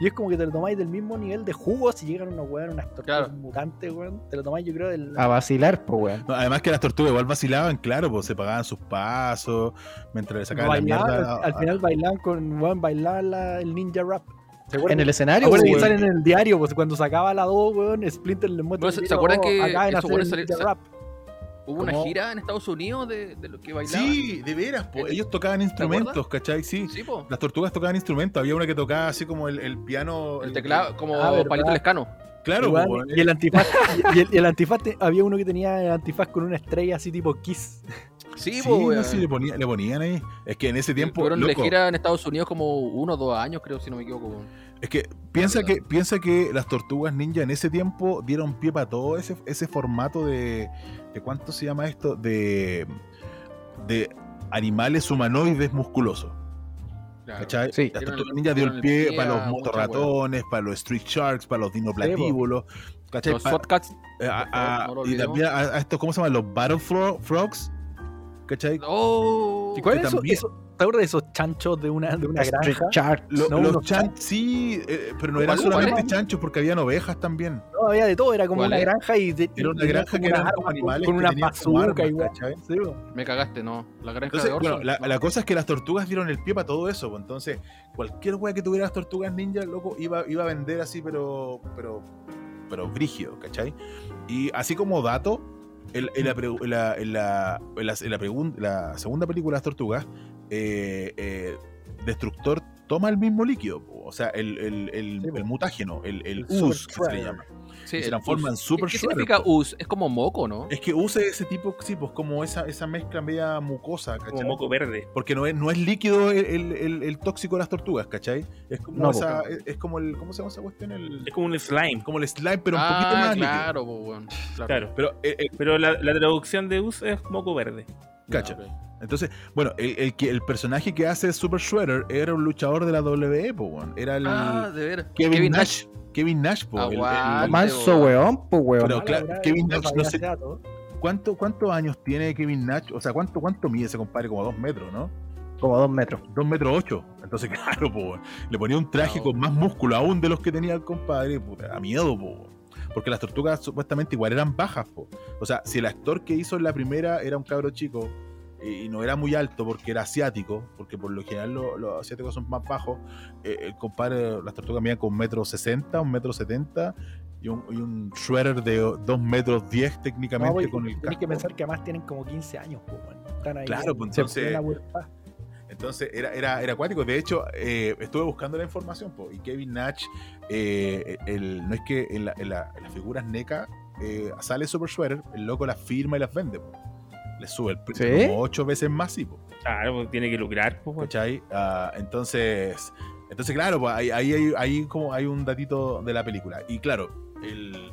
[SPEAKER 9] Y es como que te lo tomáis del mismo nivel de jugo si llegan unos weón, unas tortugas
[SPEAKER 8] Claro.
[SPEAKER 9] mutantes, weón. Te lo tomáis, yo creo, del.
[SPEAKER 4] A vacilar, po, weón.
[SPEAKER 7] No, además que las tortugas igual vacilaban, claro, pues se pagaban sus pasos, mientras le sacaban
[SPEAKER 9] bailaban,
[SPEAKER 7] la mierda.
[SPEAKER 9] al,
[SPEAKER 7] a-
[SPEAKER 9] al final bailaban con, weón, bailaban la- el ninja rap. ¿Se acuerdan?
[SPEAKER 4] En el escenario,
[SPEAKER 9] Acuérdense que
[SPEAKER 4] weón.
[SPEAKER 9] salen en el diario, pues cuando sacaba la 2, weón, Splinter le
[SPEAKER 8] Bueno,
[SPEAKER 9] muestra. el
[SPEAKER 8] ¿se- se
[SPEAKER 9] video, oh,
[SPEAKER 8] acuerdan que
[SPEAKER 9] acá en
[SPEAKER 8] esos
[SPEAKER 9] hacer el
[SPEAKER 8] weones salieron-
[SPEAKER 9] ninja
[SPEAKER 8] sa-
[SPEAKER 9] rap?
[SPEAKER 8] Hubo una
[SPEAKER 9] Como-
[SPEAKER 8] gira en Estados Unidos de, de lo que bailaban.
[SPEAKER 7] sí, de veras, po,
[SPEAKER 8] ¿Te-
[SPEAKER 7] ellos tocaban instrumentos, ¿cachai? Sí.
[SPEAKER 8] Sí, po.
[SPEAKER 7] Las tortugas tocaban instrumentos, había una que tocaba así como el, el piano.
[SPEAKER 8] El teclado, como
[SPEAKER 9] Ah, verdad.
[SPEAKER 8] palito lescano.
[SPEAKER 7] Claro, pues,
[SPEAKER 9] Igual,
[SPEAKER 7] po, weón.
[SPEAKER 9] y el antifaz, y el, y el antifaz te- había uno que tenía el antifaz con una estrella así tipo Kiss.
[SPEAKER 7] Sí,
[SPEAKER 8] Sí, po,
[SPEAKER 7] no,
[SPEAKER 8] weón.
[SPEAKER 7] sí, le, ponía- le ponían ahí. Es que en ese tiempo.
[SPEAKER 8] Fueron de
[SPEAKER 7] loco,
[SPEAKER 8] gira en Estados Unidos como uno o dos años, creo, si no me equivoco. weón.
[SPEAKER 7] es que piensa,
[SPEAKER 8] La
[SPEAKER 7] que piensa que las tortugas ninja en ese tiempo dieron pie para todo ese, ese formato de, de. ¿Cuánto se llama esto? De. De animales humanoides musculosos.
[SPEAKER 8] Claro.
[SPEAKER 7] ¿Cachai?
[SPEAKER 4] Sí.
[SPEAKER 7] Las
[SPEAKER 8] Dieron
[SPEAKER 7] tortugas
[SPEAKER 8] el-
[SPEAKER 7] ninja dio
[SPEAKER 8] dieron
[SPEAKER 7] el
[SPEAKER 8] el
[SPEAKER 7] pie
[SPEAKER 8] pie
[SPEAKER 7] para los
[SPEAKER 8] a mucha
[SPEAKER 7] motorratones, para los street sharks, para los dinoplatíbulos. ¿Cachai?
[SPEAKER 8] Los
[SPEAKER 7] Pa-
[SPEAKER 8] SWAT Cats.
[SPEAKER 7] eh, a- a-
[SPEAKER 8] no lo
[SPEAKER 7] y
[SPEAKER 8] olvidemos.
[SPEAKER 7] también a, a estos, ¿cómo se llaman? Los battle fro- frogs. ¿Cachai?
[SPEAKER 8] ¡Oh!
[SPEAKER 9] ¿Y cuáles
[SPEAKER 7] que
[SPEAKER 9] eso,
[SPEAKER 7] también-
[SPEAKER 9] eso- ¿Te acuerdas de esos chanchos de una, de una
[SPEAKER 4] Street
[SPEAKER 9] granja?
[SPEAKER 4] Shark.
[SPEAKER 7] Lo-
[SPEAKER 9] No,
[SPEAKER 7] los
[SPEAKER 9] unos
[SPEAKER 7] chanchos, sí, eh, pero no
[SPEAKER 8] ¿Cuál-
[SPEAKER 7] eran
[SPEAKER 8] cuál
[SPEAKER 7] solamente
[SPEAKER 8] era?
[SPEAKER 7] chanchos porque habían ovejas también.
[SPEAKER 9] No, había de todo, era como
[SPEAKER 8] ¿Cuál
[SPEAKER 9] una
[SPEAKER 8] es?
[SPEAKER 9] granja y de-
[SPEAKER 7] Era
[SPEAKER 9] y
[SPEAKER 7] una
[SPEAKER 9] tenía
[SPEAKER 7] granja
[SPEAKER 9] como
[SPEAKER 7] que eran
[SPEAKER 9] unas
[SPEAKER 7] como
[SPEAKER 9] armas
[SPEAKER 7] animales
[SPEAKER 9] con
[SPEAKER 7] que
[SPEAKER 9] una
[SPEAKER 7] tenían como
[SPEAKER 9] bazooka
[SPEAKER 7] armas,
[SPEAKER 9] y weá.
[SPEAKER 7] ¿cachai?
[SPEAKER 9] Sí, weón.
[SPEAKER 8] Me cagaste, no. La granja
[SPEAKER 7] Entonces,
[SPEAKER 8] de Orson.
[SPEAKER 7] bueno, la, la cosa es que las tortugas dieron el pie para todo eso. pues, Entonces, cualquier wea que tuviera las tortugas ninja, loco, iba, iba a vender así, pero, pero, pero brígido, ¿cachai? Y así como dato, en, en la, pregu- en la, en la- en la- en la pregun- la segunda película de las tortugas, eh, eh, Destructor toma el mismo líquido, o sea, el, el, el-
[SPEAKER 9] Sí, po.
[SPEAKER 7] el mutágeno, el, el,
[SPEAKER 9] El super
[SPEAKER 7] ooze, que se le
[SPEAKER 9] shredder.
[SPEAKER 7] llama. se
[SPEAKER 8] Sí, el
[SPEAKER 7] transforma en
[SPEAKER 8] Us.
[SPEAKER 7] Super
[SPEAKER 8] ¿Qué, qué
[SPEAKER 7] Shredder,
[SPEAKER 8] significa
[SPEAKER 7] po.
[SPEAKER 8] us? Es como moco, ¿no?
[SPEAKER 7] Es que usa ese tipo, sí, pues como esa, esa mezcla media mucosa, ¿cachai?
[SPEAKER 3] como moco verde.
[SPEAKER 7] Porque no es, no es líquido el, el- el- el tóxico de las tortugas, ¿cachai? Es como
[SPEAKER 4] No,
[SPEAKER 7] esa, es, es como el, ¿cómo se llama esa cuestión? El,
[SPEAKER 3] Es como un slime.
[SPEAKER 7] como el slime, pero un
[SPEAKER 8] ah,
[SPEAKER 7] poquito más líquido.
[SPEAKER 8] claro, po, weón. Claro.
[SPEAKER 3] Claro.
[SPEAKER 7] Pero, eh, eh,
[SPEAKER 3] Pero la, la traducción de us es moco verde.
[SPEAKER 7] cacha.
[SPEAKER 8] Ah, ok.
[SPEAKER 7] Entonces, bueno, el, el que- el personaje que hace Super Shredder era un luchador de la WWE, po, weón. Era el
[SPEAKER 8] Ah, de ver.
[SPEAKER 7] Kevin, Nash. Kevin Nash, po. el- el-
[SPEAKER 8] Aguante.
[SPEAKER 4] Manso, weón, po, weón.
[SPEAKER 7] Pero, claro,
[SPEAKER 9] Ahora,
[SPEAKER 7] Kevin
[SPEAKER 9] yo
[SPEAKER 7] Nash,
[SPEAKER 9] sabía
[SPEAKER 7] no sé-
[SPEAKER 9] ese dato.
[SPEAKER 7] ¿cuánto, ¿Cuántos años tiene Kevin Nash? O sea, ¿cuánto, cuánto mide ese compadre? Como dos metros, ¿no?
[SPEAKER 4] Como dos metros.
[SPEAKER 7] 2 metros 8. Entonces, claro, po, weón. le ponía un traje
[SPEAKER 8] Ah,
[SPEAKER 7] con más músculo aún de los que tenía el compadre. Puta, a miedo, po. weón. porque las tortugas supuestamente igual eran bajas. Po. O sea, si el actor que hizo la primera era un cabro chico eh, y no era muy alto porque era asiático, porque por lo general lo- los asiáticos son más bajos, eh, el compadre, las tortugas medían con un metro sesenta, un metro setenta y un, y un shredder de dos metros diez técnicamente
[SPEAKER 9] No,
[SPEAKER 7] con el
[SPEAKER 9] Tienes que
[SPEAKER 7] casco.
[SPEAKER 9] pensar que además tienen como 15 años, po, weón. Están ahí.
[SPEAKER 7] Claro, pues,
[SPEAKER 9] se
[SPEAKER 7] entonces-
[SPEAKER 9] ponen a huevear.
[SPEAKER 7] Entonces era, era, era acuático. De hecho, eh, estuve buscando la información. po, y Kevin Nash, eh, el- no es que en, la- en la- en las figuras NECA eh, sale Super Shredder, el loco las firma y las vende. po. Le sube el precio
[SPEAKER 3] ¿Sí?
[SPEAKER 7] como ocho veces más. Sí, po.
[SPEAKER 3] Claro, pues, tiene que lucrar. pues, weón.
[SPEAKER 7] ¿Cachai? Ah, entonces, entonces, claro, pues, ahí, ahí, hay- ahí como hay un datito de la película. Y claro, el,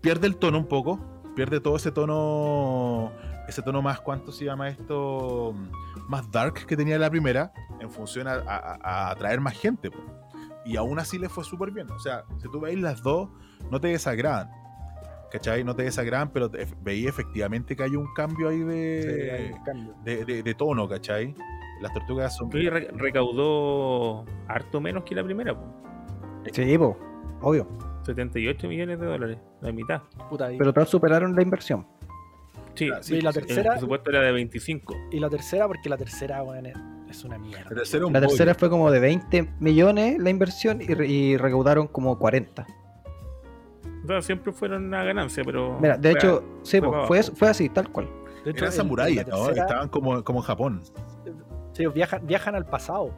[SPEAKER 7] pierde el tono un poco, pierde todo ese tono, ese tono más, ¿cuánto se llama esto? Más dark que tenía la primera, en función a, a- a atraer más gente. pues. Y aún así le fue súper bien. O sea, si tú veis las dos, no te desagradan. ¿Cachai? No te desagradan, pero te- veí efectivamente que hay un cambio ahí
[SPEAKER 9] Sí,
[SPEAKER 7] de,
[SPEAKER 9] hay un cambio.
[SPEAKER 7] de, de- de tono, ¿cachai? Las tortugas son.
[SPEAKER 3] Oye, re- recaudó harto menos que la primera, pues.
[SPEAKER 4] Sí, po, obvio.
[SPEAKER 3] 78 millones de dólares, la mitad.
[SPEAKER 9] Puta, ahí.
[SPEAKER 4] Pero todos superaron la inversión.
[SPEAKER 3] Sí,
[SPEAKER 9] sí, y la tercera-
[SPEAKER 3] El presupuesto era de 25.
[SPEAKER 9] Y la tercera, porque la tercera, weón, es- es una mierda.
[SPEAKER 7] La tercera,
[SPEAKER 4] La tercera fue como de 20 millones la inversión y, re- y recaudaron como 40.
[SPEAKER 3] O sea, siempre fueron una ganancia, pero.
[SPEAKER 4] Mira, de
[SPEAKER 3] fue-
[SPEAKER 4] hecho, sí,
[SPEAKER 3] fue
[SPEAKER 4] po,
[SPEAKER 3] para
[SPEAKER 4] fue,
[SPEAKER 3] abajo.
[SPEAKER 4] fue así, tal cual.
[SPEAKER 9] De hecho,
[SPEAKER 7] Eran
[SPEAKER 9] el-
[SPEAKER 7] samuráis,
[SPEAKER 9] la
[SPEAKER 7] ¿no?
[SPEAKER 9] tercera-
[SPEAKER 7] Estaban como, como en Japón.
[SPEAKER 9] Sí, viajan, viajan al pasado.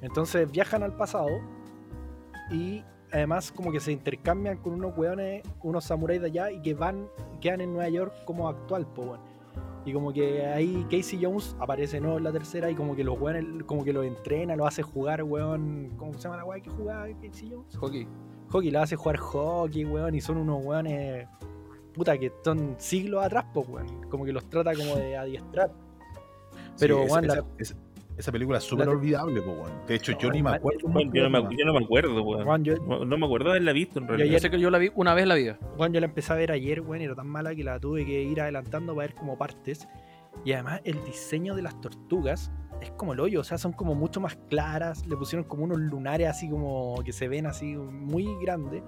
[SPEAKER 9] Entonces viajan al pasado y además como que se intercambian con unos weones, unos samuráis de allá y que van, quedan en Nueva York como actual, po, weón. Y como que ahí Casey Jones aparece no en la tercera y como que los weones, como que lo entrena, lo hace jugar, weón. ¿Cómo se llama la weá que jugaba Casey Jones?
[SPEAKER 8] Hockey.
[SPEAKER 9] Hockey, lo hace jugar hockey, weón, y son unos weones puta que son siglos atrás, po, weón. Como que los trata como de adiestrar. Pero,
[SPEAKER 7] esa,
[SPEAKER 9] weón, la-
[SPEAKER 7] esa- esa- esa película es súper
[SPEAKER 9] la-
[SPEAKER 7] olvidable, po, weón. De hecho, yo ni me
[SPEAKER 9] man,
[SPEAKER 7] acuerdo.
[SPEAKER 3] Bueno, yo, no me, acu- yo no me acuerdo, weón.
[SPEAKER 9] Weón, yo-
[SPEAKER 3] No, no me acuerdo de haberla visto en
[SPEAKER 8] Yo
[SPEAKER 3] realidad.
[SPEAKER 8] sé que yo la vi una vez en la vida.
[SPEAKER 9] Bueno, yo la empecé a ver ayer, weón, y era tan mala que la tuve que ir adelantando para ver como partes. Y además el diseño de las tortugas es como el hoyo, o sea, son como mucho más claras, le pusieron como unos lunares así como que se ven así muy grandes.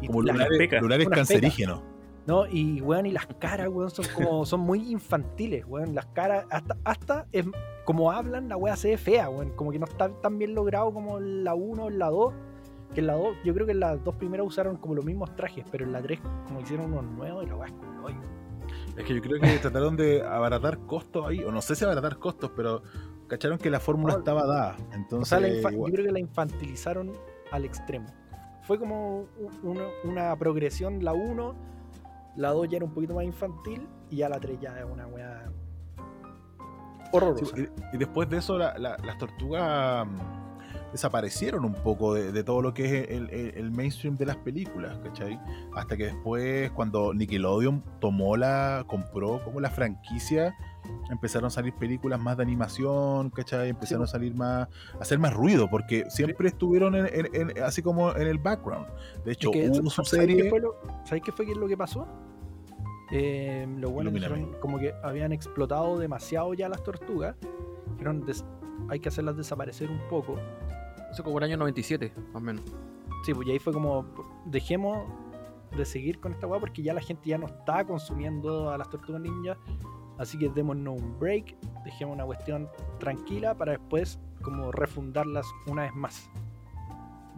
[SPEAKER 9] Y
[SPEAKER 7] Como
[SPEAKER 9] las-
[SPEAKER 7] lunares,
[SPEAKER 3] pecas,
[SPEAKER 7] lunares
[SPEAKER 9] unas
[SPEAKER 7] cancerígenos.
[SPEAKER 9] No, y weón, y las caras, weón, son como, son muy infantiles, weón. Las caras, hasta, hasta es- como hablan, la weá se ve fea, weón. Como que no está tan bien logrado como en la 1 o en la 2. Que en la 2, yo creo que en las dos primeras usaron como los mismos trajes, pero en la 3 como hicieron unos nuevos y la weá es como el hoyo.
[SPEAKER 7] Es que yo creo que trataron de abaratar costos ahí, o no sé si abaratar costos, pero cacharon que la fórmula
[SPEAKER 9] No,
[SPEAKER 7] estaba dada.
[SPEAKER 9] O
[SPEAKER 7] Entonces,
[SPEAKER 9] sea, la infa-
[SPEAKER 7] igual-
[SPEAKER 9] yo creo que la infantilizaron al extremo. Fue como u- una, una progresión, la 1, la 2 ya era un poquito más infantil y ya la 3 ya es una weá horrorosa.
[SPEAKER 7] Sí, y, y después de eso, la- la- las tortugas mm, desaparecieron un poco de, de todo lo que es el, el- el mainstream de las películas, ¿cachai? Hasta que después, cuando Nickelodeon tomó la, compró como la franquicia, empezaron a salir películas más de animación, ¿cachai? Empezaron a salir más, a hacer más ruido, porque siempre estuvieron en- en- en- así como en el background. De hecho,
[SPEAKER 9] que,
[SPEAKER 7] hubo su
[SPEAKER 9] ¿sabes Qué
[SPEAKER 7] serie...
[SPEAKER 9] fue lo- ¿Sabes qué fue que- lo que pasó? Eh, los buenos
[SPEAKER 7] Ilumíname.
[SPEAKER 9] dijeron como que habían explotado demasiado ya las tortugas. Dijeron, "Des- hay que hacerlas desaparecer un poco.
[SPEAKER 8] Eso como el año 97, más o menos.
[SPEAKER 9] Sí, pues y ahí fue como, dejemos de seguir con esta weá porque ya la gente ya no está consumiendo a las tortugas ninja. Así que démonos un break, dejemos una cuestión tranquila para después como refundarlas una vez más.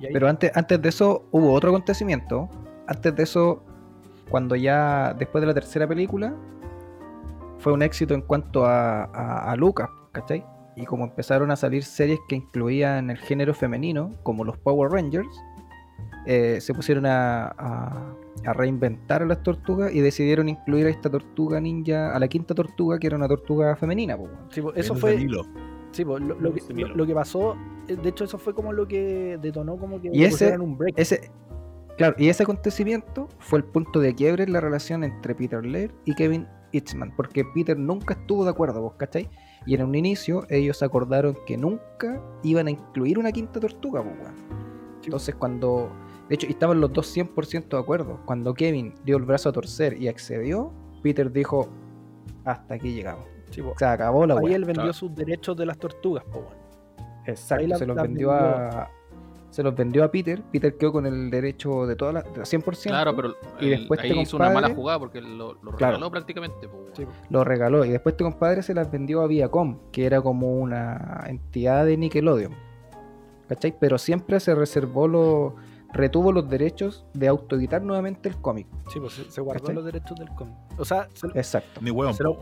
[SPEAKER 9] Y ahí-
[SPEAKER 4] Pero antes, antes de eso hubo otro acontecimiento. Antes de eso, cuando ya después de la tercera película, fue un éxito en cuanto a, a, a Lucas, ¿cachai? Y como empezaron a salir series que incluían el género femenino, como los Power Rangers, eh, se pusieron a, a- a reinventar a las tortugas y decidieron incluir a esta tortuga ninja, a la quinta tortuga, que era una tortuga femenina. po, weón.
[SPEAKER 9] Sí, pues, eso
[SPEAKER 7] Menos
[SPEAKER 9] fue...
[SPEAKER 7] de Milo.
[SPEAKER 9] Sí, pues, lo, lo que,
[SPEAKER 3] Sí, mira.
[SPEAKER 9] lo- lo que pasó, eh, de hecho, eso fue como lo que detonó como que
[SPEAKER 4] Y ese-
[SPEAKER 9] pusieran un break.
[SPEAKER 4] Ese, claro, y ese acontecimiento fue el punto de quiebre en la relación entre Peter Laird y Kevin Itzman, porque Peter nunca estuvo de acuerdo, ¿vos cachai? Y en un inicio ellos acordaron que nunca iban a incluir una quinta tortuga, pues, weón. Entonces cuando... De hecho, estaban los dos 100% de acuerdo. Cuando Kevin dio el brazo a torcer y accedió, Peter dijo, hasta aquí llegamos.
[SPEAKER 9] Sí, pues,
[SPEAKER 4] Se acabó la
[SPEAKER 9] ahí
[SPEAKER 4] weá.
[SPEAKER 9] pues, él vendió sus derechos de las tortugas, po, weón.
[SPEAKER 4] Exacto,
[SPEAKER 9] ahí la-
[SPEAKER 4] se los
[SPEAKER 9] la
[SPEAKER 4] vendió a, se los vendió a Peter, Peter quedó con el derecho de todas las 100%.
[SPEAKER 8] Claro, pero
[SPEAKER 4] y
[SPEAKER 8] el-
[SPEAKER 4] después
[SPEAKER 8] ahí
[SPEAKER 4] este
[SPEAKER 8] hizo una
[SPEAKER 4] compadre-
[SPEAKER 8] mala jugada porque lo, lo
[SPEAKER 4] Claro.
[SPEAKER 8] regaló prácticamente. po, weón.
[SPEAKER 4] lo regaló y después este compadre se las vendió a Viacom, que era como una entidad de Nickelodeon. ¿Cachai? Pero siempre se reservó los retuvo los derechos de autoeditar nuevamente el cómic.
[SPEAKER 9] Sí, pues se, se guardó
[SPEAKER 4] ¿Cachai?
[SPEAKER 9] los derechos del cómic. O sea, se-
[SPEAKER 4] Exacto.
[SPEAKER 7] Ni hueón.
[SPEAKER 9] se lo-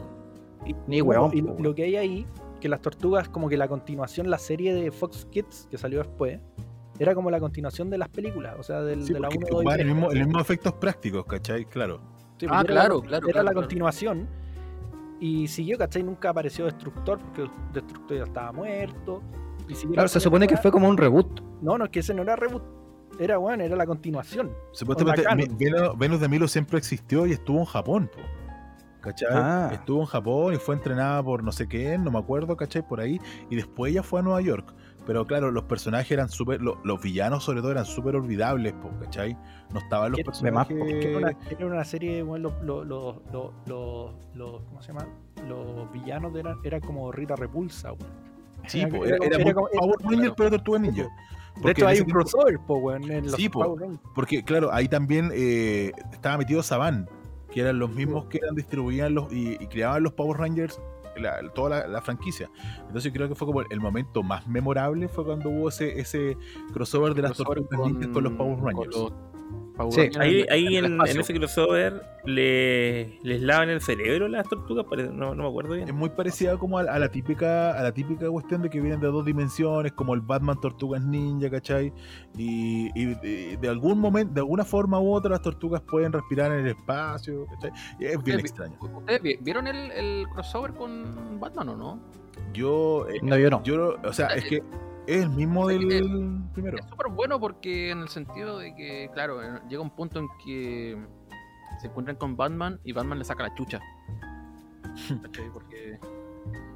[SPEAKER 9] y,
[SPEAKER 4] Ni hueón,
[SPEAKER 9] y
[SPEAKER 4] po,
[SPEAKER 9] lo-
[SPEAKER 4] weón.
[SPEAKER 9] lo que hay ahí, que las tortugas, como que la continuación, la serie de Fox Kids que salió después, era como la continuación de las películas, o sea, del,
[SPEAKER 7] Sí,
[SPEAKER 9] de la
[SPEAKER 7] porque
[SPEAKER 9] 1, 2 y
[SPEAKER 7] ocupaban
[SPEAKER 9] 3.
[SPEAKER 7] el mismo, el mismo efectos prácticos, ¿cachai? Claro.
[SPEAKER 9] Sí,
[SPEAKER 8] Ah,
[SPEAKER 9] porque era
[SPEAKER 8] claro,
[SPEAKER 9] la-
[SPEAKER 8] claro,
[SPEAKER 9] Era
[SPEAKER 8] claro,
[SPEAKER 9] la
[SPEAKER 8] claro.
[SPEAKER 9] continuación. Y siguió, ¿cachai? Nunca apareció Destructor, porque Destructor ya estaba muerto. Y siguió
[SPEAKER 4] Claro,
[SPEAKER 9] la
[SPEAKER 4] se supone que
[SPEAKER 9] película.
[SPEAKER 4] fue como un reboot.
[SPEAKER 9] No, no, es que ese no era reboot. Era, bueno, era la continuación.
[SPEAKER 7] Supuestamente
[SPEAKER 9] Onda
[SPEAKER 7] Mi-
[SPEAKER 9] canon.
[SPEAKER 7] Venus, Venus de Milo siempre existió y estuvo en Japón, po. ¿Cachai?
[SPEAKER 4] Ah.
[SPEAKER 7] Estuvo en Japón y fue entrenada por no sé quién, no me acuerdo, ¿cachai? Por ahí. Y después ella fue a Nueva York. Pero claro, los personajes eran súper. lo- los villanos, sobre todo, eran súper olvidables, po, ¿cachai? No estaban los
[SPEAKER 9] Que-
[SPEAKER 4] más,
[SPEAKER 7] personajes.
[SPEAKER 4] po,
[SPEAKER 9] Que Era una, era una serie, bueno, los, los, los, los, los- los- ¿cómo se llama? Los villanos de- eran era como Rita Repulsa, weón.
[SPEAKER 7] Sí,
[SPEAKER 9] era-
[SPEAKER 7] po, era,
[SPEAKER 9] era como-
[SPEAKER 7] era
[SPEAKER 9] era
[SPEAKER 7] muy
[SPEAKER 9] como-
[SPEAKER 7] Power Ranger,
[SPEAKER 9] claro.
[SPEAKER 7] pero Tortuga Ninja.
[SPEAKER 9] De
[SPEAKER 7] Porque
[SPEAKER 9] hecho,
[SPEAKER 7] en
[SPEAKER 9] hay
[SPEAKER 7] ese
[SPEAKER 9] un
[SPEAKER 7] tiempo-
[SPEAKER 9] crossover, po, weón, en los
[SPEAKER 7] Sí, po.
[SPEAKER 9] Power Rangers.
[SPEAKER 7] Porque, claro, ahí también eh, estaba metido Saban, que eran los mismos que eran, distribuían los y, y creaban los Power Rangers, la- toda la, la franquicia. Entonces creo que fue como el, el momento más memorable fue cuando hubo ese, ese crossover de las
[SPEAKER 8] Crossover
[SPEAKER 7] tortugas ninjas con los Power
[SPEAKER 8] con
[SPEAKER 7] Rangers.
[SPEAKER 8] los Power
[SPEAKER 4] Sí.
[SPEAKER 8] Rangers
[SPEAKER 3] Ahí,
[SPEAKER 8] el-
[SPEAKER 3] ahí
[SPEAKER 8] el
[SPEAKER 3] en, en
[SPEAKER 8] espacio.
[SPEAKER 3] ese crossover le, les lavan el cerebro las tortugas, parece- no, no me acuerdo
[SPEAKER 7] Es
[SPEAKER 3] bien.
[SPEAKER 7] muy parecida como a, a la típica a la típica cuestión de que vienen de dos dimensiones, como el Batman Tortugas Ninja, ¿cachai? Y, y- y de algún momento, de alguna forma u otra, las tortugas pueden respirar en el espacio, ¿cachai? Y Es bien
[SPEAKER 8] Ustedes vi-
[SPEAKER 7] extraño.
[SPEAKER 8] ¿Ustedes vi- vieron el, el crossover con Batman o no?
[SPEAKER 7] Yo eh,
[SPEAKER 4] No, yo no.
[SPEAKER 7] Yo, lo- o sea, es que es el mismo
[SPEAKER 8] Es que-
[SPEAKER 7] del primero.
[SPEAKER 8] Es súper bueno porque en el sentido de que, claro, eh, llega un punto en que se encuentran con Batman y Batman le saca la chucha. ¿Cachai? Porque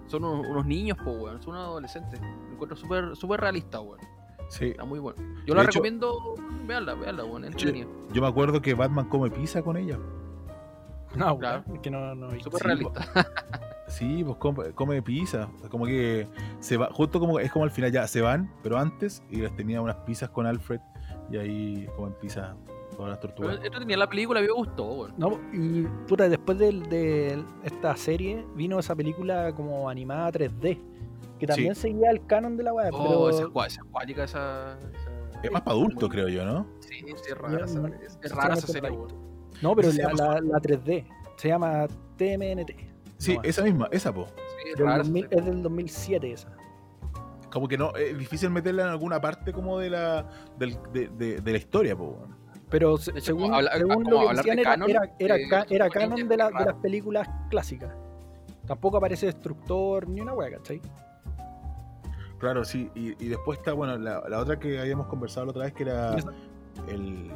[SPEAKER 8] son unos, unos niños, po, weón, son unos adolescentes. Lo encuentro súper súper realista, weón.
[SPEAKER 7] Sí.
[SPEAKER 8] Está muy bueno.
[SPEAKER 7] De
[SPEAKER 8] Yo la
[SPEAKER 7] hecho-
[SPEAKER 8] recomiendo, veanla, veanla, weón,
[SPEAKER 7] De
[SPEAKER 8] es
[SPEAKER 7] hecho,
[SPEAKER 8] entretenida.
[SPEAKER 7] Yo me acuerdo que Batman come pizza con ella.
[SPEAKER 9] No,
[SPEAKER 8] Claro.
[SPEAKER 9] weón, es que no, no vi.
[SPEAKER 8] Súper
[SPEAKER 7] sí,
[SPEAKER 8] realista.
[SPEAKER 7] Sí, pues come, come pizza. Como que se va, justo como es como al final ya se van, pero antes y les tenía unas pizzas con Alfred y ahí comen pizza todas las
[SPEAKER 8] Pero
[SPEAKER 7] tortugas.
[SPEAKER 8] entretenida la película, a mí me gustó, weón.
[SPEAKER 9] No, y puta, después del- de, esta serie vino esa película como animada 3D, que también seguía el canon de la weá,
[SPEAKER 8] Oh, esa
[SPEAKER 9] pero
[SPEAKER 8] acua- esa acuática, esa. esa-
[SPEAKER 7] Es más para adultos, creo yo, ¿no?
[SPEAKER 8] Sí, sí, es rara, esa-
[SPEAKER 9] no-
[SPEAKER 8] es, es rara esa
[SPEAKER 9] solamente
[SPEAKER 8] serie,
[SPEAKER 9] la-
[SPEAKER 8] weón.
[SPEAKER 9] no, pero
[SPEAKER 7] se
[SPEAKER 9] la,
[SPEAKER 7] llama-
[SPEAKER 9] la- la 3D se llama TMNT.
[SPEAKER 7] Sí,
[SPEAKER 9] No,
[SPEAKER 7] esa misma, esa po.
[SPEAKER 8] Sí, es
[SPEAKER 9] del
[SPEAKER 8] rara esa
[SPEAKER 9] 2000
[SPEAKER 8] serie.
[SPEAKER 9] es del 2007 esa.
[SPEAKER 7] Como que no, es difícil meterla en alguna parte como de la, del- de, de- de la historia, po. weón.
[SPEAKER 9] Pero se-
[SPEAKER 8] De hecho,
[SPEAKER 9] según,
[SPEAKER 8] como habla- ah, como
[SPEAKER 9] según lo que
[SPEAKER 8] hablar de
[SPEAKER 9] decían era,
[SPEAKER 8] canon,
[SPEAKER 9] era, era
[SPEAKER 8] eh,
[SPEAKER 9] ca- era
[SPEAKER 8] Tortuga
[SPEAKER 9] canon
[SPEAKER 8] Ninja
[SPEAKER 9] de, la-
[SPEAKER 8] es
[SPEAKER 9] de
[SPEAKER 8] raro.
[SPEAKER 9] las películas clásicas. Tampoco aparece Destructor ni una wea, ¿cachai?
[SPEAKER 7] Claro, sí. Y, y después está, bueno, la, la otra que habíamos conversado la otra vez, que era
[SPEAKER 9] Esa-
[SPEAKER 7] el
[SPEAKER 9] Del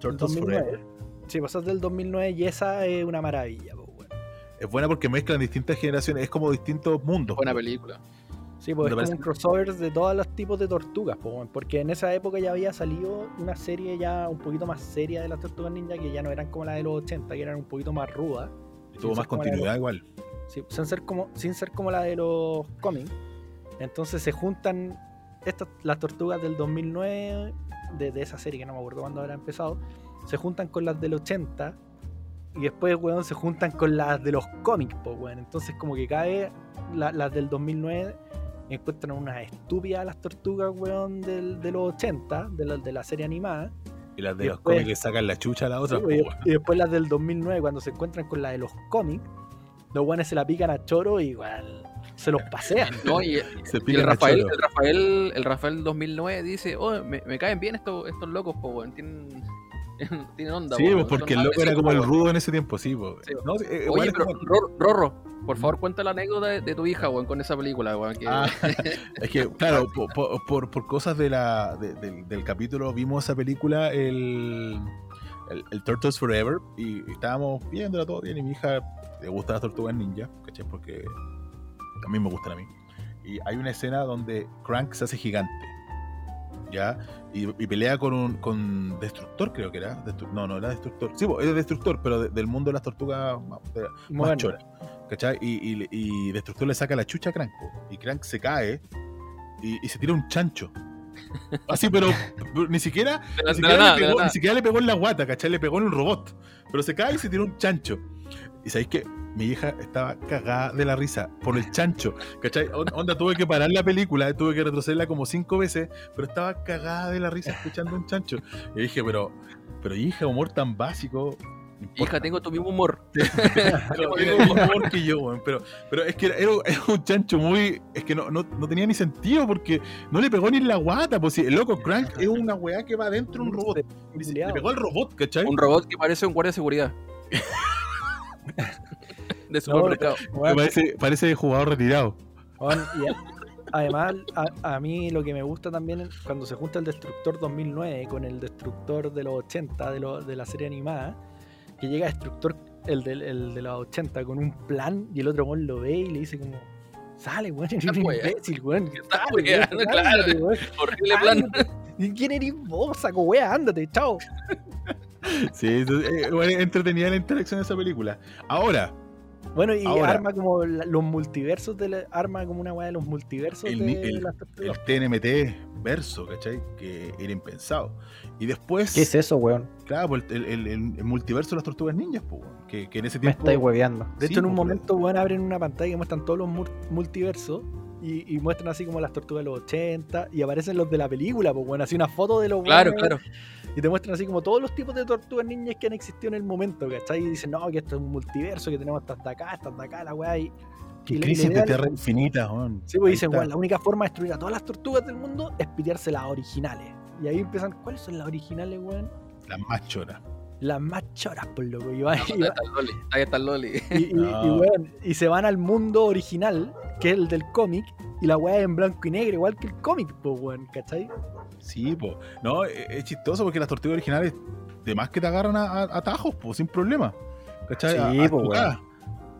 [SPEAKER 7] Turtles
[SPEAKER 9] 2009.
[SPEAKER 7] Forever.
[SPEAKER 9] Sí, pasas del 2009 y esa es una maravilla, pues, weón.
[SPEAKER 7] Es buena porque mezclan distintas generaciones, es como distintos mundos.
[SPEAKER 8] Buena película.
[SPEAKER 9] Sí, pues
[SPEAKER 7] Me
[SPEAKER 9] es como
[SPEAKER 7] parece-
[SPEAKER 9] un crossover de todos los tipos de tortugas, po, weón, porque en esa época ya había salido una serie ya un poquito más seria de las tortugas ninja, que ya no eran como las de los 80, que eran un poquito más rudas,
[SPEAKER 7] Y tuvo más
[SPEAKER 9] Esa es como la de
[SPEAKER 7] continuidad igual.
[SPEAKER 9] sí, sin, ser como, sin ser como la de los cómics. Entonces se juntan estas, las tortugas del 2009, de, de esa serie que no me acuerdo cuándo habrá empezado, se juntan con las del 80 y después, weón, se juntan con las de los cómics, po, weón. Entonces como que cae la- las del 2009 encuentran unas estúpidas las tortugas, weón, del, de los 80, de la, de la serie animada.
[SPEAKER 7] Y las de
[SPEAKER 9] Y
[SPEAKER 7] los
[SPEAKER 9] después-
[SPEAKER 7] cómics que sacan la chucha a la otra.
[SPEAKER 9] Sí,
[SPEAKER 7] po,
[SPEAKER 9] y,
[SPEAKER 7] weón.
[SPEAKER 9] y después las del 2009, cuando se encuentran con la de los cómics, los guanes se la pican a choro y weón, se los pasean.
[SPEAKER 8] No, y,
[SPEAKER 7] Se
[SPEAKER 8] y el,
[SPEAKER 7] pican a
[SPEAKER 8] Rafael,
[SPEAKER 7] choro.
[SPEAKER 8] el Rafael, el Rafael 2009 dice, oh, me, me caen bien estos, estos locos, po, weón, tienen, tienen onda.
[SPEAKER 7] Sí,
[SPEAKER 8] po,
[SPEAKER 7] pues
[SPEAKER 8] weón,
[SPEAKER 7] porque
[SPEAKER 8] son
[SPEAKER 7] el loco era
[SPEAKER 8] agresivos,
[SPEAKER 7] como el
[SPEAKER 8] weón".
[SPEAKER 7] rudo en ese tiempo, sí, po.
[SPEAKER 8] Sí,
[SPEAKER 7] No, sí, eh, igual
[SPEAKER 8] Oye,
[SPEAKER 7] es
[SPEAKER 8] pero
[SPEAKER 7] como-
[SPEAKER 8] Ror- Rorro, por favor cuéntale la anécdota de, de tu hija, weón, con esa película, weón. que-
[SPEAKER 7] Ah, es que, claro, po- po- por, por cosas de la, de- del, del capítulo vimos esa película, el, el, el Turtles Forever, y estábamos viéndola todo bien, y mi hija le gustan las tortugas ninja, ¿cachai? Porque a mí me gustan a mí. Y hay una escena donde Crank se hace gigante, ¿ya? Y, y pelea con un con Destructor, creo que era. Destru- no, no era Destructor. Sí, po, era Destructor, pero de- del mundo de las tortugas más- de- más
[SPEAKER 9] Bueno,
[SPEAKER 7] chora, ¿Cachai? Y, y, y Destructor le saca la chucha a Crank. po. Y Crank se cae y, y se tira un chancho. Así, pero, pero ni siquiera, ni
[SPEAKER 8] De la- de la
[SPEAKER 7] siquiera,
[SPEAKER 8] nada, de
[SPEAKER 7] le
[SPEAKER 8] la
[SPEAKER 7] pegó,
[SPEAKER 8] nada.
[SPEAKER 7] ni siquiera le pegó en la guata, ¿cachai? Le pegó en un robot. Pero se cae y se tiró un chancho. Y sabéis que mi hija estaba cagada de la risa por el chancho. ¿Cachai? On- Onda, tuve que parar la película, tuve que retrocederla como cinco veces, pero estaba cagada de la risa escuchando un chancho. Y dije, pero, pero hija, humor tan básico. no importa.
[SPEAKER 8] Hija, tengo tu mismo humor.
[SPEAKER 7] Pero tengo un humor que yo, weón, pero, pero es que era, era- era un chancho muy. Es que no, no, no tenía ni sentido porque no le pegó ni en la guata. Pues si el loco Crank es una weá que va dentro de un robot. Ni si- Le pegó al robot, ¿cachai?
[SPEAKER 8] Un robot que parece un guardia de seguridad. de
[SPEAKER 9] No,
[SPEAKER 8] supermercado.
[SPEAKER 9] weón,
[SPEAKER 7] Parece, parece jugador retirado.
[SPEAKER 9] Weón, y a- además, a, a mí lo que me gusta también es cuando se junta el Destructor 2009 con el Destructor de los 80 de, lo- de la serie animada, que llega Destructor, el de, el de los 80, con un plan y el otro weón lo ve y le dice como, sale, weón, eres un
[SPEAKER 8] Ah, weón.
[SPEAKER 9] imbécil, weón.
[SPEAKER 8] Ah,
[SPEAKER 9] sale,
[SPEAKER 8] weón,
[SPEAKER 9] weón,
[SPEAKER 8] claro.
[SPEAKER 9] ándate, weón,
[SPEAKER 8] Horrible plan.
[SPEAKER 9] ándate. ¿Quién eres vos, saco wea? Ándate, chao.
[SPEAKER 7] Sí, entonces, eh, bueno, entretenida la interacción de esa película. Ahora,
[SPEAKER 9] Bueno, y
[SPEAKER 7] Ahora.
[SPEAKER 9] arma como la- los multiversos, de la- arma como una weá de los multiversos
[SPEAKER 7] El ni-
[SPEAKER 9] de las
[SPEAKER 7] el
[SPEAKER 9] tortugas.
[SPEAKER 7] TNMT verso, ¿cachai? Que era impensado. Y después,
[SPEAKER 4] ¿Qué es eso, weón?
[SPEAKER 7] claro, pues, el, el- el- el multiverso de las tortugas ninjas, pues, weón, que, que en ese
[SPEAKER 4] Me
[SPEAKER 7] tiempo.
[SPEAKER 4] estáis hueveando.
[SPEAKER 9] De
[SPEAKER 7] Sí,
[SPEAKER 9] hecho, en un
[SPEAKER 7] pues, weón.
[SPEAKER 9] momento, weón, abren una pantalla que muestran todos los mur- multiversos y, y muestran así como las tortugas de los 80 y aparecen los de la película, pues, bueno, así una foto de los
[SPEAKER 8] Claro,
[SPEAKER 9] weones,
[SPEAKER 8] claro.
[SPEAKER 9] Y te muestran así como todos los tipos de tortugas ninjas que han existido en el momento, ¿cachai? Y dicen, no, que esto es un multiverso, que tenemos hasta hasta acá, hasta hasta acá, la weá. Y, y
[SPEAKER 7] Qué
[SPEAKER 9] la- y la
[SPEAKER 7] crisis
[SPEAKER 9] idea-
[SPEAKER 7] de tierra infinita, weón.
[SPEAKER 9] Sí, pues
[SPEAKER 7] Ahí
[SPEAKER 9] dicen,
[SPEAKER 7] está.
[SPEAKER 9] weón, la única forma de destruir a todas las tortugas del mundo es pitearse las originales. Y ahí empiezan, ¿cuáles son las originales, weón?
[SPEAKER 7] La más chora.
[SPEAKER 9] Las más choras, por loco. Y, va-
[SPEAKER 8] Ahí
[SPEAKER 9] y va-
[SPEAKER 8] está el Loli. Ahí está el Loli.
[SPEAKER 9] y, y-
[SPEAKER 7] No.
[SPEAKER 9] y, weón, y se van al mundo original, que es el del cómic, y la weá es en blanco y negro, igual que el cómic, pues weón, ¿cachai?
[SPEAKER 7] Sí, po. No, e- es chistoso porque las tortugas originales, de más que te agarran a, a- a tajos, po, sin problema. ¿Cachai?
[SPEAKER 4] Sí,
[SPEAKER 7] A- a
[SPEAKER 4] po,
[SPEAKER 7] tocadas.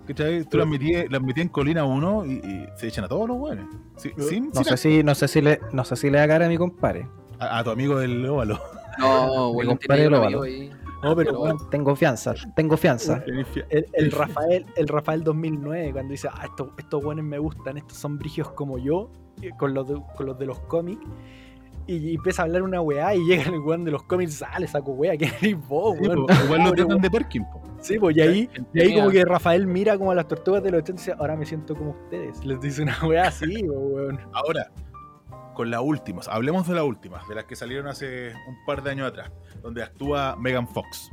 [SPEAKER 7] ¿Cachai? Tú las metías las metí en colina uno y, y se echan a todos los buenos. sin,
[SPEAKER 4] No
[SPEAKER 7] sin
[SPEAKER 4] sé si, no sé si le, no sé si le da cara a mi compadre.
[SPEAKER 7] a, a tu amigo del óvalo.
[SPEAKER 8] No,
[SPEAKER 4] Mi
[SPEAKER 8] weón,
[SPEAKER 4] compadre
[SPEAKER 8] tiene un
[SPEAKER 4] lo
[SPEAKER 8] amigo
[SPEAKER 4] való.
[SPEAKER 8] ahí.
[SPEAKER 9] No, pero
[SPEAKER 8] Pero
[SPEAKER 9] weón,
[SPEAKER 4] Tengo fianza, tengo fianza.
[SPEAKER 9] el, el Rafael, el Rafael 2009, cuando dice, ah, estos, estos weones me gustan, estos son brigios como yo, y con los de, con los, de los cómics. Y, y empieza a hablar una weá y llega el weón de los cómics, sale, saco weá, que eres vos,
[SPEAKER 7] Sí,
[SPEAKER 9] weón.
[SPEAKER 7] po, igual lo
[SPEAKER 9] Pobre
[SPEAKER 7] tratan de Perkin, po.
[SPEAKER 9] Sí, pues y ahí, y ahí
[SPEAKER 8] Mira.
[SPEAKER 9] como que Rafael mira como a las tortugas de los 80 y dice, ahora me siento como ustedes. Les dice una weá así, po, weón.
[SPEAKER 7] Ahora, con las últimas, hablemos de las últimas, de las que salieron hace un par de años atrás, donde actúa Megan Fox,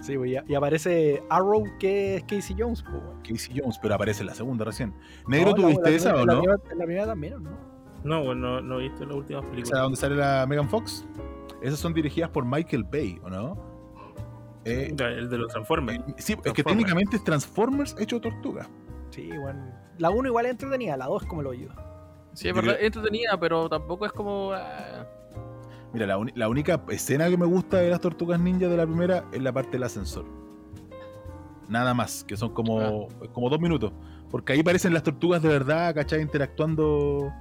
[SPEAKER 9] Sí, güey, y- y aparece Arrow, que es Casey Jones, po, güey.
[SPEAKER 7] Casey Jones, pero aparece en la segunda recién. Negro,
[SPEAKER 9] No, la-
[SPEAKER 7] ¿tuviste
[SPEAKER 9] la-
[SPEAKER 7] esa
[SPEAKER 9] la-
[SPEAKER 7] o
[SPEAKER 9] la
[SPEAKER 7] no?
[SPEAKER 9] primera- La, primera también, ¿o ¿no?
[SPEAKER 3] No, bueno, no, no he visto las últimas
[SPEAKER 7] ¿Esa es
[SPEAKER 3] películas.
[SPEAKER 7] donde sale la Megan Fox? Esas son dirigidas por Michael Bay, ¿o no? Eh,
[SPEAKER 3] Ya, El de los Transformers.
[SPEAKER 7] sí, es que
[SPEAKER 3] Transformers.
[SPEAKER 7] técnicamente es Transformers hecho tortuga.
[SPEAKER 9] Sí, bueno. La 1 igual es entretenida, la 2 como lo oído.
[SPEAKER 8] Sí, es
[SPEAKER 7] Yo
[SPEAKER 8] verdad,
[SPEAKER 7] creo-
[SPEAKER 8] es entretenida, pero tampoco es como. ah,
[SPEAKER 7] Mira, la, uni- la única escena que me gusta de las tortugas ninja de la primera es la parte del ascensor. Nada más, que son como, como dos minutos. Porque ahí parecen las tortugas de verdad, ¿cachai? Interactuando,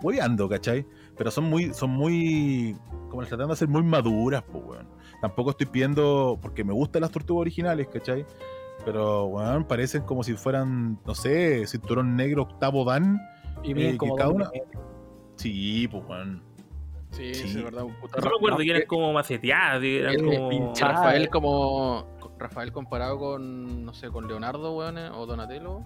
[SPEAKER 7] hueveando, ¿cachai? Pero son muy, son muy, como las tratando de ser muy maduras, pues, weón. Tampoco estoy pidiendo, porque me gustan las tortugas originales, ¿cachai? Pero, weón, parecen como si fueran, no sé, cinturón negro, octavo dan.
[SPEAKER 9] Y
[SPEAKER 7] Eh,
[SPEAKER 9] miren
[SPEAKER 7] que
[SPEAKER 9] como
[SPEAKER 7] cada
[SPEAKER 9] dos
[SPEAKER 7] una-
[SPEAKER 9] minutos.
[SPEAKER 7] Sí, pues, weón.
[SPEAKER 8] Sí,
[SPEAKER 7] Sí.
[SPEAKER 8] sí, es verdad. un puto
[SPEAKER 3] Yo
[SPEAKER 8] ra-
[SPEAKER 3] me acuerdo
[SPEAKER 8] no,
[SPEAKER 3] que eran como maceteadas, que eran
[SPEAKER 8] el- el
[SPEAKER 3] como.
[SPEAKER 8] pinche Rafael como. Rafael comparado con. No sé, con Leonardo, weón, eh, o Donatello.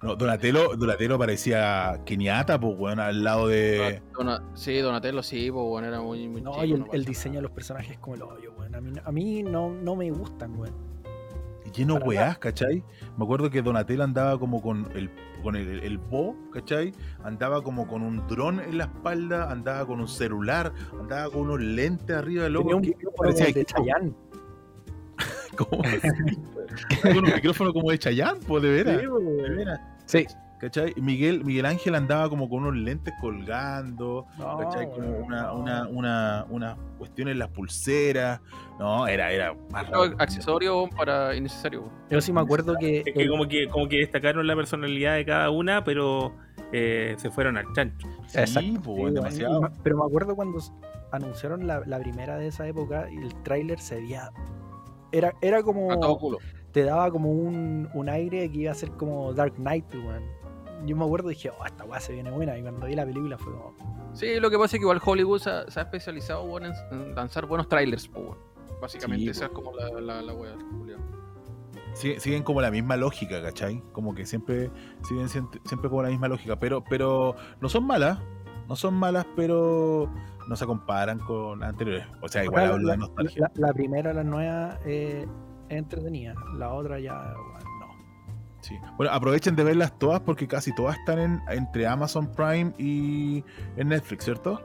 [SPEAKER 7] No, Donatello, Donatello parecía Kenyatta, pues, weón, al lado
[SPEAKER 8] Eh.
[SPEAKER 7] de.
[SPEAKER 8] Ah, Dona- sí, Donatello, sí, pues, bueno, era muy. muy
[SPEAKER 9] No,
[SPEAKER 8] chico,
[SPEAKER 9] y el,
[SPEAKER 8] no
[SPEAKER 9] el
[SPEAKER 8] pasa
[SPEAKER 9] diseño de los personajes es como el hoyo, weón. A mí, no- a mí no, no me gustan, weón.
[SPEAKER 7] Lleno
[SPEAKER 9] para
[SPEAKER 7] weás, ¿cachai? Me acuerdo que Donatello andaba como con el con el, el, el bo, ¿cachai? Andaba como con un dron en la espalda, andaba con un celular, andaba con unos lentes arriba del
[SPEAKER 9] Tenía
[SPEAKER 7] ojo.
[SPEAKER 9] un
[SPEAKER 7] que
[SPEAKER 9] micrófono como
[SPEAKER 7] parecía
[SPEAKER 9] el de
[SPEAKER 7] equipo,
[SPEAKER 9] Chayanne.
[SPEAKER 7] como- Con un micrófono como de Chayanne, pues, de veras.
[SPEAKER 9] Sí, weón.
[SPEAKER 7] de veras,
[SPEAKER 4] Sí,
[SPEAKER 7] ¿Cachai? Miguel, Miguel Ángel andaba como con unos lentes colgando,
[SPEAKER 9] No,
[SPEAKER 7] ¿cachai? Como
[SPEAKER 9] weón,
[SPEAKER 7] una,
[SPEAKER 9] no.
[SPEAKER 7] una, una, una cuestión en las pulseras. No, era, era más
[SPEAKER 8] nada.
[SPEAKER 7] raro.
[SPEAKER 8] Pero Accesorio weón, para innecesario. weón.
[SPEAKER 9] Yo sí me acuerdo que.
[SPEAKER 3] Es que como que, como que destacaron la personalidad de cada una, pero eh, se fueron al chancho.
[SPEAKER 7] Sí,
[SPEAKER 4] Exacto.
[SPEAKER 7] po,
[SPEAKER 9] Sí,
[SPEAKER 7] weón,
[SPEAKER 9] weón, y
[SPEAKER 7] demasiado.
[SPEAKER 9] ma- Pero me acuerdo cuando s- anunciaron la, la primera de esa época y el tráiler se veía. Era, era como.
[SPEAKER 8] A todo culo.
[SPEAKER 9] te daba como un, un aire que iba a ser como Dark Knight, weón. Yo me acuerdo y dije, oh, esta weá se viene buena. Y cuando vi la película fue como,
[SPEAKER 8] Sí, lo que pasa es que igual Hollywood se ha, se ha especializado bueno, en, en lanzar buenos trailers, pues, bueno. Básicamente
[SPEAKER 7] Sí,
[SPEAKER 8] esa es como la, la, la wea, Julio.
[SPEAKER 7] Sigue- siguen como la misma lógica, ¿cachai? Como que siempre siguen sient- siempre como la misma lógica, pero pero no son malas, no son malas, pero no se comparan con las anteriores. O sea, igual
[SPEAKER 9] Ojalá
[SPEAKER 7] hablo
[SPEAKER 9] "Ah, la,
[SPEAKER 7] de nostalgia.
[SPEAKER 9] la- la primera, la nueva, eh, es entretenida. La otra ya, bueno, no.
[SPEAKER 7] Sí. Bueno, aprovechen de verlas todas porque casi todas están en, entre Amazon Prime y en Netflix, ¿cierto?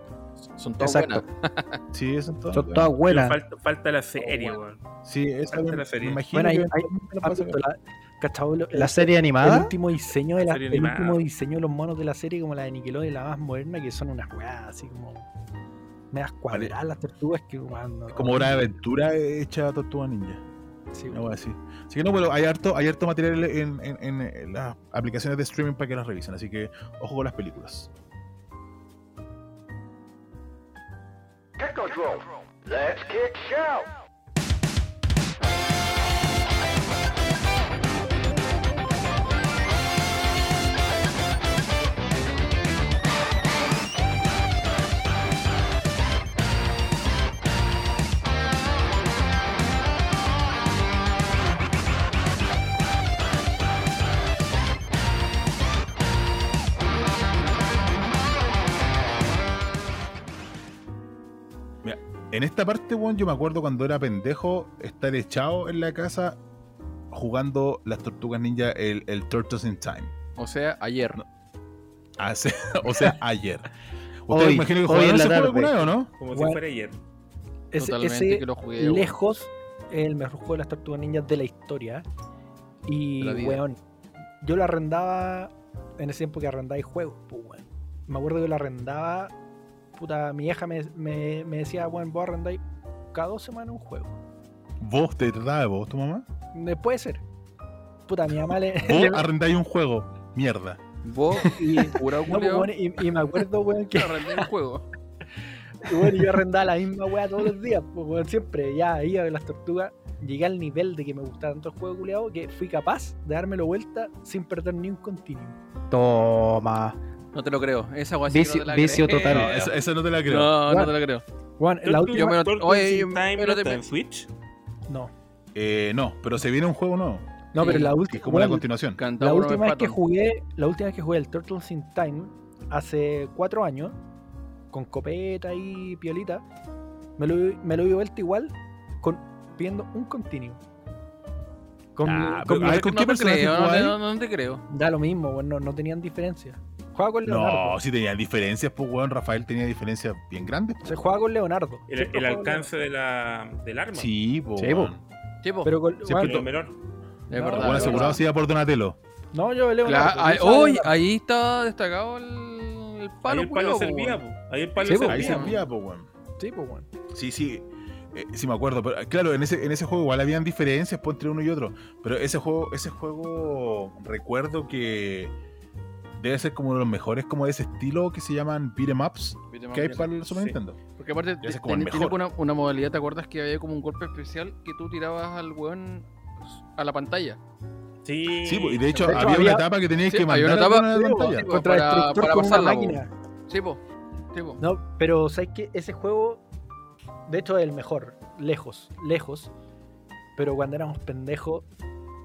[SPEAKER 8] Son todas
[SPEAKER 4] Exacto.
[SPEAKER 8] buenas.
[SPEAKER 7] Sí, son todas.
[SPEAKER 4] Son
[SPEAKER 7] buenas.
[SPEAKER 4] todas buenas.
[SPEAKER 3] Falta, falta la serie, weón.
[SPEAKER 7] Sí, esa
[SPEAKER 3] Falta
[SPEAKER 7] me-
[SPEAKER 3] la serie.
[SPEAKER 7] me imagino
[SPEAKER 9] Bueno, ahí,
[SPEAKER 7] que-
[SPEAKER 9] ahí- ah, pero la, ¿cachai? Lo-
[SPEAKER 4] ¿La serie
[SPEAKER 9] El
[SPEAKER 4] animada?
[SPEAKER 9] último diseño de la,
[SPEAKER 3] serie
[SPEAKER 9] el
[SPEAKER 3] animada.
[SPEAKER 9] último diseño de los monos de la serie, como la de Nickelodeon, la más moderna, que son unas weas así como. Me das cuadradas las tortugas que cuando.
[SPEAKER 7] es como una aventura hecha Tortuga Ninja.
[SPEAKER 9] Sí,
[SPEAKER 7] Una wea así. Así que no, bueno, hay harto, hay harto material en, en- en, eh, las aplicaciones de streaming para que las revisen. Así que ojo con las películas. Mira, en esta parte, weón, yo me acuerdo cuando era pendejo estar echado en la casa jugando las tortugas ninja, el, el Turtles in Time.
[SPEAKER 8] O sea, ayer.
[SPEAKER 7] Hace- o sea, ayer. Ustedes
[SPEAKER 4] Hoy,
[SPEAKER 7] imagino que
[SPEAKER 4] hoy
[SPEAKER 7] jugaron
[SPEAKER 4] en la
[SPEAKER 7] ese juego
[SPEAKER 4] tarde.
[SPEAKER 7] alguna vez, ¿o no?
[SPEAKER 3] Como
[SPEAKER 9] Bueno.
[SPEAKER 3] si fuera ayer.
[SPEAKER 9] Ese-
[SPEAKER 8] Totalmente
[SPEAKER 9] ese,
[SPEAKER 8] que lo jugué. weón.
[SPEAKER 9] lejos es el mejor juego de las tortugas ninjas de la historia. Y,
[SPEAKER 8] De la vida.
[SPEAKER 9] weón, yo lo arrendaba en ese tiempo que arrendáis juegos, pues, weón. Me acuerdo que lo arrendaba. Puta, mi hija me, me- me decía, weón, vos arrendáis cada dos semanas un juego.
[SPEAKER 7] ¿Vos te trataba de vos, tu mamá?
[SPEAKER 9] Me puede ser. Puta, mi mamá le.
[SPEAKER 7] ¿Vos arrendáis un juego? Mierda.
[SPEAKER 8] Vos y pura
[SPEAKER 9] No, pues,
[SPEAKER 8] Julio.
[SPEAKER 9] weón, y, y me acuerdo, weón, que
[SPEAKER 8] arrendé el juego.
[SPEAKER 9] Y bueno, yo arrendaba la misma weá todos los días, pues, weón, siempre, ya iba a las tortugas. Llegué al nivel de que me gustaba tanto el juego culiado que fui capaz de dármelo vuelta sin perder ni un continuo.
[SPEAKER 4] Toma.
[SPEAKER 8] No te lo creo. Esa wea sí que no
[SPEAKER 4] Vicio-
[SPEAKER 8] te la
[SPEAKER 4] vicio
[SPEAKER 8] creo.
[SPEAKER 4] total.
[SPEAKER 7] No, esa, esa no te la creo.
[SPEAKER 8] No, no
[SPEAKER 9] Bueno.
[SPEAKER 8] te la creo.
[SPEAKER 9] Weón, la
[SPEAKER 3] Tortuga-
[SPEAKER 8] Yo
[SPEAKER 9] última.
[SPEAKER 8] me lo-
[SPEAKER 3] Tortugas
[SPEAKER 8] oye,
[SPEAKER 3] in Time
[SPEAKER 8] pero
[SPEAKER 3] no
[SPEAKER 8] te-
[SPEAKER 3] está en Switch.
[SPEAKER 9] No,
[SPEAKER 7] Eh, no, pero se viene un juego nuevo.
[SPEAKER 9] no, pero
[SPEAKER 8] Sí,
[SPEAKER 9] la
[SPEAKER 7] que Es
[SPEAKER 9] última.
[SPEAKER 7] como la
[SPEAKER 9] weón,
[SPEAKER 7] continuación.
[SPEAKER 8] Cantaba
[SPEAKER 9] La
[SPEAKER 8] Robert
[SPEAKER 9] última vez que
[SPEAKER 8] Patton.
[SPEAKER 9] jugué, la última vez que jugué el Turtles in Time hace cuatro años, con copeta y piolita, me lo, me lo di vuelta igual, con, pidiendo un continuo. Con,
[SPEAKER 7] Ah, pero-
[SPEAKER 9] con mi-
[SPEAKER 7] ay, ¿con
[SPEAKER 8] No
[SPEAKER 7] qué
[SPEAKER 8] te
[SPEAKER 7] personaje
[SPEAKER 8] creo, no te-
[SPEAKER 7] jugáis?
[SPEAKER 8] no, no te creo.
[SPEAKER 9] da lo mismo, weón, no, no tenían diferencia. Jugaba con Leonardo.
[SPEAKER 7] No, sí tenían diferencias, pues, weón. Rafael tenía diferencias bien grandes.
[SPEAKER 9] Se juega con Leonardo.
[SPEAKER 3] El,
[SPEAKER 9] Siempre
[SPEAKER 3] el
[SPEAKER 9] juega con
[SPEAKER 3] alcance de la, del arma.
[SPEAKER 7] Sí, pues.
[SPEAKER 4] Sí, po.
[SPEAKER 8] Tipo,
[SPEAKER 9] Leonardo. Pero con,
[SPEAKER 7] Siempre
[SPEAKER 3] Pero
[SPEAKER 9] bueno,
[SPEAKER 3] menor.
[SPEAKER 8] es
[SPEAKER 9] no,
[SPEAKER 8] verdad.
[SPEAKER 7] Bueno,
[SPEAKER 8] es
[SPEAKER 7] asegurado
[SPEAKER 8] verdad.
[SPEAKER 7] si iba por Donatello.
[SPEAKER 9] no, yo
[SPEAKER 8] Claro,
[SPEAKER 9] Leonardo.
[SPEAKER 8] ahí,
[SPEAKER 9] yo usaba
[SPEAKER 8] hoy,
[SPEAKER 9] Leonardo.
[SPEAKER 8] ahí está destacado el, el
[SPEAKER 3] Ahí
[SPEAKER 8] palo.
[SPEAKER 3] el
[SPEAKER 8] culiao,
[SPEAKER 3] palo
[SPEAKER 8] po,
[SPEAKER 3] servía,
[SPEAKER 8] weón.
[SPEAKER 3] po. Ahí el palo
[SPEAKER 9] Sí, po,
[SPEAKER 3] servía.
[SPEAKER 7] Ahí
[SPEAKER 9] Servía,
[SPEAKER 7] servía, pues, weón.
[SPEAKER 9] Sí, pues, weón.
[SPEAKER 7] Sí, sí. eh, sí me acuerdo, pero eh, claro, en ese, en ese juego igual habían diferencias pues, entre uno y otro. Pero ese juego, ese juego recuerdo que debe ser como uno de los mejores como de ese estilo que se llaman beat 'em ups
[SPEAKER 8] Viste, más
[SPEAKER 7] que hay
[SPEAKER 8] bien.
[SPEAKER 7] para el Super
[SPEAKER 3] Sí.
[SPEAKER 7] Nintendo.
[SPEAKER 8] Porque aparte
[SPEAKER 7] ese es
[SPEAKER 8] te-
[SPEAKER 7] como el
[SPEAKER 8] tiene- tiene
[SPEAKER 7] mejor.
[SPEAKER 8] una, una modalidad, ¿te acuerdas que había como un golpe especial que tú tirabas al weón a la pantalla?
[SPEAKER 3] Sí.
[SPEAKER 7] Sí, pues, y de hecho,
[SPEAKER 9] De hecho,
[SPEAKER 7] había, una
[SPEAKER 9] había-
[SPEAKER 7] etapa que tenías
[SPEAKER 8] sí,
[SPEAKER 7] que
[SPEAKER 8] había
[SPEAKER 7] mandar
[SPEAKER 8] una
[SPEAKER 7] a
[SPEAKER 8] etapa-
[SPEAKER 7] alguna de
[SPEAKER 8] sí,
[SPEAKER 7] la
[SPEAKER 8] pues,
[SPEAKER 7] pantalla.
[SPEAKER 8] sí,
[SPEAKER 9] Contra
[SPEAKER 8] para-
[SPEAKER 9] Destructor
[SPEAKER 8] para
[SPEAKER 9] con una
[SPEAKER 8] pasarla, po.
[SPEAKER 9] máquina.
[SPEAKER 8] Sí, po. Sí, po.
[SPEAKER 9] No, pero sabes que ese juego, de hecho, es el mejor. Lejos, lejos. Pero cuando éramos pendejos,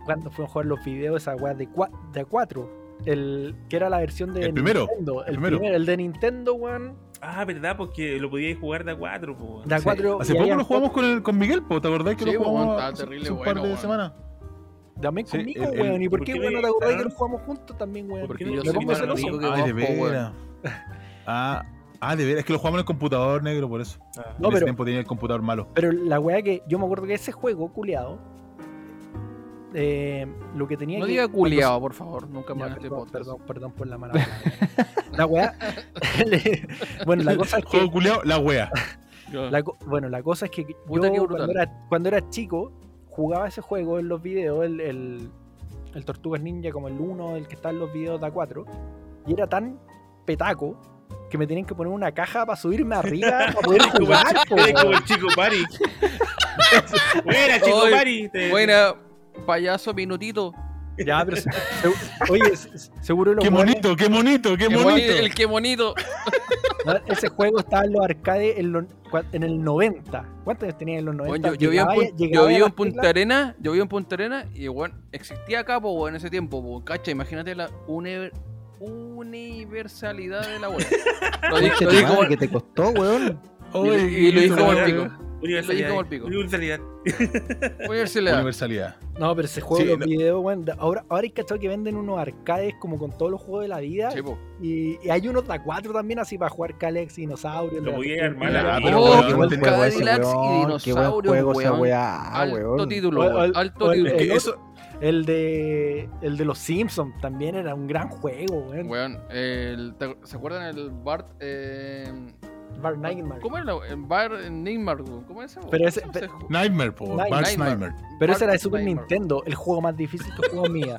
[SPEAKER 9] cuando fuimos a jugar los videos, esa weá de, cua- de a cuatro. El, que era la versión de
[SPEAKER 7] El primero,
[SPEAKER 9] Nintendo. El,
[SPEAKER 7] el primero.
[SPEAKER 9] primero, el de Nintendo, weón.
[SPEAKER 3] Ah, verdad, porque lo podíais jugar de a 4, po.
[SPEAKER 9] De a
[SPEAKER 8] Sí.
[SPEAKER 9] cuatro.
[SPEAKER 7] Hace
[SPEAKER 9] y
[SPEAKER 7] poco
[SPEAKER 9] habían
[SPEAKER 7] lo jugamos con, el- con Miguel, po, ¿te acordás que
[SPEAKER 8] Sí,
[SPEAKER 7] lo
[SPEAKER 8] po,
[SPEAKER 7] jugamos
[SPEAKER 8] estaba
[SPEAKER 7] hace-
[SPEAKER 8] terrible
[SPEAKER 7] hace un
[SPEAKER 8] bueno,
[SPEAKER 7] par de
[SPEAKER 8] weón.
[SPEAKER 7] semanas?
[SPEAKER 9] También
[SPEAKER 7] Sí,
[SPEAKER 9] conmigo,
[SPEAKER 7] el- el-
[SPEAKER 9] weón. ¿Y por
[SPEAKER 3] ¿por
[SPEAKER 9] qué,
[SPEAKER 3] qué
[SPEAKER 9] weón, no te
[SPEAKER 3] me
[SPEAKER 9] acordás que
[SPEAKER 3] instalaron?
[SPEAKER 9] lo jugamos juntos también, weón?
[SPEAKER 8] Porque
[SPEAKER 3] me
[SPEAKER 8] yo
[SPEAKER 3] pongo
[SPEAKER 8] soy más
[SPEAKER 9] celoso.
[SPEAKER 8] rico que
[SPEAKER 7] Ay, Ah, de
[SPEAKER 8] vos, po, weón.
[SPEAKER 7] veras. Ah, ah, de veras, es que lo jugamos en el computador negro, por eso.
[SPEAKER 3] Ah.
[SPEAKER 9] No,
[SPEAKER 7] en ese
[SPEAKER 9] pero-
[SPEAKER 7] tiempo tenía el computador malo.
[SPEAKER 9] Pero la weá que yo me acuerdo que ese juego, culeado, lo que tenía
[SPEAKER 8] No
[SPEAKER 9] que-
[SPEAKER 8] diga culiao, por favor, nunca
[SPEAKER 9] Ya,
[SPEAKER 8] más en este
[SPEAKER 9] perdón,
[SPEAKER 8] podcast.
[SPEAKER 9] perdón, perdón por la mala palabra. La weá. le- bueno, la cosa es
[SPEAKER 7] Juego
[SPEAKER 9] que.
[SPEAKER 7] culeado, la wea.
[SPEAKER 8] Yo-
[SPEAKER 9] la co- bueno, la cosa es que yo
[SPEAKER 8] Puta, qué brutal.
[SPEAKER 9] cuando, era, cuando era chico jugaba ese juego en los videos, el, el, el Tortugas Ninja como el 1, el que está en los videos de A4, y era tan petaco que me tenían que poner una caja para subirme arriba para poder jugar. po,
[SPEAKER 3] Eres como
[SPEAKER 9] weón.
[SPEAKER 3] el chico Pari. Buena, chico
[SPEAKER 8] Oye,
[SPEAKER 3] Pari. Te-
[SPEAKER 8] Buena, payaso, minutito.
[SPEAKER 9] Ya, pero se- se- oye, se- seguro los
[SPEAKER 7] Qué
[SPEAKER 9] weones-
[SPEAKER 7] bonito, qué bonito, qué
[SPEAKER 8] Qué
[SPEAKER 7] bonito.
[SPEAKER 8] boni- El que bonito.
[SPEAKER 9] No, ese juego estaba en los arcades en, los- cua- en el 90. ¿Cuántos años tenía en los 90?
[SPEAKER 8] Bueno, yo, yo
[SPEAKER 9] Llegaba-
[SPEAKER 8] vivo en, Pun-
[SPEAKER 9] llegaba
[SPEAKER 8] yo
[SPEAKER 9] a
[SPEAKER 8] vivo
[SPEAKER 9] las
[SPEAKER 8] en Punta
[SPEAKER 9] teclas-
[SPEAKER 8] Arena, yo vivo en Punta Arena y bueno, existía acá, po, weón, en ese tiempo, po, cacha, imagínate la univer- universalidad de la web. Lo di-
[SPEAKER 4] Conche
[SPEAKER 8] lo
[SPEAKER 4] tu
[SPEAKER 8] digo
[SPEAKER 4] madre,
[SPEAKER 8] como-
[SPEAKER 4] que te costó, weón.
[SPEAKER 8] y lo dijo como el pico. Lo
[SPEAKER 3] Universalidad.
[SPEAKER 8] dijo como el pico.
[SPEAKER 3] Universalidad.
[SPEAKER 8] Universalidad.
[SPEAKER 7] Universalidad.
[SPEAKER 9] No, pero ese juego,
[SPEAKER 7] Sí,
[SPEAKER 9] los
[SPEAKER 7] no.
[SPEAKER 9] videos, weón, da- ahora, ahora hay cachado que venden unos arcades como con todos los juegos de la vida.
[SPEAKER 8] Sí, po.
[SPEAKER 9] Y, y hay unos de a cuatro también así para jugar Calex, Dinosaurio.
[SPEAKER 3] Lo
[SPEAKER 9] la-
[SPEAKER 3] podía armar
[SPEAKER 7] Ya,
[SPEAKER 3] la
[SPEAKER 7] pero,
[SPEAKER 8] Oh,
[SPEAKER 7] weón,
[SPEAKER 8] qué
[SPEAKER 7] no
[SPEAKER 8] buen
[SPEAKER 7] tenía-
[SPEAKER 8] juego.
[SPEAKER 4] ese,
[SPEAKER 8] Cadillacs y
[SPEAKER 4] weón. Qué buen
[SPEAKER 8] dinosaurios,
[SPEAKER 4] juego esa
[SPEAKER 8] weón.
[SPEAKER 4] weá, Ah,
[SPEAKER 8] Alto
[SPEAKER 4] weón.
[SPEAKER 8] título,
[SPEAKER 9] O-
[SPEAKER 8] weón,
[SPEAKER 9] o-
[SPEAKER 8] alto
[SPEAKER 9] o el-
[SPEAKER 7] Es
[SPEAKER 8] título.
[SPEAKER 7] que
[SPEAKER 9] el otro-
[SPEAKER 7] eso,
[SPEAKER 9] El de, el de los Simpsons también era un gran juego, weón.
[SPEAKER 8] Weón, el- ¿te- ¿se acuerdan el Bart? Eh,
[SPEAKER 9] Bar Nightmare.
[SPEAKER 8] ¿Cómo era? la- El Bart Neymar, ¿cómo es ese? weón?
[SPEAKER 9] Pero ese-
[SPEAKER 8] ¿Cómo se
[SPEAKER 9] pe-
[SPEAKER 8] llama
[SPEAKER 7] Nightmare, po,
[SPEAKER 9] Nightmare.
[SPEAKER 7] Bart's
[SPEAKER 8] Nightmare.
[SPEAKER 7] Nightmare.
[SPEAKER 9] Pero ese era de
[SPEAKER 8] Bart
[SPEAKER 9] Super
[SPEAKER 8] Nightmare.
[SPEAKER 9] Nintendo, el juego más difícil que jugó mía.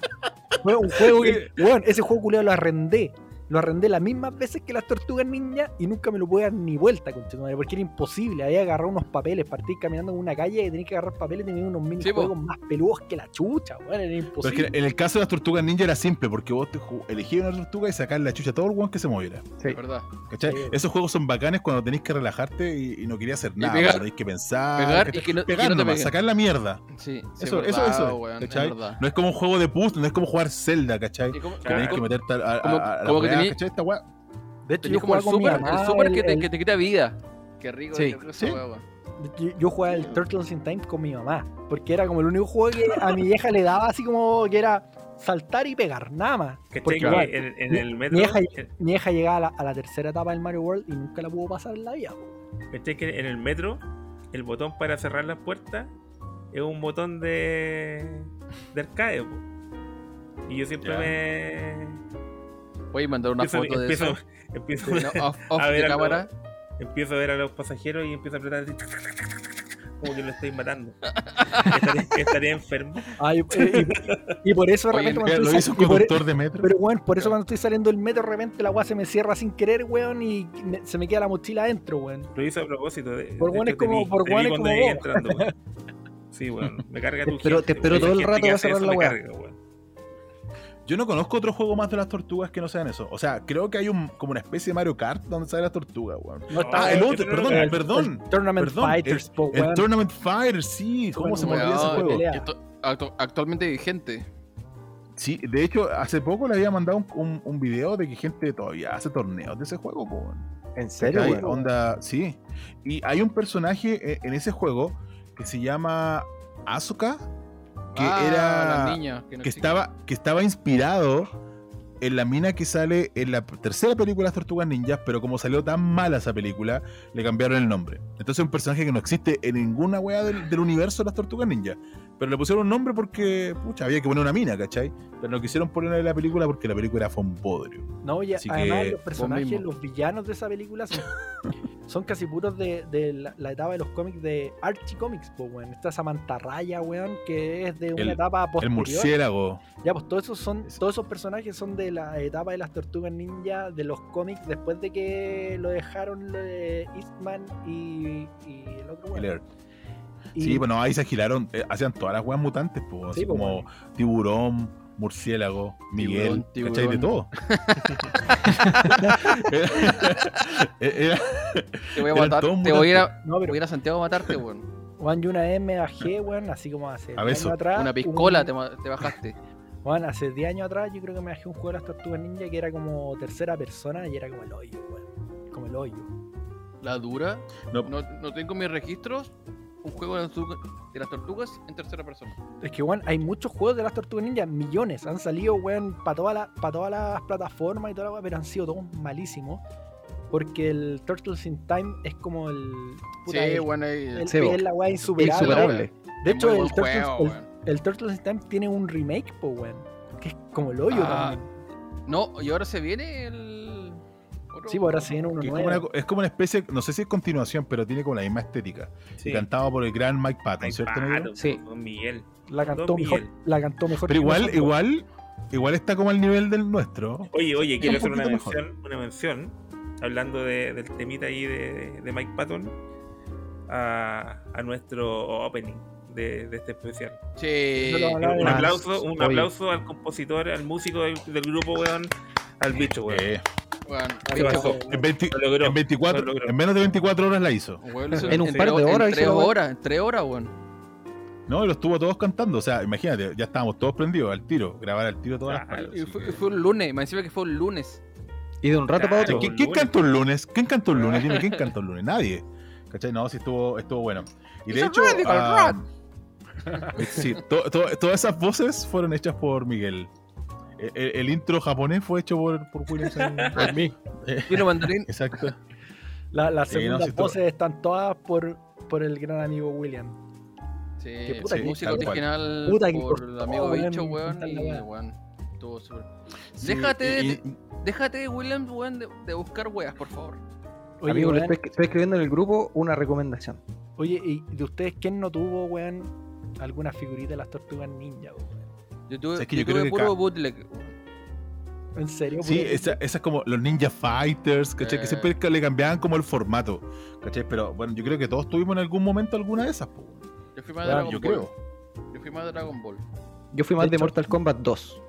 [SPEAKER 9] Fue un juego que, weón, ese juego culiao lo arrendé. Lo arrendé las mismas veces que las tortugas ninja y nunca me lo pude dar ni vuelta, conchetumare, porque era imposible. Había agarrado unos papeles, partí caminando en una calle y tenía que agarrar papeles y tenía unos minijuegos más peludos que la chucha, weón, era
[SPEAKER 7] Pero es
[SPEAKER 9] imposible.
[SPEAKER 7] que en el caso de las tortugas ninja era simple, porque vos te ju- elegías una tortuga y sacabas la chucha a todo el weón que se moviera.
[SPEAKER 8] Es verdad.
[SPEAKER 7] ¿Cachai?
[SPEAKER 9] Sí.
[SPEAKER 7] Esos juegos son bacanes cuando tenés que relajarte y, y no quería hacer nada.
[SPEAKER 8] pegar.
[SPEAKER 7] cuando tenés que pensar.
[SPEAKER 8] Pegar
[SPEAKER 7] ¿cachai?
[SPEAKER 8] y que no- y que
[SPEAKER 7] Pegar
[SPEAKER 8] no te
[SPEAKER 7] nomás,
[SPEAKER 8] peguen.
[SPEAKER 7] sacar la mierda.
[SPEAKER 8] Sí, sí,
[SPEAKER 7] Eso,
[SPEAKER 8] es
[SPEAKER 7] eso,
[SPEAKER 8] verdad,
[SPEAKER 7] eso.
[SPEAKER 8] weón, es
[SPEAKER 7] ¿cachai?
[SPEAKER 8] verdad. Ah,
[SPEAKER 7] No es como un juego de puzzle, no es como jugar Zelda, ¿cachai?
[SPEAKER 8] ¿Y
[SPEAKER 7] Que
[SPEAKER 8] cómo- cómo-
[SPEAKER 7] tenés que
[SPEAKER 8] cómo-
[SPEAKER 7] meterte a, a-
[SPEAKER 8] como-
[SPEAKER 7] a- a la
[SPEAKER 8] como que
[SPEAKER 7] weá,
[SPEAKER 8] tenés-
[SPEAKER 7] ¿cachai? Esta weá.
[SPEAKER 9] de hecho, yo
[SPEAKER 8] Tenés como
[SPEAKER 9] jugaba
[SPEAKER 8] el
[SPEAKER 9] con mi
[SPEAKER 8] super,
[SPEAKER 9] mamá,
[SPEAKER 8] el super que,
[SPEAKER 9] el-
[SPEAKER 8] te,
[SPEAKER 9] el-
[SPEAKER 8] que te quita vida. Qué rico,
[SPEAKER 4] Sí.
[SPEAKER 8] qué rico
[SPEAKER 7] Sí.
[SPEAKER 8] esa weá, weón.
[SPEAKER 9] Yo, yo jugaba el Turtles in Time con mi mamá, porque era como el único juego que a mi vieja le daba así como que era saltar y pegar, nada más.
[SPEAKER 3] ¿Cachai?
[SPEAKER 9] Porque,
[SPEAKER 3] Que
[SPEAKER 9] weón,
[SPEAKER 3] en, en el metro.
[SPEAKER 9] vieja-
[SPEAKER 3] en-
[SPEAKER 9] mi hija llegaba a la, a la tercera etapa del Mario World y nunca la pudo pasar en la vida. po.
[SPEAKER 3] ¿Cachai? Que en el metro, el botón para cerrar las puertas es un botón de. de arcade, po. Y yo siempre
[SPEAKER 7] Ya.
[SPEAKER 3] me.
[SPEAKER 8] Puedes mandar una
[SPEAKER 3] Empiezo,
[SPEAKER 8] foto de
[SPEAKER 3] empiezo,
[SPEAKER 8] eso.
[SPEAKER 3] empiezo,
[SPEAKER 8] Sí, no, off off
[SPEAKER 3] a
[SPEAKER 8] de
[SPEAKER 3] ver algo.
[SPEAKER 8] cámara.
[SPEAKER 3] empiezo a ver a los pasajeros y empiezo a apretar así, tac, tac, tac, tac, tac, tac, tac, como que lo estoy matando. Estaré, estaré enfermo.
[SPEAKER 9] Ay, eh, y, y por eso de
[SPEAKER 8] Oye,
[SPEAKER 9] repente cuando
[SPEAKER 7] Mira,
[SPEAKER 9] estoy
[SPEAKER 7] Lo
[SPEAKER 9] sal-
[SPEAKER 7] hizo un
[SPEAKER 9] y por- e
[SPEAKER 7] conductor de metro.
[SPEAKER 9] Pero bueno, por eso cuando estoy saliendo del metro de repente la weá se me cierra sin querer, weón, y me- se me queda la mochila adentro, weón.
[SPEAKER 3] Lo hice a propósito. De,
[SPEAKER 9] Por
[SPEAKER 3] de
[SPEAKER 9] Juan
[SPEAKER 3] hecho,
[SPEAKER 9] es
[SPEAKER 3] te
[SPEAKER 9] como-
[SPEAKER 3] vi-
[SPEAKER 9] por
[SPEAKER 3] te vi
[SPEAKER 9] Juan es
[SPEAKER 3] cuando
[SPEAKER 9] como
[SPEAKER 3] llegué
[SPEAKER 9] vos.
[SPEAKER 3] entrando, weón. Sí, weón. Me carga
[SPEAKER 4] Te
[SPEAKER 3] tu
[SPEAKER 4] espero-
[SPEAKER 3] gente,
[SPEAKER 4] te espero
[SPEAKER 3] weón,
[SPEAKER 4] todo el
[SPEAKER 3] esa gente
[SPEAKER 4] rato
[SPEAKER 3] que
[SPEAKER 4] para
[SPEAKER 3] hace
[SPEAKER 4] cerrar
[SPEAKER 3] eso
[SPEAKER 4] la
[SPEAKER 3] me
[SPEAKER 4] weá.
[SPEAKER 3] carga, weón.
[SPEAKER 7] Yo no conozco otro juego más de las tortugas que no sean eso. O sea, creo que hay un, como una especie de Mario Kart donde sale las tortugas, weón.
[SPEAKER 9] No
[SPEAKER 7] Ah, el
[SPEAKER 9] weón.
[SPEAKER 7] otro, perdón,
[SPEAKER 9] El-
[SPEAKER 7] perdón.
[SPEAKER 9] el Tournament
[SPEAKER 7] perdón,
[SPEAKER 9] Fighters, po,
[SPEAKER 7] El
[SPEAKER 9] weón.
[SPEAKER 7] Tournament Fighter, sí,
[SPEAKER 9] Bueno,
[SPEAKER 7] cómo se me
[SPEAKER 9] weón,
[SPEAKER 7] olvida ese
[SPEAKER 9] de
[SPEAKER 7] juego.
[SPEAKER 9] pelea.
[SPEAKER 8] que to- actu- actualmente vigente.
[SPEAKER 7] Sí, de hecho, hace poco le había mandado un, un- un video de que gente todavía hace torneos de ese juego, po, weón.
[SPEAKER 4] ¿En serio,
[SPEAKER 7] Hay
[SPEAKER 4] weón?
[SPEAKER 7] onda, sí. Y hay un personaje eh, en ese juego que se llama Asuka, que
[SPEAKER 8] Ah,
[SPEAKER 7] era
[SPEAKER 8] las niñas que, no
[SPEAKER 7] que
[SPEAKER 8] existen.
[SPEAKER 7] estaba que estaba inspirado en la mina que sale en la tercera película de las Tortugas Ninjas, pero como salió tan mala esa película, le cambiaron el nombre. Entonces es un personaje que no existe en ninguna weá del, del universo de las Tortugas Ninjas. Pero le pusieron un nombre porque, pucha, había que poner una mina, ¿cachai? Pero no quisieron ponerle en la película porque la película fue un podrio.
[SPEAKER 9] No, y
[SPEAKER 7] Así
[SPEAKER 9] además
[SPEAKER 7] que
[SPEAKER 9] los personajes,
[SPEAKER 8] mismo.
[SPEAKER 9] los villanos de esa película son, son casi puros de, de la, la etapa de los cómics de Archie Comics, po, weón. Está esa mantarraya, weón, que es de una
[SPEAKER 7] El-
[SPEAKER 9] etapa
[SPEAKER 7] El
[SPEAKER 9] posterior.
[SPEAKER 7] murciélago.
[SPEAKER 9] Ya, pues todos esos son, todos esos personajes son de la etapa de las tortugas ninja, de los cómics, después de que lo dejaron lo de Eastman y, y el otro
[SPEAKER 7] el
[SPEAKER 9] weón.
[SPEAKER 7] Earth.
[SPEAKER 9] Y-
[SPEAKER 7] Sí, bueno, ahí se agilaron, eh, hacían todas las weas mutantes, po,
[SPEAKER 9] Sí,
[SPEAKER 7] así
[SPEAKER 9] po,
[SPEAKER 7] como tiburón, murciélago, Miguel,
[SPEAKER 8] Tiburón,
[SPEAKER 7] ¿cachai? De todo. Era- era-
[SPEAKER 8] Te voy a
[SPEAKER 7] eran
[SPEAKER 8] matar.
[SPEAKER 7] todos
[SPEAKER 8] Te voy a ir a,
[SPEAKER 9] No,
[SPEAKER 8] voy a
[SPEAKER 9] pero
[SPEAKER 8] ir a Santiago a matarte, weón.
[SPEAKER 9] Juan, yo una vez me bajé, weón, así como hace
[SPEAKER 7] A
[SPEAKER 9] 10
[SPEAKER 7] beso.
[SPEAKER 9] años atrás.
[SPEAKER 8] Una piscola
[SPEAKER 9] Ah, un-
[SPEAKER 8] te, ma- te bajaste.
[SPEAKER 9] Juan, hace 10 años atrás yo creo que me bajé un juego de las tortugas ninja que era como tercera persona y era como el hoyo, weón. Como el hoyo.
[SPEAKER 8] La dura.
[SPEAKER 7] No.
[SPEAKER 8] No, no tengo mis registros. Un juego de las tortugas- de las tortugas en tercera persona.
[SPEAKER 9] Es que, weón, hay muchos juegos de las tortugas ninja, millones. Han salido, weón, para todas las pa' todas las plataformas y toda la weá, pero han sido todos malísimos. Porque el Turtles in Time es como el. puta,
[SPEAKER 8] sí,
[SPEAKER 9] el-
[SPEAKER 8] bueno, ahí-
[SPEAKER 9] el-
[SPEAKER 4] Sebo.
[SPEAKER 9] es la weá insuperable.
[SPEAKER 4] Insuperable.
[SPEAKER 9] De
[SPEAKER 8] es
[SPEAKER 9] hecho,
[SPEAKER 8] muy
[SPEAKER 9] el
[SPEAKER 8] buen
[SPEAKER 9] Turtles,
[SPEAKER 8] juego,
[SPEAKER 9] el-
[SPEAKER 8] weón.
[SPEAKER 9] el Turtles in Time tiene un remake, po, weón. Que es como el hoyo
[SPEAKER 8] Ah,
[SPEAKER 9] también.
[SPEAKER 8] No, y ahora se viene el. otro-
[SPEAKER 9] Sí, pues ahora se viene uno
[SPEAKER 7] que es,
[SPEAKER 9] nuevo.
[SPEAKER 7] como una, es como una especie, no sé si es continuación, pero tiene como la misma estética.
[SPEAKER 3] Sí.
[SPEAKER 7] Cantado por el gran Mike Patton,
[SPEAKER 3] Ay,
[SPEAKER 7] ¿cierto?
[SPEAKER 3] paro,
[SPEAKER 7] Miguel?
[SPEAKER 4] Sí.
[SPEAKER 3] Don Miguel.
[SPEAKER 9] La cantó
[SPEAKER 3] Don
[SPEAKER 9] mejor.
[SPEAKER 3] Miguel.
[SPEAKER 9] La cantó mejor.
[SPEAKER 7] Pero
[SPEAKER 9] que
[SPEAKER 7] igual,
[SPEAKER 9] nosotros.
[SPEAKER 7] igual, igual está como al nivel del nuestro.
[SPEAKER 3] Oye, oye, quiero hacer una
[SPEAKER 7] poquito mejor.
[SPEAKER 3] mención, una mención, hablando de- del temita ahí de, de Mike Patton, a, a nuestro opening de, de este especial.
[SPEAKER 8] Sí.
[SPEAKER 9] No lo hablaba
[SPEAKER 3] Un
[SPEAKER 9] Más,
[SPEAKER 3] aplauso, un
[SPEAKER 4] oye.
[SPEAKER 3] aplauso al compositor, al músico del, del grupo, weón, al bicho, weón.
[SPEAKER 7] Eh,
[SPEAKER 8] Bueno,
[SPEAKER 3] Se bajó.
[SPEAKER 7] En, 20
[SPEAKER 3] Lo logró.
[SPEAKER 7] en 24
[SPEAKER 3] Lo logró.
[SPEAKER 7] en menos de 24 horas la hizo.
[SPEAKER 8] Weón, lo hizo
[SPEAKER 4] En un
[SPEAKER 8] tres
[SPEAKER 4] par de
[SPEAKER 8] ho-
[SPEAKER 4] horas
[SPEAKER 8] En
[SPEAKER 4] hizo
[SPEAKER 8] tres
[SPEAKER 4] la weá.
[SPEAKER 8] horas, en tres horas, weón.
[SPEAKER 7] No, y lo estuvo todos cantando. O sea, imagínate, ya estábamos todos prendidos al tiro, grabar al tiro todas las
[SPEAKER 3] Claro,
[SPEAKER 7] partes,
[SPEAKER 8] Y
[SPEAKER 7] así
[SPEAKER 8] fue,
[SPEAKER 7] que-
[SPEAKER 8] fue un lunes, me decía que fue un lunes.
[SPEAKER 4] Y de un rato para otro.
[SPEAKER 3] Claro.
[SPEAKER 7] ¿Quién,
[SPEAKER 3] Un
[SPEAKER 7] quién
[SPEAKER 3] lunes.
[SPEAKER 7] cantó el lunes? ¿Quién cantó el lunes? Dime, ¿quién cantó el lunes? Nadie. ¿Cachai? No, sí estuvo, estuvo bueno. Y de
[SPEAKER 8] It's a
[SPEAKER 7] hecho.
[SPEAKER 8] radical
[SPEAKER 7] ah, eh, sí, to- to- todas esas voces fueron hechas por Miguel. E- e- El, intro japonés fue hecho por, por William Sandberg.
[SPEAKER 9] Por mí.
[SPEAKER 8] Vino mandarín.
[SPEAKER 7] Exacto.
[SPEAKER 9] La- las
[SPEAKER 7] Sí, no,
[SPEAKER 9] segundas
[SPEAKER 7] sí, tú-
[SPEAKER 9] voces están todas por, por el gran amigo William.
[SPEAKER 8] Sí,
[SPEAKER 9] Qué puta
[SPEAKER 8] sí,
[SPEAKER 9] que-
[SPEAKER 8] música
[SPEAKER 7] tal cual.
[SPEAKER 8] original
[SPEAKER 9] Puta que
[SPEAKER 8] por el
[SPEAKER 9] costó,
[SPEAKER 8] amigo
[SPEAKER 9] weón,
[SPEAKER 8] bicho, weón.
[SPEAKER 9] inventar
[SPEAKER 8] Y
[SPEAKER 9] la weá.
[SPEAKER 8] weón, estuvo súper.
[SPEAKER 7] Sí,
[SPEAKER 8] Déjate de-
[SPEAKER 7] y- y-
[SPEAKER 8] Déjate, William, weón, de, de buscar weas, por favor.
[SPEAKER 9] Oye,
[SPEAKER 4] Amigo, le
[SPEAKER 9] weón,
[SPEAKER 4] estoy, estoy escribiendo en el grupo una recomendación.
[SPEAKER 9] oye, ¿y de ustedes quién no tuvo, weón, alguna figurita de las tortugas ninja, weón?
[SPEAKER 8] Yo tuve,
[SPEAKER 7] O sea, es que
[SPEAKER 8] yo
[SPEAKER 7] yo creo
[SPEAKER 8] tuve
[SPEAKER 7] que
[SPEAKER 8] puro
[SPEAKER 7] ca-
[SPEAKER 8] bootleg. weón.
[SPEAKER 9] ¿En serio?
[SPEAKER 7] Sí,
[SPEAKER 9] puro-
[SPEAKER 7] esa, esa es como los Ninja Fighters, ¿cachai?
[SPEAKER 8] Eh.
[SPEAKER 7] Que siempre ca- le cambiaban como el formato, ¿cachai? Pero bueno, yo creo que todos tuvimos en algún momento alguna de esas, po.
[SPEAKER 8] Yo fui más de
[SPEAKER 9] Weón,
[SPEAKER 8] Dragon
[SPEAKER 7] yo
[SPEAKER 8] Ball.
[SPEAKER 7] creo.
[SPEAKER 8] Yo fui más de Dragon Ball.
[SPEAKER 4] Yo fui más
[SPEAKER 9] De
[SPEAKER 4] de,
[SPEAKER 9] hecho-
[SPEAKER 4] Mortal Kombat 2.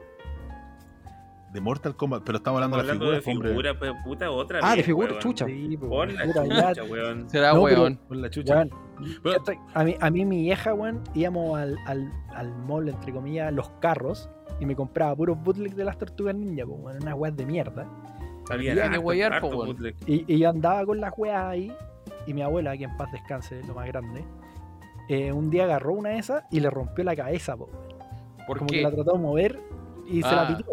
[SPEAKER 7] De Mortal Kombat, pero estamos hablando,
[SPEAKER 3] Hablando
[SPEAKER 7] de la
[SPEAKER 3] de
[SPEAKER 7] figura, hombre.
[SPEAKER 3] figura, pues, puta, otra
[SPEAKER 4] Ah, de
[SPEAKER 3] vez,
[SPEAKER 4] figura,
[SPEAKER 3] weón.
[SPEAKER 4] chucha.
[SPEAKER 9] Sí, po,
[SPEAKER 3] Por la
[SPEAKER 9] puta, ya-
[SPEAKER 3] chucha, weón.
[SPEAKER 8] Será
[SPEAKER 9] No, pero-
[SPEAKER 8] Ah, weón.
[SPEAKER 7] Con la chucha.
[SPEAKER 9] weón,
[SPEAKER 7] Pero-
[SPEAKER 9] ya estoy- a, mí, a mí mi vieja, weón, íbamos al, al, al mall, entre comillas, los carros, y me compraba puros bootleg de las tortugas ninja, po, weón, unas weas de mierda.
[SPEAKER 3] Había
[SPEAKER 8] Tiene que
[SPEAKER 3] harto,
[SPEAKER 8] guayar,
[SPEAKER 3] harto
[SPEAKER 8] po, weón.
[SPEAKER 3] bootleg.
[SPEAKER 9] Y, y yo andaba con las weas ahí, y mi abuela, que en paz descanse, lo más grande, eh, un día agarró una de esas y le rompió la cabeza, po, weón.
[SPEAKER 8] ¿Por
[SPEAKER 9] como
[SPEAKER 8] qué?
[SPEAKER 9] que la trató de mover y se
[SPEAKER 8] Ah.
[SPEAKER 9] la pitó.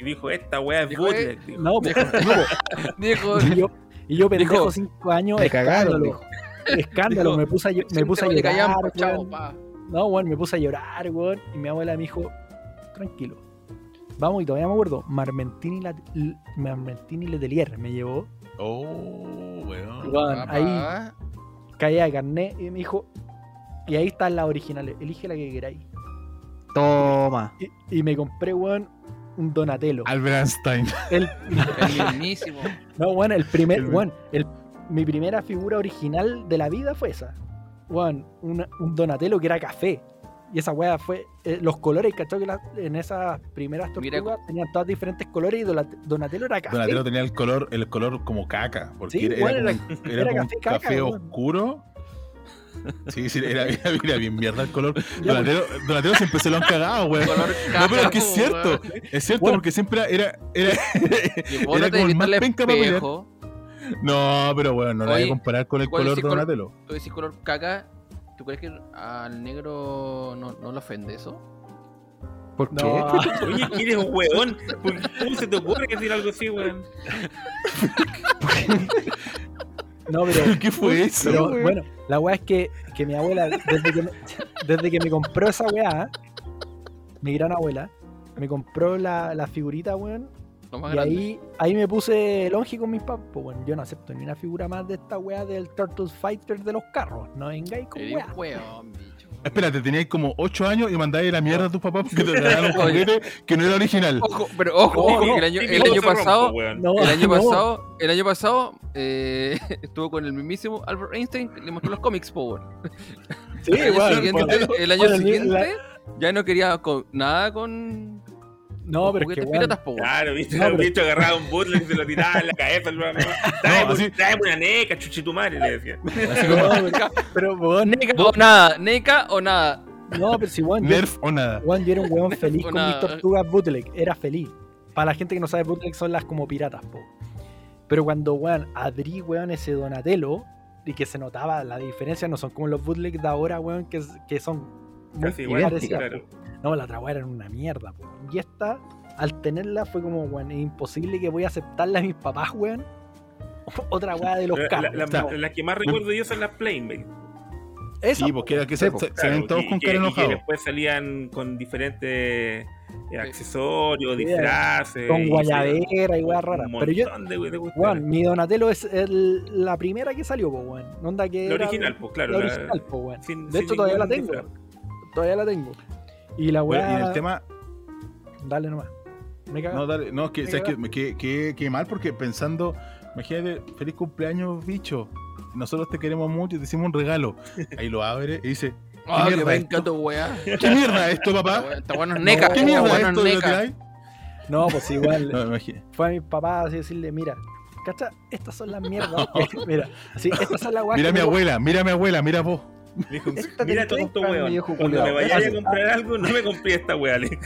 [SPEAKER 3] Y dijo, esta weá es
[SPEAKER 8] Dijo, eh,
[SPEAKER 3] bootleg. dijo.
[SPEAKER 9] No, po,
[SPEAKER 8] Dijo, dijo,
[SPEAKER 9] y yo, y yo pendejo
[SPEAKER 8] Dijo,
[SPEAKER 9] cinco años,
[SPEAKER 4] Me
[SPEAKER 9] escándalo,
[SPEAKER 4] cagaron, dijo.
[SPEAKER 9] escándalo,
[SPEAKER 8] Dijo,
[SPEAKER 9] me puse a, lle- me puse a
[SPEAKER 8] "Te
[SPEAKER 9] llorar,
[SPEAKER 8] callan, pa, chao,
[SPEAKER 9] weón.
[SPEAKER 8] pues, pa".
[SPEAKER 9] No, weón, me puse a llorar, weón. Y mi abuela me dijo, tranquilo. Vamos, y todavía me acuerdo, Marmentini, la, L- Marmentini Letelier me llevó.
[SPEAKER 7] Oh, weón.
[SPEAKER 9] Weón,
[SPEAKER 8] Ah,
[SPEAKER 9] ahí
[SPEAKER 8] pa.
[SPEAKER 9] caía de carnet y me dijo, y ahí están las originales, elige la que queráis.
[SPEAKER 4] Toma.
[SPEAKER 9] Y, y me compré, weón, un Donatello.
[SPEAKER 7] Albert Einstein.
[SPEAKER 9] El,
[SPEAKER 8] El mismísimo.
[SPEAKER 9] no, weón, el primer,
[SPEAKER 7] El-
[SPEAKER 9] weón, el- mi primera figura original de la vida fue esa. Weón, una- un Donatello que era café. Y esa weá fue. eh, los colores, ¿cachai? Que la- en esas primeras
[SPEAKER 8] Mira,
[SPEAKER 9] tortugas tenían todas diferentes colores y Donat- Donatello era café.
[SPEAKER 7] Donatello tenía el color, el color como caca, porque
[SPEAKER 9] Sí,
[SPEAKER 7] era,
[SPEAKER 9] bueno,
[SPEAKER 7] era como, un- era
[SPEAKER 9] era
[SPEAKER 7] como un
[SPEAKER 9] café
[SPEAKER 7] café,
[SPEAKER 9] caca, weón.
[SPEAKER 7] oscuro. Sí, sí, era, era- era bien mierda el color.
[SPEAKER 9] pues.
[SPEAKER 7] Donatello, Donatello siempre se lo han cagado, weón.
[SPEAKER 8] Color
[SPEAKER 7] No, pero es que
[SPEAKER 8] caca,
[SPEAKER 7] es cierto,
[SPEAKER 8] pues, weón.
[SPEAKER 7] es cierto
[SPEAKER 9] Bueno.
[SPEAKER 7] porque siempre era, era,
[SPEAKER 8] Y vos no
[SPEAKER 7] Era
[SPEAKER 8] te
[SPEAKER 7] como el
[SPEAKER 8] gritas
[SPEAKER 7] más
[SPEAKER 8] al
[SPEAKER 7] penca para pelear.
[SPEAKER 8] espejo.
[SPEAKER 7] No, pero bueno, no lo voy
[SPEAKER 8] Oye,
[SPEAKER 7] a comparar con el
[SPEAKER 8] ¿cuál
[SPEAKER 7] color
[SPEAKER 8] es
[SPEAKER 7] de
[SPEAKER 8] el color?
[SPEAKER 7] Donatello.
[SPEAKER 8] Tú decís color caca. ¿Tú crees que al negro no, no le ofende eso?
[SPEAKER 4] ¿Por
[SPEAKER 9] No,
[SPEAKER 4] qué?
[SPEAKER 3] Oye, ¿quién es un weón? ¿Por qué- ¿Cómo se te ocurre decir algo así, weón?
[SPEAKER 9] no, pero,
[SPEAKER 7] ¿Qué fue eso?
[SPEAKER 9] pero,
[SPEAKER 7] weón?
[SPEAKER 9] bueno, la weá es que, que mi abuela, desde que, me, desde que me compró esa weá, mi gran abuela, me compró la, la figurita, weón.
[SPEAKER 8] Lo más
[SPEAKER 9] Y
[SPEAKER 8] grande.
[SPEAKER 9] ahí, ahí me puse longe con mis papás. Pues, weón, yo no acepto ni una figura más de esta weá del Turtles Fighter de los carros. No vengáis con
[SPEAKER 8] Eres
[SPEAKER 9] weá.
[SPEAKER 8] un weón, bicho.
[SPEAKER 7] Espérate, tenías como 8 años y mandáis la mierda a tus papás porque te regalaron un juguete que no era original.
[SPEAKER 8] Ojo, pero ojo,
[SPEAKER 3] Ojo,
[SPEAKER 8] ojo, que el año,
[SPEAKER 3] sí,
[SPEAKER 8] el
[SPEAKER 3] mira,
[SPEAKER 8] año
[SPEAKER 3] se rompe,
[SPEAKER 8] pasado,
[SPEAKER 3] weón.
[SPEAKER 9] No,
[SPEAKER 8] el año
[SPEAKER 9] no.
[SPEAKER 8] pasado, el año pasado eh, estuvo con el mismísimo Albert Einstein, que le mostró los cómics, Power.
[SPEAKER 9] Sí,
[SPEAKER 8] El año
[SPEAKER 9] weón,
[SPEAKER 8] siguiente,
[SPEAKER 9] weón.
[SPEAKER 8] el año
[SPEAKER 9] Bueno,
[SPEAKER 8] siguiente
[SPEAKER 9] la-
[SPEAKER 8] ya no quería con- nada con,
[SPEAKER 9] No,
[SPEAKER 8] con
[SPEAKER 9] pero es que
[SPEAKER 8] juguetes
[SPEAKER 9] weón,
[SPEAKER 8] piratas, Power.
[SPEAKER 3] Claro, viste,
[SPEAKER 9] No,
[SPEAKER 3] el
[SPEAKER 9] pero-
[SPEAKER 3] bicho agarraba un bootleg y se lo tiraba en la cabeza. el weón. Trae,
[SPEAKER 7] así-
[SPEAKER 3] trae una neca, chuchitumare, le decía.
[SPEAKER 9] no, pero- pero weón, nega,
[SPEAKER 8] Vos nada, NECA o nada.
[SPEAKER 9] no, pero si weón, yo-
[SPEAKER 7] Nerf o nada.
[SPEAKER 9] Juan, yo era un weón feliz con mis
[SPEAKER 8] Una-
[SPEAKER 9] tortugas bootleg. Era feliz. Para la gente que no sabe, bootleg son las como piratas, po. Pero cuando, weón, abrí, weón, ese Donatello y que se notaba la diferencia, no son como los bootleg de ahora, weón, que, que son muy
[SPEAKER 3] Casi igual,
[SPEAKER 9] parecidas,
[SPEAKER 3] claro.
[SPEAKER 9] po. No, la otra weá era una mierda, po. Y esta, al tenerla, fue como, weón, es imposible que voy a aceptarla a mis papás, weón. Otra weá de los
[SPEAKER 3] Eh, La- la-
[SPEAKER 9] carros.
[SPEAKER 3] la-
[SPEAKER 9] no.
[SPEAKER 3] Las que más recuerdo yo son las Playmate.
[SPEAKER 9] Esa,
[SPEAKER 7] Sí,
[SPEAKER 9] po,
[SPEAKER 7] porque era que se,
[SPEAKER 4] Sí,
[SPEAKER 7] se- se
[SPEAKER 3] Claro,
[SPEAKER 7] ven todos
[SPEAKER 3] y-
[SPEAKER 7] con
[SPEAKER 3] y
[SPEAKER 7] cara
[SPEAKER 3] que- y que
[SPEAKER 7] enojado.
[SPEAKER 3] después salían con diferentes eh, accesorios, disfraces.
[SPEAKER 9] con
[SPEAKER 3] y-
[SPEAKER 9] guayabera y weá rara.
[SPEAKER 3] Un
[SPEAKER 9] Pero yo,
[SPEAKER 3] montón de- de cuestiones.
[SPEAKER 9] Weón, mi Donatello es el- la primera que salió, po, weón. Onda que
[SPEAKER 3] La
[SPEAKER 9] era
[SPEAKER 3] original, pues claro.
[SPEAKER 9] la
[SPEAKER 3] la-
[SPEAKER 9] original, po, weón.
[SPEAKER 3] sin-
[SPEAKER 9] De
[SPEAKER 3] sin
[SPEAKER 9] hecho, todavía la
[SPEAKER 3] ningún
[SPEAKER 9] tengo.
[SPEAKER 3] disfraz.
[SPEAKER 9] Todavía la tengo. Y la weá.
[SPEAKER 7] Bueno, y en el tema,
[SPEAKER 9] Dale nomás. Me
[SPEAKER 7] no,
[SPEAKER 9] cago.
[SPEAKER 7] dale, no, es que,
[SPEAKER 9] Me
[SPEAKER 7] sabes que, que, que- que mal porque pensando, imagínate, feliz cumpleaños, bicho. Nosotros te queremos mucho y te hicimos un regalo. Ahí lo abre y dice,
[SPEAKER 8] Ah, que
[SPEAKER 7] mierda
[SPEAKER 8] venga
[SPEAKER 7] esto?
[SPEAKER 8] tu weá.
[SPEAKER 7] ¿qué mierda es esto, papá?
[SPEAKER 8] Esta weá no es NECA,
[SPEAKER 7] ¿Qué
[SPEAKER 8] esta
[SPEAKER 7] mierda
[SPEAKER 8] weá
[SPEAKER 7] es
[SPEAKER 8] no
[SPEAKER 7] esto?
[SPEAKER 8] es
[SPEAKER 7] de lo
[SPEAKER 8] NECA.
[SPEAKER 7] que hay?
[SPEAKER 9] No, pues igual.
[SPEAKER 7] No, me imagino.
[SPEAKER 9] Fue a mis papás y decirle, mira, cacha, estas son las mierdas. mira, sí, estas son las guas
[SPEAKER 7] Mira a
[SPEAKER 9] que
[SPEAKER 7] mi
[SPEAKER 9] tengo-
[SPEAKER 7] abuela, mira a mi abuela, mira a vos.
[SPEAKER 3] Dijo,
[SPEAKER 4] Esta
[SPEAKER 3] mira
[SPEAKER 4] te
[SPEAKER 3] tonto
[SPEAKER 4] encuentran,
[SPEAKER 3] weón.
[SPEAKER 4] viejo
[SPEAKER 3] Cuando me
[SPEAKER 4] culiao".
[SPEAKER 3] vayas a
[SPEAKER 4] Así.
[SPEAKER 3] comprar algo, no me compré esta weá, le-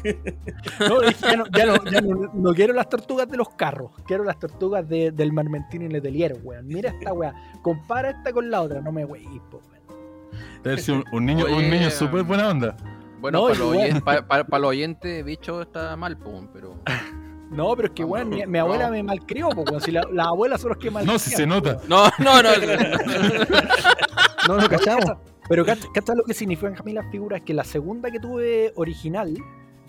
[SPEAKER 9] No, es que ya no, ya no- ya no- no quiero las tortugas de los carros, quiero las tortugas de- del Marmentino y Letelier, weón. Mira esta weá, compara esta con la otra, no me weís, po, weón.
[SPEAKER 7] Debe ser un, un niño,
[SPEAKER 8] Oye,
[SPEAKER 7] un niño súper buena onda.
[SPEAKER 8] Bueno,
[SPEAKER 9] No,
[SPEAKER 8] para los
[SPEAKER 9] igual.
[SPEAKER 8] oyen- pa- pa- pa' los oyentes, bicho está mal, po, pero.
[SPEAKER 9] No, pero es que, weón, mi, mi abuela me malcrió, po, weón. Si la- las abuelas son las que malcrian.
[SPEAKER 7] No, si se nota.
[SPEAKER 8] No, no, no.
[SPEAKER 4] No, no cachamos.
[SPEAKER 9] Pero cacha cacha lo que significan a mí las figuras, que la segunda que tuve original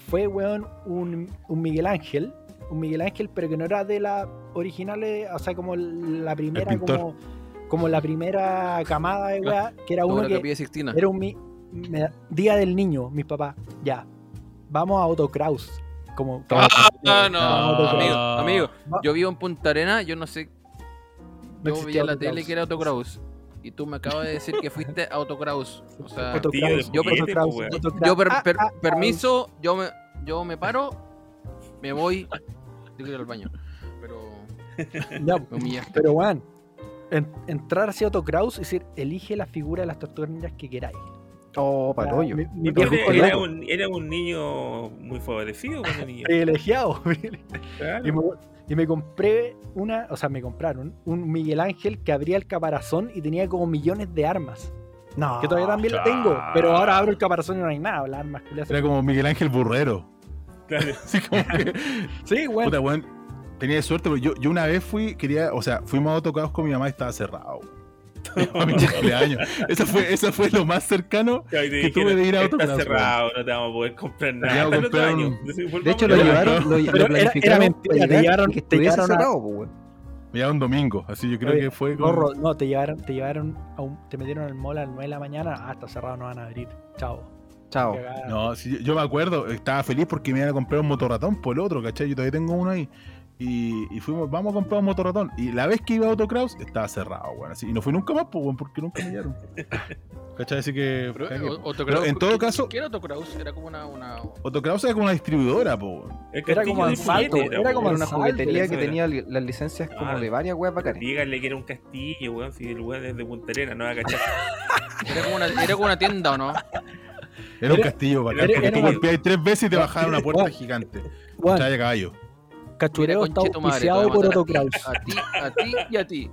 [SPEAKER 9] fue, weón, un, un Miguel Ángel. Un Miguel Ángel, pero que no era de las originales, o sea, como la primera,
[SPEAKER 7] pintor.
[SPEAKER 9] como, como la primera camada de weá, que era
[SPEAKER 8] Como
[SPEAKER 9] uno
[SPEAKER 8] la
[SPEAKER 9] que
[SPEAKER 8] capilla Sixtina.
[SPEAKER 9] era un mi- me- día del niño, mis papás, ya. Vamos a Otto Kraus. Como, como-
[SPEAKER 8] Ah, no,
[SPEAKER 9] Vamos a Otto
[SPEAKER 8] amigo,
[SPEAKER 9] Kraus.
[SPEAKER 8] amigo.
[SPEAKER 9] Va-
[SPEAKER 8] Yo vivo en Punta Arena, yo no sé. Yo
[SPEAKER 9] No existía
[SPEAKER 8] veía en la
[SPEAKER 9] Autocraus.
[SPEAKER 8] tele que era Autocraus. Y tú me acabas de decir que fuiste a Autocraus. O sea,
[SPEAKER 9] Otto
[SPEAKER 3] Tío de
[SPEAKER 9] Kraus,
[SPEAKER 3] juguete,
[SPEAKER 9] Otto
[SPEAKER 3] po,
[SPEAKER 9] Kraus,
[SPEAKER 3] weón.
[SPEAKER 9] Otto Kraus.
[SPEAKER 8] yo per-
[SPEAKER 9] Ah,
[SPEAKER 8] per-
[SPEAKER 9] ah, ah,
[SPEAKER 8] permiso, yo me, yo me paro, me voy, tengo que ir al baño. Pero
[SPEAKER 9] Ah, ya,
[SPEAKER 8] me humillaste.
[SPEAKER 9] Pero, weón, en- entrar hacia Otto Kraus y decir, elige la figura de las tortugas ninjas que queráis.
[SPEAKER 4] Oh, palollo.
[SPEAKER 9] Mi, mi
[SPEAKER 3] Era,
[SPEAKER 9] viejo
[SPEAKER 3] era
[SPEAKER 9] colega,
[SPEAKER 3] un, era un niño muy favorecido cuando niño.
[SPEAKER 9] privilegiado.
[SPEAKER 3] Claro.
[SPEAKER 9] y, me, y me compré una, o sea, me compraron un Miguel Ángel que abría el caparazón y tenía como millones de armas.
[SPEAKER 4] No.
[SPEAKER 9] Que todavía también la tengo, pero ahora abro el caparazón y no hay nada, las armas. culiadas.
[SPEAKER 7] Era como Miguel Ángel Burrero.
[SPEAKER 3] Claro.
[SPEAKER 7] Así como que,
[SPEAKER 9] Sí, weón.
[SPEAKER 7] puta, weón, tenía suerte, porque yo, yo una vez fui, quería, o sea, fuimos a tocados con mi mamá y estaba cerrado. weón. Para mi cumpleaños. Eso fue, eso fue lo más cercano.
[SPEAKER 3] Ya, y te
[SPEAKER 7] que tuve de ir a otro
[SPEAKER 3] Está
[SPEAKER 7] brazo".
[SPEAKER 3] cerrado, no te vamos a poder comprar nada.
[SPEAKER 7] vamos a
[SPEAKER 3] Hasta el otro
[SPEAKER 7] comprar
[SPEAKER 3] año.
[SPEAKER 7] un-
[SPEAKER 3] Entonces,
[SPEAKER 4] De hecho, lo
[SPEAKER 3] volvamos
[SPEAKER 7] Pero-
[SPEAKER 3] a-
[SPEAKER 4] llevaron, lo, lo
[SPEAKER 9] pero era- era
[SPEAKER 4] planificaron
[SPEAKER 9] mentira,
[SPEAKER 4] para
[SPEAKER 9] te
[SPEAKER 4] llegar
[SPEAKER 9] llevaron-
[SPEAKER 4] y que
[SPEAKER 9] te
[SPEAKER 4] estuviese
[SPEAKER 9] llevaron a-
[SPEAKER 4] cerrado, po, weón.
[SPEAKER 7] Ya un domingo, así yo creo
[SPEAKER 9] Oye,
[SPEAKER 7] que fue.
[SPEAKER 9] No,
[SPEAKER 7] con-
[SPEAKER 9] Ro- no, te llevaron, te llevaron a un- te metieron al mall a las 9 de la mañana, ah, está cerrado, no van a abrir. Chao.
[SPEAKER 4] Chao.
[SPEAKER 9] Cagada.
[SPEAKER 7] No, sí, yo- yo me acuerdo, estaba feliz porque me iban a comprar un motorratón por el otro, ¿cachai? Yo todavía tengo uno ahí. Y, y fuimos, vamos a comprar un motorratón. Y la vez que iba a Autocraus, estaba cerrado, weón. así, Y no fui nunca más, pues, weón, porque nunca me llegaron. ¿Cachai? Así que.
[SPEAKER 8] Pero,
[SPEAKER 7] cagué,
[SPEAKER 8] eh,
[SPEAKER 7] po.
[SPEAKER 8] Autocraus-
[SPEAKER 7] en todo
[SPEAKER 8] ¿qué-
[SPEAKER 7] caso-
[SPEAKER 8] ¿Qué era Autocraus? Era como una. una...
[SPEAKER 7] Autocraus era como una distribuidora, po, weón.
[SPEAKER 3] El
[SPEAKER 9] Era como
[SPEAKER 3] castillo de
[SPEAKER 9] Ansaldo,
[SPEAKER 3] juguete,
[SPEAKER 9] era como
[SPEAKER 4] Era
[SPEAKER 3] weón.
[SPEAKER 4] una
[SPEAKER 9] Gonzalo,
[SPEAKER 4] juguetería
[SPEAKER 3] eso
[SPEAKER 4] que
[SPEAKER 3] era.
[SPEAKER 4] tenía li- las licencias como
[SPEAKER 3] Ah.
[SPEAKER 4] de varias weas bacanas.
[SPEAKER 3] Díganle que era un castillo, weón. Si el weón es de Punta Arena, no va a cachar.
[SPEAKER 8] Era, como una, era como una tienda, ¿o no?
[SPEAKER 7] Era un
[SPEAKER 9] Era-
[SPEAKER 7] castillo bacán,
[SPEAKER 9] era-
[SPEAKER 7] porque
[SPEAKER 9] era
[SPEAKER 7] tú
[SPEAKER 9] una-
[SPEAKER 7] golpeabas tres veces y te bajaban una puerta
[SPEAKER 9] Weón.
[SPEAKER 7] gigante.
[SPEAKER 9] Weón,
[SPEAKER 7] Estaba a caballo.
[SPEAKER 9] Cachureo
[SPEAKER 8] Mira,
[SPEAKER 9] está
[SPEAKER 8] conche tu madre, te
[SPEAKER 9] auspiciado
[SPEAKER 8] voy a
[SPEAKER 9] por
[SPEAKER 8] matar
[SPEAKER 9] Otto Kraus.
[SPEAKER 8] A ti, a ti y a ti.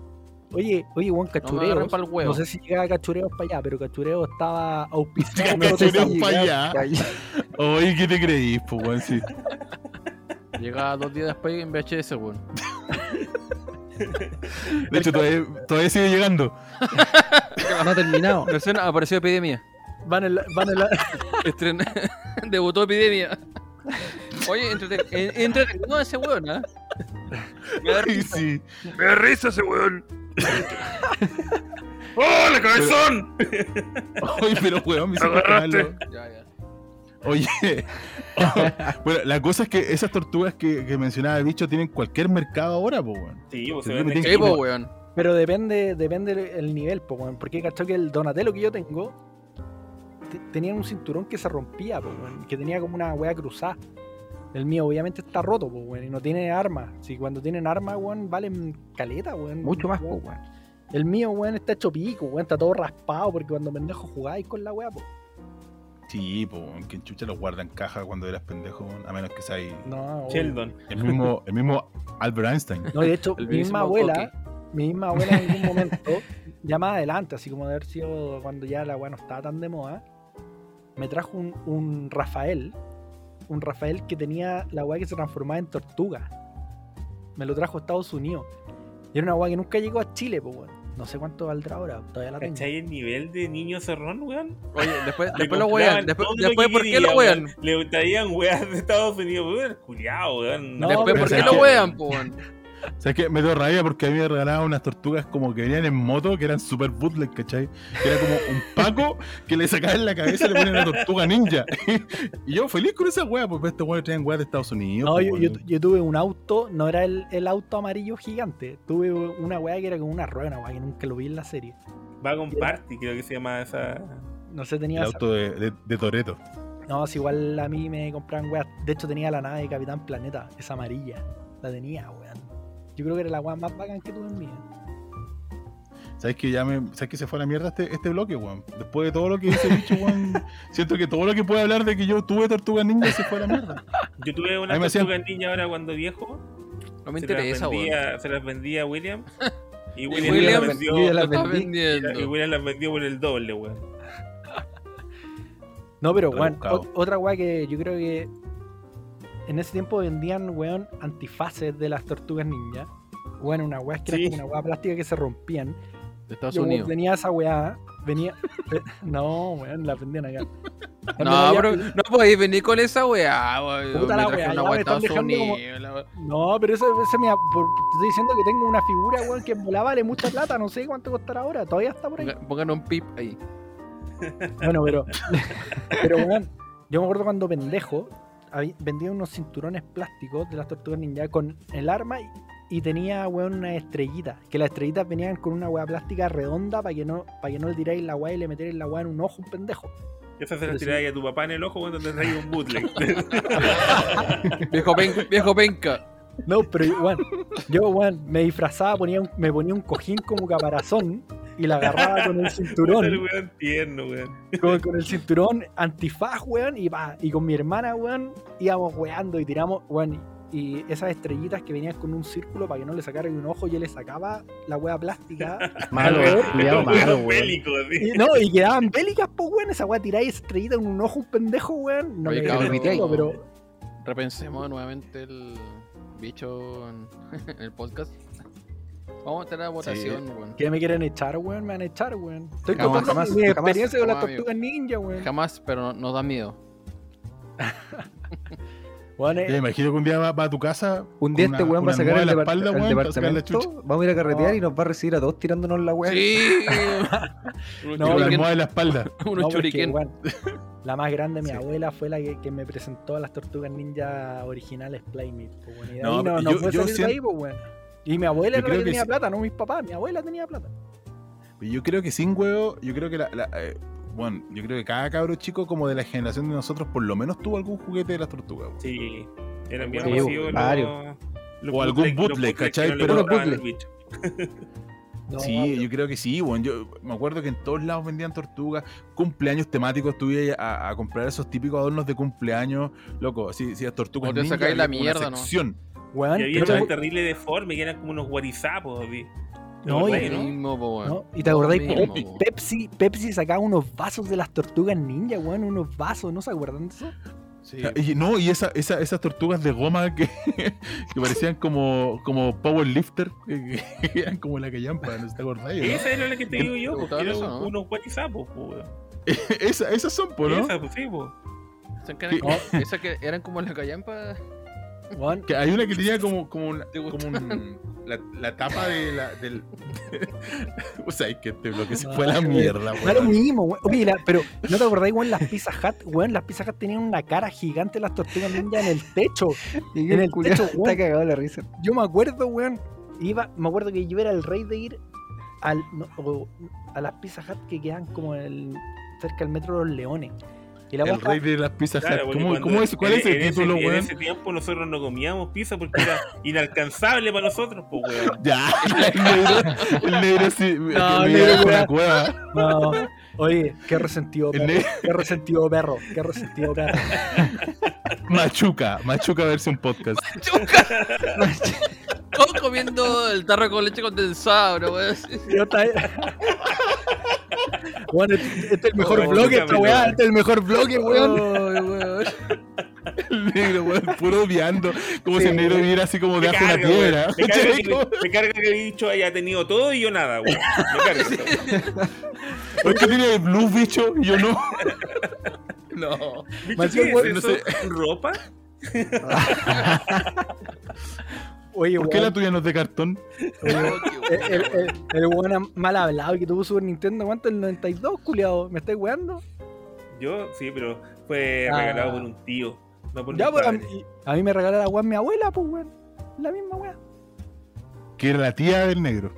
[SPEAKER 9] Oye, oye, Juan,
[SPEAKER 8] No me agarren
[SPEAKER 9] Cachureo.
[SPEAKER 8] pa'l
[SPEAKER 9] No,
[SPEAKER 8] huevo.
[SPEAKER 9] sé si llegaba Cachureo para allá, pero Cachureo estaba auspiciado. por Otto
[SPEAKER 7] Cachureo
[SPEAKER 9] Kraus.
[SPEAKER 7] para allá. Oye, ¿qué te creís, po, weón? Sí.
[SPEAKER 8] Llegaba dos días después en VHS, weón.
[SPEAKER 7] De hecho, todavía, todavía sigue llegando.
[SPEAKER 4] No ha terminado.
[SPEAKER 8] Recién apareció Epidemia.
[SPEAKER 9] Van en la- van en la-
[SPEAKER 8] Estren- Debutó Epidemia. Oye, entrete- en- entretenido ese weón, ¿eh? Me da
[SPEAKER 7] Ay,
[SPEAKER 8] risa.
[SPEAKER 7] sí.
[SPEAKER 14] Me da risa ese weón. ¡Hola, cabezón!
[SPEAKER 7] Oye, pero weón, me hiciste
[SPEAKER 14] Agarraste.
[SPEAKER 7] malo.
[SPEAKER 8] Ya, ya.
[SPEAKER 7] Oye, bueno, la cosa es que esas tortugas que, que mencionaba el bicho tienen cualquier mercado ahora, pues, weón.
[SPEAKER 3] Sí, vos
[SPEAKER 7] Sí,
[SPEAKER 3] se venden
[SPEAKER 7] tiene
[SPEAKER 8] Sí,
[SPEAKER 3] aquí.
[SPEAKER 8] po, weón.
[SPEAKER 9] Pero depende, depende el- el nivel, po, weón, porque cachó que el Donatello que yo tengo te- tenía un cinturón que se rompía, po, weón, que tenía como una wea cruzada. El mío obviamente está roto, po, weón, y no tiene armas. Si cuando tienen armas, weón, valen caleta, weón.
[SPEAKER 4] Mucho más, po,
[SPEAKER 9] Weón.
[SPEAKER 4] weón.
[SPEAKER 9] El mío, weón, está hecho pico, weón, está todo raspado porque cuando pendejo jugáis con la wea, po.
[SPEAKER 7] Sí, pues, weón, que en chucha los guarda en caja cuando eras pendejo, weón, a menos que sea ahí.
[SPEAKER 9] No, obvio.
[SPEAKER 3] Sheldon.
[SPEAKER 7] el mismo, el mismo Albert Einstein.
[SPEAKER 9] No, de hecho,
[SPEAKER 8] El
[SPEAKER 9] mi
[SPEAKER 8] mismo
[SPEAKER 9] misma abuela, mi misma abuela en algún momento, ya más adelante, así como de haber sido cuando ya la weá no estaba tan de moda, me trajo un, un Rafael, un Rafael que tenía la weá que se transformaba en tortuga. Me lo trajo a Estados Unidos. Y era una weá que nunca llegó a Chile, pues No sé cuánto valdrá ahora, todavía la tengo.
[SPEAKER 3] ¿Cachai el nivel de niño zorrón, weón?
[SPEAKER 8] Oye, después,
[SPEAKER 3] Le
[SPEAKER 8] después lo
[SPEAKER 3] compraban
[SPEAKER 8] wean. Después,
[SPEAKER 3] todo lo
[SPEAKER 8] después
[SPEAKER 3] que
[SPEAKER 8] ¿por qué
[SPEAKER 3] quería,
[SPEAKER 8] lo wean?
[SPEAKER 3] Le traían weas de Estados Unidos, weón. Culiao, weón.
[SPEAKER 9] No,
[SPEAKER 8] Después,
[SPEAKER 9] pero
[SPEAKER 8] ¿por qué
[SPEAKER 7] ¿sabes
[SPEAKER 8] lo
[SPEAKER 7] qué?
[SPEAKER 8] wean, po, weón?
[SPEAKER 7] O sea, es que me dio rabia porque a mí me regalaban unas tortugas como que venían en moto, que eran super bootleg, ¿cachai? Que era como un paco que le sacaban la cabeza y le ponían una tortuga ninja. y yo feliz con esa wea, porque estos weones traían weas de Estados Unidos.
[SPEAKER 9] No,
[SPEAKER 7] pues,
[SPEAKER 9] yo,
[SPEAKER 7] weón.
[SPEAKER 9] yo, yo tuve un auto, no era el, el auto amarillo gigante, tuve una weá que era como una rueda, una weá que nunca lo vi en la serie.
[SPEAKER 3] Va con Party, creo que se llama esa.
[SPEAKER 9] No sé, tenía
[SPEAKER 7] El
[SPEAKER 9] esa-
[SPEAKER 7] auto de, de, de Toreto.
[SPEAKER 9] No, si igual a mí me compraban weas. De hecho, tenía la nave de Capitán Planeta, esa amarilla. La tenía, weón. Yo creo que era la wea más bacán que tuve en mí.
[SPEAKER 7] ¿Sabes que ya me. ¿Sabes que se fue a la mierda este, este bloque, weón? Después de todo lo que dice bicho, weón. siento que todo lo que puede hablar de que yo tuve tortuga ninja se fue a la mierda.
[SPEAKER 3] Yo tuve
[SPEAKER 7] Ahí
[SPEAKER 3] una
[SPEAKER 7] me hacían-
[SPEAKER 3] tortuga niña ahora cuando viejo.
[SPEAKER 8] No me
[SPEAKER 3] se las
[SPEAKER 8] interesa, weón.
[SPEAKER 3] vendía- Se las vendía a William. Y
[SPEAKER 8] Y
[SPEAKER 3] William,
[SPEAKER 8] William
[SPEAKER 3] las vendió.
[SPEAKER 4] yo ya las
[SPEAKER 8] lo está
[SPEAKER 4] vendí.
[SPEAKER 3] Y
[SPEAKER 8] vendiendo.
[SPEAKER 3] William las vendió por el doble, weón.
[SPEAKER 9] No, pero
[SPEAKER 7] Está
[SPEAKER 9] weón,
[SPEAKER 7] buscado.
[SPEAKER 9] o- otra weá que yo creo que en ese tiempo vendían, weón, antifaces de las tortugas ninja. Weón, una weá que
[SPEAKER 3] Sí.
[SPEAKER 9] era como una weá plástica que se rompían.
[SPEAKER 8] De Estados
[SPEAKER 9] Yo weón,
[SPEAKER 8] Unidos.
[SPEAKER 9] venía esa weá, venía. ve- no, weón, la vendían acá. También
[SPEAKER 8] No,
[SPEAKER 9] había-
[SPEAKER 8] pero no podéis venir con esa weá, weón.
[SPEAKER 9] Puta
[SPEAKER 8] Me
[SPEAKER 9] la
[SPEAKER 8] trajeron
[SPEAKER 9] weá,
[SPEAKER 8] una
[SPEAKER 9] ya
[SPEAKER 8] weá
[SPEAKER 9] me
[SPEAKER 8] de
[SPEAKER 9] están
[SPEAKER 8] Estados
[SPEAKER 9] dejando como-
[SPEAKER 8] Unidos, la weá.
[SPEAKER 9] No, pero eso, eso me. por- te estoy diciendo que tengo una figura, weón, que en volá vale mucha plata, no sé cuánto costará ahora, todavía está por ahí.
[SPEAKER 8] Ponga- Pongan un pip ahí.
[SPEAKER 9] Bueno, pero. pero, weón, yo me acuerdo cuando pendejo habí- vendía unos cinturones plásticos de las tortugas ninja con el arma y, y tenía, weón, una estrellita. Que las estrellitas venían con una weá plástica redonda para que no para que no le tiráis la weá y le meterais la weá en un ojo a un pendejo.
[SPEAKER 3] Esas se
[SPEAKER 9] Pero
[SPEAKER 3] las
[SPEAKER 9] sí.
[SPEAKER 3] tiraba ahí a tu papá en el ojo cuando te traía un bootleg.
[SPEAKER 8] Viejo, pen- viejo penca.
[SPEAKER 9] No, pero, weón, yo, weón, me disfrazaba, ponía un- me ponía un cojín como caparazón y la agarraba con
[SPEAKER 3] Puta,
[SPEAKER 9] el
[SPEAKER 3] el
[SPEAKER 9] cinturón.
[SPEAKER 3] weón tierno, weón.
[SPEAKER 9] con, con el cinturón antifaz, weón, y pa, y con mi hermana, weón, íbamos weando y tiramos, weón, y esas estrellitas que venían con un círculo para que no le sacara un ojo, yo le sacaba la wea plástica,
[SPEAKER 15] Malo, cuidado,
[SPEAKER 3] Estos weón
[SPEAKER 15] malo, weón.
[SPEAKER 3] bélicos, así.
[SPEAKER 9] y, no, y quedaban bélicas, pues, weón, esa wea tiráis esa estrellita en un ojo, un pendejo, weón, no
[SPEAKER 8] Oye,
[SPEAKER 9] me
[SPEAKER 8] cabrón,
[SPEAKER 9] creo,
[SPEAKER 8] pero-
[SPEAKER 9] pero
[SPEAKER 8] Repensemos nuevamente el bicho en, en el podcast. Vamos a tener la votación, weón.
[SPEAKER 9] ¿qué me quieren echar, weón? Me van a echar, weón. Estoy
[SPEAKER 8] Jamás,
[SPEAKER 9] contando
[SPEAKER 4] jamás,
[SPEAKER 9] mi
[SPEAKER 4] jamás,
[SPEAKER 9] experiencia con las
[SPEAKER 8] jamás, amigo.
[SPEAKER 9] tortugas ninja, weón.
[SPEAKER 8] Jamás, pero no- nos da miedo.
[SPEAKER 9] Weón,
[SPEAKER 7] Ya me
[SPEAKER 9] eh,
[SPEAKER 7] imagino que un día va, va a tu casa.
[SPEAKER 4] Un día
[SPEAKER 7] con
[SPEAKER 4] este
[SPEAKER 7] una-
[SPEAKER 4] weón va a
[SPEAKER 7] una
[SPEAKER 4] sacar
[SPEAKER 7] almohada
[SPEAKER 4] el,
[SPEAKER 7] en la
[SPEAKER 4] depart-
[SPEAKER 7] espalda,
[SPEAKER 4] el
[SPEAKER 7] weón, para sacar la chucha.
[SPEAKER 4] departamento, vamos a ir a carretear
[SPEAKER 9] No.
[SPEAKER 4] y nos va a recibir a todos tirándonos la weá.
[SPEAKER 8] Sí. Unos
[SPEAKER 9] No,
[SPEAKER 7] Y con la
[SPEAKER 8] churiquen-
[SPEAKER 7] almohada en la espalda.
[SPEAKER 8] unos
[SPEAKER 9] no, porque,
[SPEAKER 8] churiquen.
[SPEAKER 9] weón, la más grande, mi
[SPEAKER 7] Sí.
[SPEAKER 9] abuela, fue la que, que me presentó a las tortugas ninja originales Playmate. pues, weón, y de
[SPEAKER 7] No,
[SPEAKER 9] ahí no,
[SPEAKER 7] pero
[SPEAKER 9] no
[SPEAKER 7] yo-
[SPEAKER 9] puede
[SPEAKER 7] yo
[SPEAKER 9] salir de ahí, pues, weón. Y mi abuela
[SPEAKER 7] yo
[SPEAKER 9] era la
[SPEAKER 7] creo
[SPEAKER 9] que
[SPEAKER 7] que
[SPEAKER 9] tenía
[SPEAKER 7] sí.
[SPEAKER 9] plata, no mis papás. Mi abuela tenía plata.
[SPEAKER 7] Yo creo que sin huevo, yo creo que la, la, eh, bueno, yo creo que cada cabro chico como de la generación de nosotros por lo menos tuvo algún juguete de las tortugas. weón.
[SPEAKER 3] Sí, eran bien
[SPEAKER 4] Sí,
[SPEAKER 3] masivos los-
[SPEAKER 4] varios.
[SPEAKER 3] los
[SPEAKER 7] O algún
[SPEAKER 3] bootleg- los
[SPEAKER 7] bootleg,
[SPEAKER 3] bootleg que
[SPEAKER 7] ¿cachai?
[SPEAKER 3] no le
[SPEAKER 7] Pero-
[SPEAKER 3] gustaban
[SPEAKER 4] bootleg.
[SPEAKER 3] al bicho.
[SPEAKER 9] No,
[SPEAKER 7] sí, yo creo que sí, bueno, yo me acuerdo que en todos lados vendían tortugas, cumpleaños temáticos, tuve a, a comprar esos típicos adornos de cumpleaños, loco, sí, sí, las tortugas.
[SPEAKER 8] O te
[SPEAKER 7] ninja,
[SPEAKER 8] sacáis la
[SPEAKER 7] había como una
[SPEAKER 8] mierda, ¿no?
[SPEAKER 7] sección.
[SPEAKER 9] Weón,
[SPEAKER 3] Y había
[SPEAKER 9] pero-
[SPEAKER 3] unos terribles deformes que eran como unos guarizapos. así.
[SPEAKER 9] No,
[SPEAKER 3] ¿Te
[SPEAKER 9] y-
[SPEAKER 3] acordáis, no?
[SPEAKER 8] Mismo, po, weón.
[SPEAKER 9] no, y te acordáis,
[SPEAKER 8] Lo
[SPEAKER 9] po,
[SPEAKER 8] mismo,
[SPEAKER 9] Pe-
[SPEAKER 8] po.
[SPEAKER 9] Pepsi, Pepsi sacaba unos vasos de las tortugas ninja, weón, unos vasos, ¿no se acuerdan de eso?
[SPEAKER 8] Sí.
[SPEAKER 7] Y, no, y esa, esa- esas tortugas de goma que, que parecían como, como powerlifter, que, que eran como la callampa, ¿no te acordáis?
[SPEAKER 3] Esa era la que te digo yo,
[SPEAKER 8] ¿Te
[SPEAKER 3] porque
[SPEAKER 8] gustaba
[SPEAKER 3] eran
[SPEAKER 8] eso, no?
[SPEAKER 3] unos guarizapos, po, weón.
[SPEAKER 7] no? Esa- esas son, po, ¿no?
[SPEAKER 3] Esa, pues, sí, po.
[SPEAKER 8] Esas que eran
[SPEAKER 7] Sí.
[SPEAKER 8] como- esas que eran como las callampas.
[SPEAKER 9] Weón,
[SPEAKER 7] Que hay una que tenía como, como, una-
[SPEAKER 8] ¿Te
[SPEAKER 7] como un- la, la tapa de la, del. o sea, es que este bloque se fue a la mierda,
[SPEAKER 9] no era lo
[SPEAKER 7] weón.
[SPEAKER 9] mismo, weón. Oye, la- pero ¿no te acordáis, weón, las Pizza Hut? Weón, las Pizza Hut tenían una cara gigante las tortugas ninja en el techo.
[SPEAKER 4] Y
[SPEAKER 9] En el
[SPEAKER 4] el culiao
[SPEAKER 9] techo,
[SPEAKER 4] está
[SPEAKER 9] weón.
[SPEAKER 4] cagado la risa.
[SPEAKER 9] Yo me acuerdo, weón. Iba, me acuerdo que yo era el rey de ir al, no, o- a las Pizza Hut que quedan como el, cerca del metro de los Leones. Y la
[SPEAKER 7] El
[SPEAKER 9] guapa-
[SPEAKER 7] rey de las pizzas.
[SPEAKER 3] Claro,
[SPEAKER 7] Hut.
[SPEAKER 3] porque
[SPEAKER 7] ¿Cómo,
[SPEAKER 3] cuando-
[SPEAKER 7] cómo es, ¿Cuál
[SPEAKER 3] en-
[SPEAKER 7] es el
[SPEAKER 3] en ese-
[SPEAKER 7] título,
[SPEAKER 3] En
[SPEAKER 7] weón?
[SPEAKER 3] ese tiempo nosotros no comíamos pizza porque era inalcanzable para nosotros, po, weón.
[SPEAKER 7] Ya, el negro, el negro sí,
[SPEAKER 9] No,
[SPEAKER 7] el negro
[SPEAKER 9] negro,
[SPEAKER 7] con
[SPEAKER 9] weón.
[SPEAKER 7] la cueva.
[SPEAKER 9] No, oye, qué resentido
[SPEAKER 7] El
[SPEAKER 9] perro,
[SPEAKER 7] negro-
[SPEAKER 9] qué resentido perro, qué resentido perro.
[SPEAKER 7] Machuca, Machuca versión podcast.
[SPEAKER 8] Chuca. Todos comiendo el tarro con leche condensada, bro. weón.
[SPEAKER 9] Yo estaba- Weón, este, este es el mejor
[SPEAKER 3] Oh,
[SPEAKER 9] bloque, esta
[SPEAKER 3] chúcame,
[SPEAKER 9] weá,
[SPEAKER 3] weón.
[SPEAKER 9] este es el mejor bloque, weón.
[SPEAKER 8] Ay, weón.
[SPEAKER 7] El negro, weón, puro obviando. Como
[SPEAKER 9] Sí,
[SPEAKER 7] si el negro viviera así como de
[SPEAKER 3] Me
[SPEAKER 7] ajo una
[SPEAKER 3] carga, weón.
[SPEAKER 7] piedra.
[SPEAKER 3] Me carga que- Me carga que el bicho haya tenido todo y yo nada, weón. Me carga esa weá.
[SPEAKER 7] ¿Por qué tiene blues, bicho? Y yo no.
[SPEAKER 8] No.
[SPEAKER 3] Bicho,
[SPEAKER 9] Más
[SPEAKER 3] ¿qué
[SPEAKER 9] bien, weón,
[SPEAKER 3] es
[SPEAKER 7] no
[SPEAKER 3] eso? ¿Ropa?
[SPEAKER 9] Oye,
[SPEAKER 7] ¿Por qué la
[SPEAKER 9] weón,
[SPEAKER 7] tuya no es de cartón?
[SPEAKER 9] el, el, el- el weón mal hablado que tuvo Super Nintendo, ¿cuánto? El 92, culiado, ¿me estáis weando?
[SPEAKER 3] Yo, sí, pero fue
[SPEAKER 9] Ah.
[SPEAKER 3] regalado por un tío. No por
[SPEAKER 9] Ya,
[SPEAKER 3] mi
[SPEAKER 9] pues, a,
[SPEAKER 3] padre.
[SPEAKER 9] mí- a mí me regaló la weá mi abuela, pues, weón. La misma weá.
[SPEAKER 7] Que era la tía del negro.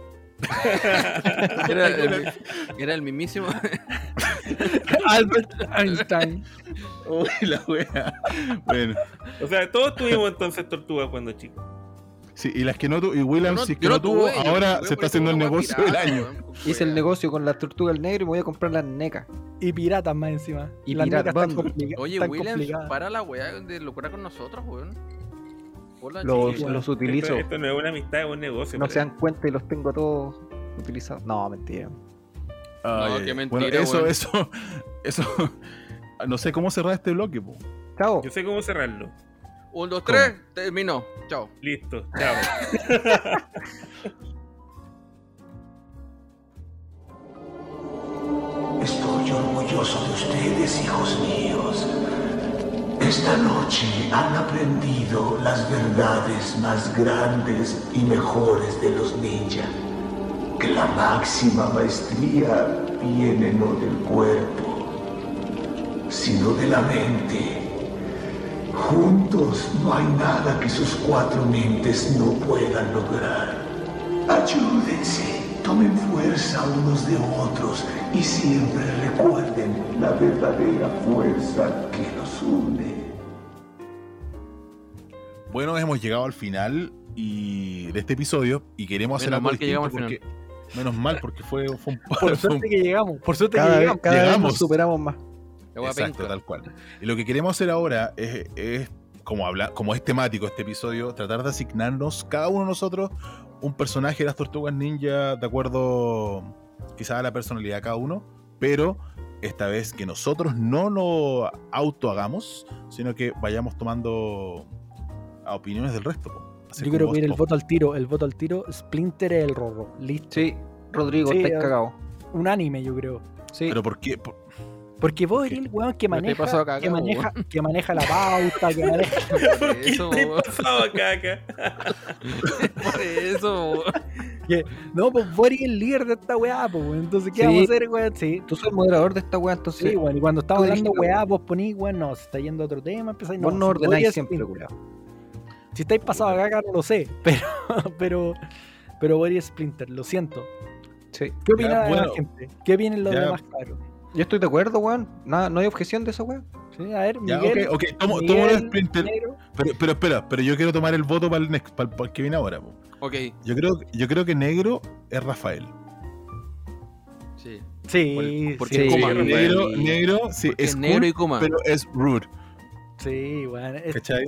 [SPEAKER 8] Era el, era el mismísimo.
[SPEAKER 9] Albert Einstein.
[SPEAKER 7] Uy, la wea. Bueno,
[SPEAKER 3] O sea, todos tuvimos entonces tortugas cuando chicos.
[SPEAKER 7] sí, y las que no tuvo, y William,
[SPEAKER 8] Yo no-
[SPEAKER 7] si es que
[SPEAKER 8] yo
[SPEAKER 7] no,
[SPEAKER 8] no
[SPEAKER 7] tuvo,
[SPEAKER 8] tuve, yo no
[SPEAKER 7] ahora
[SPEAKER 8] tuve
[SPEAKER 7] se está
[SPEAKER 8] porque
[SPEAKER 7] haciendo el
[SPEAKER 8] una wea
[SPEAKER 7] negocio del
[SPEAKER 8] pirata,
[SPEAKER 7] año.
[SPEAKER 8] weón, con
[SPEAKER 4] Hice el
[SPEAKER 8] wea.
[SPEAKER 4] negocio con las tortugas negras y me voy a comprar las necas.
[SPEAKER 9] Y piratas más encima.
[SPEAKER 4] Y
[SPEAKER 9] Las
[SPEAKER 4] pirata
[SPEAKER 9] negras
[SPEAKER 4] bando.
[SPEAKER 9] están complica-
[SPEAKER 8] Oye,
[SPEAKER 9] están
[SPEAKER 8] William,
[SPEAKER 9] complicadas.
[SPEAKER 8] para la weá de locura con nosotros, weón. Hola,
[SPEAKER 4] Los,
[SPEAKER 8] chiquillos.
[SPEAKER 4] los utilizo.
[SPEAKER 3] Esto, esto no es una amistad, es un negocio.
[SPEAKER 4] No
[SPEAKER 3] parece.
[SPEAKER 4] se dan cuenta y los tengo todos utilizados. No, mentira.
[SPEAKER 7] Ay,
[SPEAKER 8] No,
[SPEAKER 7] ay,
[SPEAKER 8] qué
[SPEAKER 7] ay.
[SPEAKER 8] mentira,
[SPEAKER 7] Ah, Bueno, eso,
[SPEAKER 8] weón.
[SPEAKER 7] eso, eso. No sé cómo cerrar este bloque, po.
[SPEAKER 4] Chao.
[SPEAKER 3] Yo sé cómo cerrarlo.
[SPEAKER 8] Un, dos, tres, terminó. Chao.
[SPEAKER 3] Listo, chao.
[SPEAKER 16] Estoy orgulloso de ustedes, hijos míos. Esta noche han aprendido las verdades más grandes y mejores de los ninja. Que la máxima maestría viene no del cuerpo, sino de la mente. Juntos no hay nada que sus cuatro mentes no puedan lograr. Ayúdense, tomen fuerza unos de otros y siempre recuerden la verdadera fuerza que los une.
[SPEAKER 7] Bueno, hemos llegado al final y de este episodio y queremos hacer
[SPEAKER 8] Menos
[SPEAKER 7] algo
[SPEAKER 8] mal que llegamos al
[SPEAKER 7] distinto porque- Menos mal, porque fue, fue un
[SPEAKER 9] Por
[SPEAKER 7] fue un-
[SPEAKER 9] suerte que llegamos. Por suerte que
[SPEAKER 4] Cada, vez,
[SPEAKER 9] llegamos.
[SPEAKER 4] cada vez
[SPEAKER 7] Llegamos.
[SPEAKER 4] nos superamos más.
[SPEAKER 8] La weá
[SPEAKER 7] Exacto,
[SPEAKER 8] penca.
[SPEAKER 7] tal cual. Y lo que queremos hacer ahora es, es, como, habla, como es temático este episodio, tratar de asignarnos cada uno de nosotros un personaje de las tortugas ninja de acuerdo quizás a la personalidad de cada uno, pero esta vez que nosotros no lo auto hagamos, sino que vayamos tomando a opiniones del resto. po. Así
[SPEAKER 9] Yo
[SPEAKER 7] como
[SPEAKER 9] quiero
[SPEAKER 7] vos,
[SPEAKER 9] pedir el
[SPEAKER 7] po.
[SPEAKER 9] voto al tiro. El voto al tiro. Splinter es el rorro. Listo.
[SPEAKER 4] Sí, Rodrigo,
[SPEAKER 9] Sí,
[SPEAKER 4] estáis
[SPEAKER 9] ah.
[SPEAKER 4] cagados.
[SPEAKER 9] Unánime, yo creo.
[SPEAKER 4] Sí,
[SPEAKER 7] Pero ¿por qué? Por-
[SPEAKER 9] Porque vos eres el weón que
[SPEAKER 8] Me estoy
[SPEAKER 9] maneja,
[SPEAKER 8] pasando cagao,
[SPEAKER 9] que, maneja que maneja la pauta, que maneja.
[SPEAKER 3] ¿Por qué
[SPEAKER 8] Eso,
[SPEAKER 3] te
[SPEAKER 8] weón.
[SPEAKER 3] pasaba caca?
[SPEAKER 8] Por eso, weón.
[SPEAKER 9] No, pues vos eres el líder de esta weá, pues. weón. Entonces, ¿qué
[SPEAKER 4] Sí.
[SPEAKER 9] vamos a hacer, weón? Sí.
[SPEAKER 4] tú sos el moderador de esta weá,
[SPEAKER 9] Sí,
[SPEAKER 4] entonces.
[SPEAKER 9] weón. Y cuando estamos
[SPEAKER 4] Tú
[SPEAKER 9] hablando
[SPEAKER 4] dijiste,
[SPEAKER 9] weá,
[SPEAKER 4] weón.
[SPEAKER 9] vos ponís, weón, no, se está yendo a otro tema, empezáis
[SPEAKER 4] vos no
[SPEAKER 9] si
[SPEAKER 4] ordenáis
[SPEAKER 9] podías-
[SPEAKER 4] siempre, culiao.
[SPEAKER 9] Si estáis pasado acá, acá no lo sé, pero pero pero Boris Splinter, lo siento.
[SPEAKER 4] Sí.
[SPEAKER 9] ¿Qué opina
[SPEAKER 7] Ya,
[SPEAKER 9] la demás
[SPEAKER 7] bueno.
[SPEAKER 9] gente? ¿Qué opinan los
[SPEAKER 7] Ya.
[SPEAKER 9] demás, caros?
[SPEAKER 4] Yo estoy de acuerdo, weón. Nada, no hay objeción de esa weá.
[SPEAKER 9] Sí, a ver,
[SPEAKER 7] Ya,
[SPEAKER 9] Miguel,
[SPEAKER 7] ok, ok, tomo,
[SPEAKER 9] Miguel,
[SPEAKER 7] tomo lo de Splinter,
[SPEAKER 9] Negro.
[SPEAKER 7] pero, pero espera, pero yo quiero tomar el voto para el, next- para el- para el que viene ahora. po.
[SPEAKER 8] Ok,
[SPEAKER 7] Yo creo, yo creo que negro es Rafael.
[SPEAKER 8] sí.
[SPEAKER 9] Sí,
[SPEAKER 8] Por-
[SPEAKER 9] sí,
[SPEAKER 8] porque
[SPEAKER 7] Sí,
[SPEAKER 8] coma.
[SPEAKER 9] sí,
[SPEAKER 7] negro, negro, sí,
[SPEAKER 8] Porque
[SPEAKER 7] es
[SPEAKER 8] negro
[SPEAKER 7] cool,
[SPEAKER 8] y coma.
[SPEAKER 7] pero es rude,
[SPEAKER 9] sí, weón. Es-
[SPEAKER 7] ¿cachai?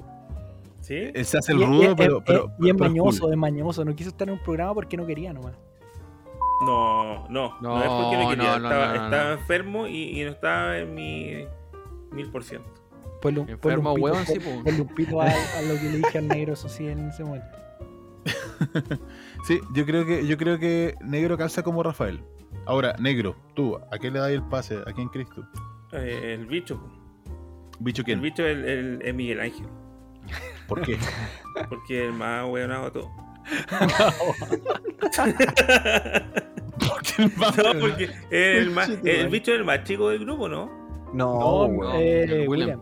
[SPEAKER 3] ¿Sí?
[SPEAKER 8] Eh.
[SPEAKER 7] Él se hace el
[SPEAKER 9] y- y-
[SPEAKER 7] rudo,
[SPEAKER 9] es-
[SPEAKER 7] pero,
[SPEAKER 9] es-
[SPEAKER 7] pero,
[SPEAKER 9] y es
[SPEAKER 7] pero
[SPEAKER 9] mañoso,
[SPEAKER 7] cool.
[SPEAKER 9] es mañoso. No quiso estar en un programa porque no quería nomás.
[SPEAKER 3] No, no, no,
[SPEAKER 8] No,
[SPEAKER 3] es porque me quería.
[SPEAKER 8] no, no,
[SPEAKER 3] estaba,
[SPEAKER 8] no, no.
[SPEAKER 3] estaba enfermo y, y no estaba en mi mil por ciento.
[SPEAKER 9] Ponle un, ponle un
[SPEAKER 8] Enfermo,
[SPEAKER 9] pito,
[SPEAKER 8] weón, sí,
[SPEAKER 9] pon-
[SPEAKER 8] po.
[SPEAKER 9] ponle un pito a, a lo que le dije al negro, eso sí, en ese momento.
[SPEAKER 7] Sí, yo creo que, yo creo que negro calza como Rafael. Ahora, negro, tú, ¿a qué le das el pase? ¿A quién crees tú?
[SPEAKER 3] Eh, el bicho. po.
[SPEAKER 7] Bicho
[SPEAKER 3] El
[SPEAKER 7] quién?
[SPEAKER 3] bicho es el, el- es Miguel Ángel.
[SPEAKER 7] ¿Por qué?
[SPEAKER 3] Porque el más hueonado de todo.
[SPEAKER 7] Porque el más-
[SPEAKER 3] No, porque es el, más,
[SPEAKER 7] Conchito,
[SPEAKER 3] el
[SPEAKER 7] man.
[SPEAKER 3] bicho es el más chico del grupo, ¿no?
[SPEAKER 4] No, weón.
[SPEAKER 9] eh,
[SPEAKER 8] William.
[SPEAKER 9] William.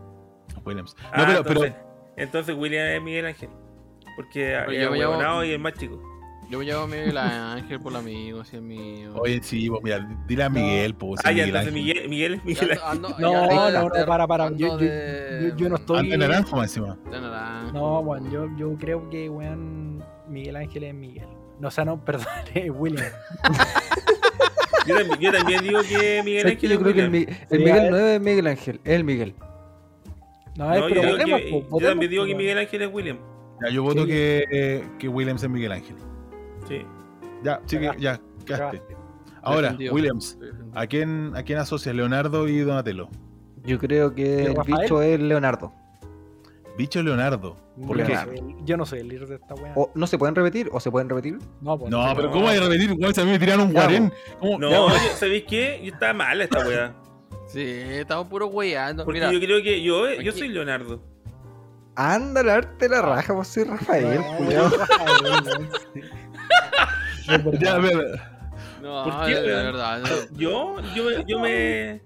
[SPEAKER 7] Williams. No,
[SPEAKER 3] Ah,
[SPEAKER 7] pero,
[SPEAKER 3] entonces,
[SPEAKER 7] pero
[SPEAKER 3] entonces William es Miguel Ángel. Porque
[SPEAKER 8] Pero
[SPEAKER 3] es
[SPEAKER 8] yo me llamo-
[SPEAKER 3] hueonado y el más chico.
[SPEAKER 8] Yo me llamo Miguel Ángel por el amigo, así es mío.
[SPEAKER 7] oye, sí, vos, mira, dile a Miguel, pues.
[SPEAKER 3] Ah, ya, entonces Miguel, Miguel es Miguel Ángel.
[SPEAKER 9] No, no, no, para, para, yo- yo- yo- yo no estoy-
[SPEAKER 7] Anda naranjo más encima.
[SPEAKER 9] No, weón, yo, yo creo que, weón, Miguel Ángel es Miguel. No, o sea, no, perdón, es William.
[SPEAKER 3] Yo también, yo también digo que Miguel
[SPEAKER 4] ¿Sabes qué?
[SPEAKER 3] Ángel
[SPEAKER 4] Yo
[SPEAKER 3] es
[SPEAKER 4] creo que
[SPEAKER 3] William.
[SPEAKER 4] el, Mi- el
[SPEAKER 9] Sí, a
[SPEAKER 4] Miguel
[SPEAKER 9] ver.
[SPEAKER 4] no es Miguel Ángel, es el Miguel.
[SPEAKER 9] No, pues, es
[SPEAKER 3] No, yo, digo
[SPEAKER 9] pero
[SPEAKER 3] que-
[SPEAKER 9] votemos,
[SPEAKER 3] yo
[SPEAKER 9] po, votemos,
[SPEAKER 3] también digo
[SPEAKER 9] po,
[SPEAKER 3] que
[SPEAKER 9] weón.
[SPEAKER 3] Miguel Ángel es William.
[SPEAKER 7] Ya, yo voto
[SPEAKER 9] Sí.
[SPEAKER 7] que, eh, que Williams es Miguel Ángel.
[SPEAKER 3] Sí.
[SPEAKER 7] Ya, sí que, ya, quedaste. Ahora,
[SPEAKER 8] Defendido.
[SPEAKER 7] Williams. ¿A quién, ¿A quién asocias Leonardo y Donatello?
[SPEAKER 4] Yo creo que el
[SPEAKER 9] Rafael?
[SPEAKER 4] bicho es Leonardo.
[SPEAKER 7] Bicho Leonardo. ¿Por
[SPEAKER 9] yo,
[SPEAKER 7] qué? Oh,
[SPEAKER 9] No soy, el- yo no soy el líder de esta weá.
[SPEAKER 4] O, ¿No se pueden repetir? ¿O se pueden repetir?
[SPEAKER 9] no, pues,
[SPEAKER 7] No,
[SPEAKER 9] sé,
[SPEAKER 7] pero
[SPEAKER 9] weón.
[SPEAKER 7] ¿cómo hay que repetir? Weón, si a mí me tiraron un
[SPEAKER 4] Ya,
[SPEAKER 7] guarén. ¿Cómo?
[SPEAKER 3] No,
[SPEAKER 7] Ya, weón.
[SPEAKER 3] yo- ¿sabéis qué? Yo estaba mal esta weá.
[SPEAKER 8] Sí, estamos puro weyando.
[SPEAKER 3] Porque
[SPEAKER 8] Mira,
[SPEAKER 3] yo creo que yo, eh, yo
[SPEAKER 8] aquí-
[SPEAKER 3] soy Leonardo.
[SPEAKER 4] Ándale, arte la raja, vos soy Rafael,
[SPEAKER 9] No,
[SPEAKER 4] culiao.
[SPEAKER 9] Rafael, weón, sí. Es verdad.
[SPEAKER 7] Ya, ve, ve.
[SPEAKER 8] no,
[SPEAKER 3] ¿por qué,
[SPEAKER 8] de
[SPEAKER 3] weón?
[SPEAKER 8] verdad. no.
[SPEAKER 3] Yo, yo, me- yo me.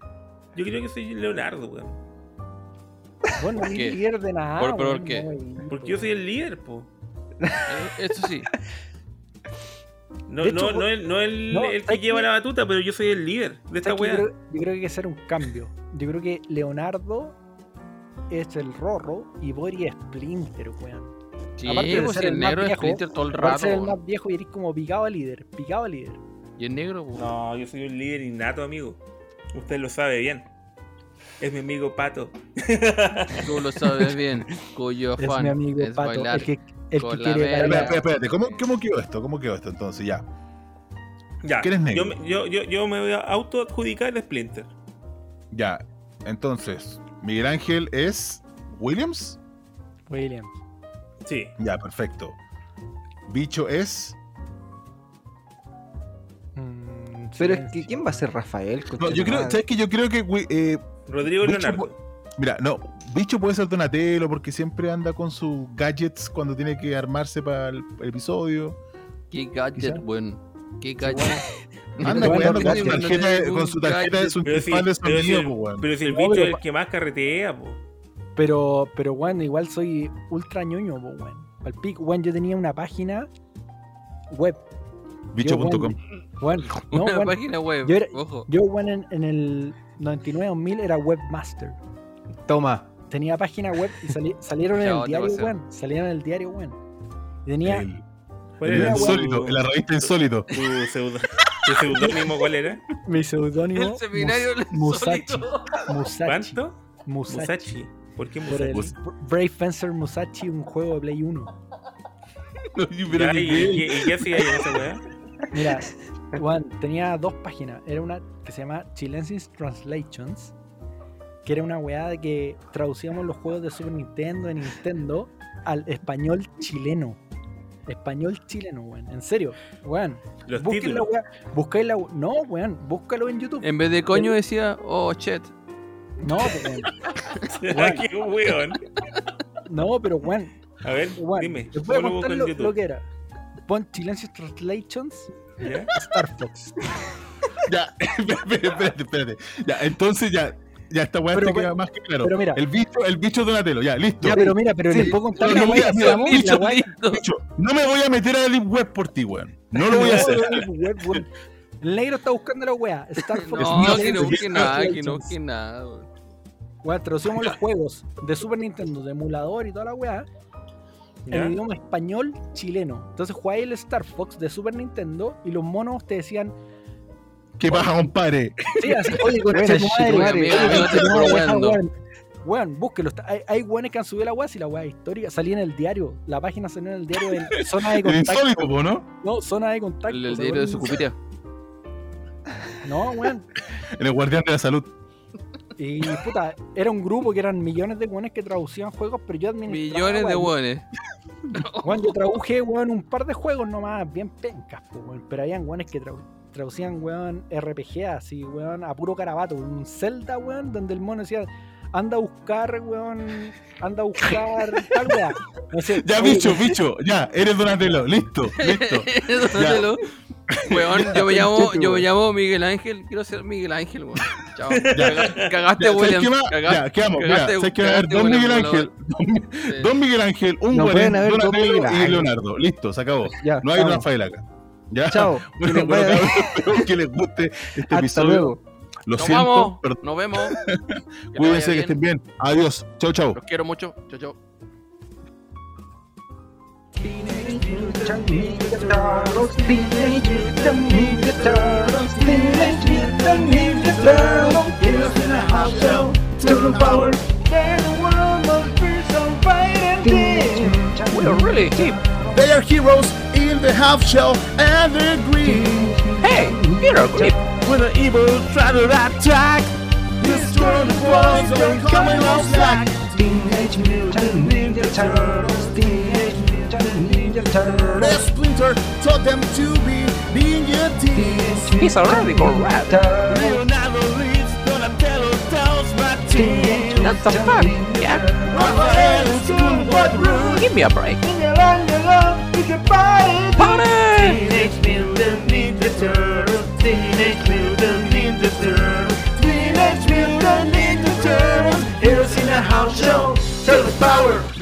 [SPEAKER 3] Yo creo que soy Leonardo, weón.
[SPEAKER 9] Vos no eres
[SPEAKER 8] qué?
[SPEAKER 9] líder de nada.
[SPEAKER 8] ¿Por- por
[SPEAKER 9] weón,
[SPEAKER 8] qué?
[SPEAKER 9] no, weón,
[SPEAKER 3] Porque yo soy el líder, po.
[SPEAKER 8] Eh, Eso sí.
[SPEAKER 3] No,
[SPEAKER 9] De hecho,
[SPEAKER 3] no, no, el, no el,
[SPEAKER 9] no,
[SPEAKER 3] el que
[SPEAKER 9] hay
[SPEAKER 3] lleva
[SPEAKER 9] que-
[SPEAKER 3] la batuta, pero yo soy el líder de esta
[SPEAKER 9] ¿Sabes
[SPEAKER 3] weá.
[SPEAKER 9] qué? Yo creo, yo creo que hay que hacer un cambio. Yo creo que Leonardo es el Rorro y Bori es Splinter, weón.
[SPEAKER 8] Sí,
[SPEAKER 9] Aparte de
[SPEAKER 8] pues,
[SPEAKER 9] ser
[SPEAKER 8] el,
[SPEAKER 9] el más
[SPEAKER 8] negro es
[SPEAKER 9] viejo,
[SPEAKER 8] Splinter todo el
[SPEAKER 9] Igual
[SPEAKER 8] rato.
[SPEAKER 9] ser el
[SPEAKER 8] weón.
[SPEAKER 9] más viejo y eres como picado al líder, picado al líder.
[SPEAKER 8] Y el negro, weón.
[SPEAKER 3] No, yo soy un líder innato, amigo. Usted lo sabe bien. Es mi amigo Pato.
[SPEAKER 8] tú lo sabes bien. Cuyo
[SPEAKER 9] Es
[SPEAKER 8] afán
[SPEAKER 9] mi
[SPEAKER 8] es,
[SPEAKER 9] amigo Pato,
[SPEAKER 8] bailar.
[SPEAKER 9] el que, el que
[SPEAKER 8] con la
[SPEAKER 9] quiere
[SPEAKER 8] vela.
[SPEAKER 7] Espera,
[SPEAKER 9] bailar.
[SPEAKER 7] espera, espérate, ¿cómo, cómo quedó esto? ¿Cómo quedó esto entonces? Ya.
[SPEAKER 3] Ya.
[SPEAKER 7] ¿Quién es negro?
[SPEAKER 3] Yo, me- yo, yo, yo me voy a autoadjudicar el Splinter.
[SPEAKER 7] Ya. Entonces, Miguel Ángel es Williams.
[SPEAKER 9] William.
[SPEAKER 3] Sí.
[SPEAKER 7] Ya, perfecto. Bicho es.
[SPEAKER 9] Mm,
[SPEAKER 4] Pero
[SPEAKER 9] silencio.
[SPEAKER 4] es que, ¿quién va a ser Rafael?
[SPEAKER 7] No, yo creo, ¿sabes que Yo creo que Wi- eh,
[SPEAKER 3] Rodrigo
[SPEAKER 7] Bicho
[SPEAKER 3] Leonardo.
[SPEAKER 7] Mira, no, bicho puede ser Donatello porque siempre anda con sus gadgets cuando tiene que armarse para el, el episodio.
[SPEAKER 8] Qué gadget,
[SPEAKER 7] Quizá.
[SPEAKER 8] weón. Qué gadget.
[SPEAKER 7] Anda
[SPEAKER 9] bueno,
[SPEAKER 7] weando con,
[SPEAKER 9] gadget.
[SPEAKER 7] su tarjeta de- con su tarjeta de su
[SPEAKER 3] Pero si,
[SPEAKER 7] interfaz de
[SPEAKER 3] pero si
[SPEAKER 7] sonido,
[SPEAKER 3] el,
[SPEAKER 7] po, weón.
[SPEAKER 3] pero si el
[SPEAKER 9] No,
[SPEAKER 3] bicho
[SPEAKER 9] pero
[SPEAKER 3] es el
[SPEAKER 9] pa-
[SPEAKER 3] que más carretea, po.
[SPEAKER 9] Pero, pero weón, igual soy ultra ñoño, po, weón. Al pic, weón, yo tenía una página web. Yo, weón,
[SPEAKER 7] Bicho.com.
[SPEAKER 9] Weón, no,
[SPEAKER 8] Una
[SPEAKER 9] weón,
[SPEAKER 8] página web.
[SPEAKER 9] yo era-
[SPEAKER 8] Ojo.
[SPEAKER 9] Yo, weón, en, en el 99-2000 era webmaster.
[SPEAKER 4] Toma.
[SPEAKER 9] Tenía página web y sali- salieron en
[SPEAKER 8] Ya,
[SPEAKER 9] el
[SPEAKER 8] te
[SPEAKER 9] diario,
[SPEAKER 8] pasé.
[SPEAKER 9] weón. Salieron en el diario, weón. Y tenía
[SPEAKER 7] El,
[SPEAKER 3] ¿Cuál
[SPEAKER 7] el
[SPEAKER 3] era tu-
[SPEAKER 7] insólito, en la revista Insólito.
[SPEAKER 3] tu pseudo- tu seudónimo? ¿Cuál era?
[SPEAKER 9] mi seudónimo.
[SPEAKER 8] El seminario del
[SPEAKER 9] Musachi.
[SPEAKER 8] solito.
[SPEAKER 9] Musachi.
[SPEAKER 3] ¿Cuánto?
[SPEAKER 9] Musachi.
[SPEAKER 3] Musashi. ¿Por qué
[SPEAKER 9] Por el
[SPEAKER 3] Musashi?
[SPEAKER 9] Brave Fencer Musashi, un juego de Play 1.
[SPEAKER 7] Pero
[SPEAKER 3] Ya, ¿Y,
[SPEAKER 7] Miguel,
[SPEAKER 3] y- y qué hacía ahí en esa weá?
[SPEAKER 9] Mira, weón, tenía dos páginas. Era una que se llama Chilensis Translations, que era una weá de que traducíamos los juegos de Super Nintendo de Nintendo al español chileno. Español chileno, weón. En serio, weón.
[SPEAKER 3] Los
[SPEAKER 9] Busquen la
[SPEAKER 3] títulos. Em,
[SPEAKER 9] weá. Buscáis la we- No, weón. Búscalo en YouTube.
[SPEAKER 8] En vez de coño decía, oh, chat.
[SPEAKER 9] No, weón.
[SPEAKER 3] qué weón.
[SPEAKER 9] No, pero weón.
[SPEAKER 3] A ver,
[SPEAKER 9] weón.
[SPEAKER 3] dime.
[SPEAKER 9] Les voy a
[SPEAKER 3] ¿cómo lo
[SPEAKER 9] contar
[SPEAKER 3] busco en
[SPEAKER 9] lo,
[SPEAKER 3] YouTube?
[SPEAKER 9] lo que era. Pon Chilensis Translations
[SPEAKER 3] ¿Ya?
[SPEAKER 9] Star Fox.
[SPEAKER 7] Ya, espérate, espérate, espérate. Ya, entonces ya, ya esta weá
[SPEAKER 9] Pero,
[SPEAKER 7] te queda
[SPEAKER 9] pero-
[SPEAKER 7] más que claro.
[SPEAKER 9] pero mira.
[SPEAKER 7] El bicho, el bicho Donatello, ya, listo.
[SPEAKER 9] Ya, pero mira, pero
[SPEAKER 7] Sí,
[SPEAKER 9] les puedo contar
[SPEAKER 7] no,
[SPEAKER 9] la
[SPEAKER 7] no,
[SPEAKER 9] weá
[SPEAKER 7] mira,
[SPEAKER 9] que
[SPEAKER 7] mira,
[SPEAKER 9] hacíamos, la
[SPEAKER 8] Bicho,
[SPEAKER 9] weá-
[SPEAKER 8] listo.
[SPEAKER 7] Bicho, no me voy a meter a la Deep Web por ti, weón. No lo voy a hacer.
[SPEAKER 9] Web, web, web. El negro está buscando la wea. Star Fox.
[SPEAKER 8] No, que
[SPEAKER 9] Legends
[SPEAKER 8] no busque
[SPEAKER 9] Star
[SPEAKER 8] nada, que no
[SPEAKER 9] Legends.
[SPEAKER 8] busque nada. weón.
[SPEAKER 9] Wea, traducimos los juegos de Super Nintendo, de emulador y toda la wea
[SPEAKER 3] ¿Ya?
[SPEAKER 9] en idioma español chileno. Entonces jugáis el Star Fox de Super Nintendo y los monos te decían,
[SPEAKER 7] ¿Qué pasa, compadre?
[SPEAKER 9] sí, así, oye, concha tu madre,
[SPEAKER 8] Oye,
[SPEAKER 9] oye,
[SPEAKER 8] amigo, no
[SPEAKER 9] concha
[SPEAKER 8] te
[SPEAKER 9] tu madre, deja,
[SPEAKER 8] probando.
[SPEAKER 9] weón. Weón, búsquelo. está- Hay, hay weones que han subido la wea si la wea es histórica. Salía en el diario. La página salió en el diario de Zona de
[SPEAKER 7] El
[SPEAKER 9] Contacto.
[SPEAKER 7] insólito, po, ¿no?
[SPEAKER 9] No, Zona de Contacto.
[SPEAKER 8] El el
[SPEAKER 9] se
[SPEAKER 8] diario de
[SPEAKER 9] vuelve-
[SPEAKER 8] su cupita.
[SPEAKER 9] No, weón.
[SPEAKER 7] El guardián de la salud.
[SPEAKER 9] Y puta, era un grupo que eran millones de weones que traducían juegos, pero yo administraba.
[SPEAKER 8] Millones de
[SPEAKER 9] weón.
[SPEAKER 8] hueones.
[SPEAKER 9] Weón, yo traduje, weón, un par de juegos nomás, bien pencas, po, weón. Pero habían weones que trau- traducían, weón, RPG así, weón, a puro carabato. Un Zelda, weón, donde el mono decía, anda a buscar, weón, anda a buscar tal weá. No sé,
[SPEAKER 7] Ya,
[SPEAKER 9] oye,
[SPEAKER 7] bicho, bicho, ya, eres Donatello, listo, listo.
[SPEAKER 8] Donatello. Weón, yo me llamo, yo me llamo Miguel Ángel. Quiero ser Miguel Ángel, weón. Chao. Caga- Cagaste,
[SPEAKER 7] Ya, ¿sabes
[SPEAKER 8] William.
[SPEAKER 7] qué más?
[SPEAKER 8] Caga-
[SPEAKER 7] Ya, quedamos, mira,
[SPEAKER 8] cagaste-
[SPEAKER 7] ¿sabes qué va a haber?
[SPEAKER 8] cagaste,
[SPEAKER 7] Dos
[SPEAKER 8] William,
[SPEAKER 7] Miguel
[SPEAKER 8] por la
[SPEAKER 7] Ángel, dos,
[SPEAKER 8] Sí.
[SPEAKER 7] dos Miguel Ángel, un
[SPEAKER 4] No
[SPEAKER 7] guardián,
[SPEAKER 4] pueden haber dos
[SPEAKER 7] Donatello
[SPEAKER 4] Miguel
[SPEAKER 7] y
[SPEAKER 4] Ángel.
[SPEAKER 7] Leonardo, listo, se acabó.
[SPEAKER 4] Ya,
[SPEAKER 7] No hay
[SPEAKER 4] chao.
[SPEAKER 7] Rafael acá. Ya.
[SPEAKER 4] Chao. que
[SPEAKER 7] Bueno,
[SPEAKER 4] les
[SPEAKER 7] bueno,
[SPEAKER 4] vaya bien.
[SPEAKER 7] cabrón, espero que les guste este
[SPEAKER 4] Hasta
[SPEAKER 7] episodio.
[SPEAKER 4] luego.
[SPEAKER 7] Lo
[SPEAKER 8] Nos
[SPEAKER 7] siento,
[SPEAKER 8] vamos.
[SPEAKER 7] perdón.
[SPEAKER 8] Nos vemos. Que les vaya
[SPEAKER 7] Cuídense, que
[SPEAKER 8] bien.
[SPEAKER 7] estén bien. Adiós. Chau, chau.
[SPEAKER 8] Los quiero mucho. Chao, chao.
[SPEAKER 17] Teenage Mutant Ninja Turtles, Teenage Mutant Ninja Turtles, Teenage Mutant Ninja Turtles. Heroes in a half shell, total power. They're the world must be so bright and dim.
[SPEAKER 8] We're really hip.
[SPEAKER 13] They are heroes in the half shell and the green.
[SPEAKER 8] Hey, hero grip.
[SPEAKER 13] When the evil try to attack, destroy the boys don't come in no slack.
[SPEAKER 17] Teenage Mutant Ninja Turtles, Teenage Mutant Ninja
[SPEAKER 13] The
[SPEAKER 17] Turtles.
[SPEAKER 13] splinter taught them to be being a team.
[SPEAKER 17] He's already corrupt.
[SPEAKER 13] Leonardo leads, Donatello tells my team.
[SPEAKER 17] That's the fuck, yeah.
[SPEAKER 13] Raphael is cool but rude.
[SPEAKER 8] Give me a break. Party.
[SPEAKER 13] Teenage Mutant Ninja Turtles. Teenage Mutant Ninja Turtles. Teenage Mutant Ninja Turtles. Heroes in a house show. Turtles power.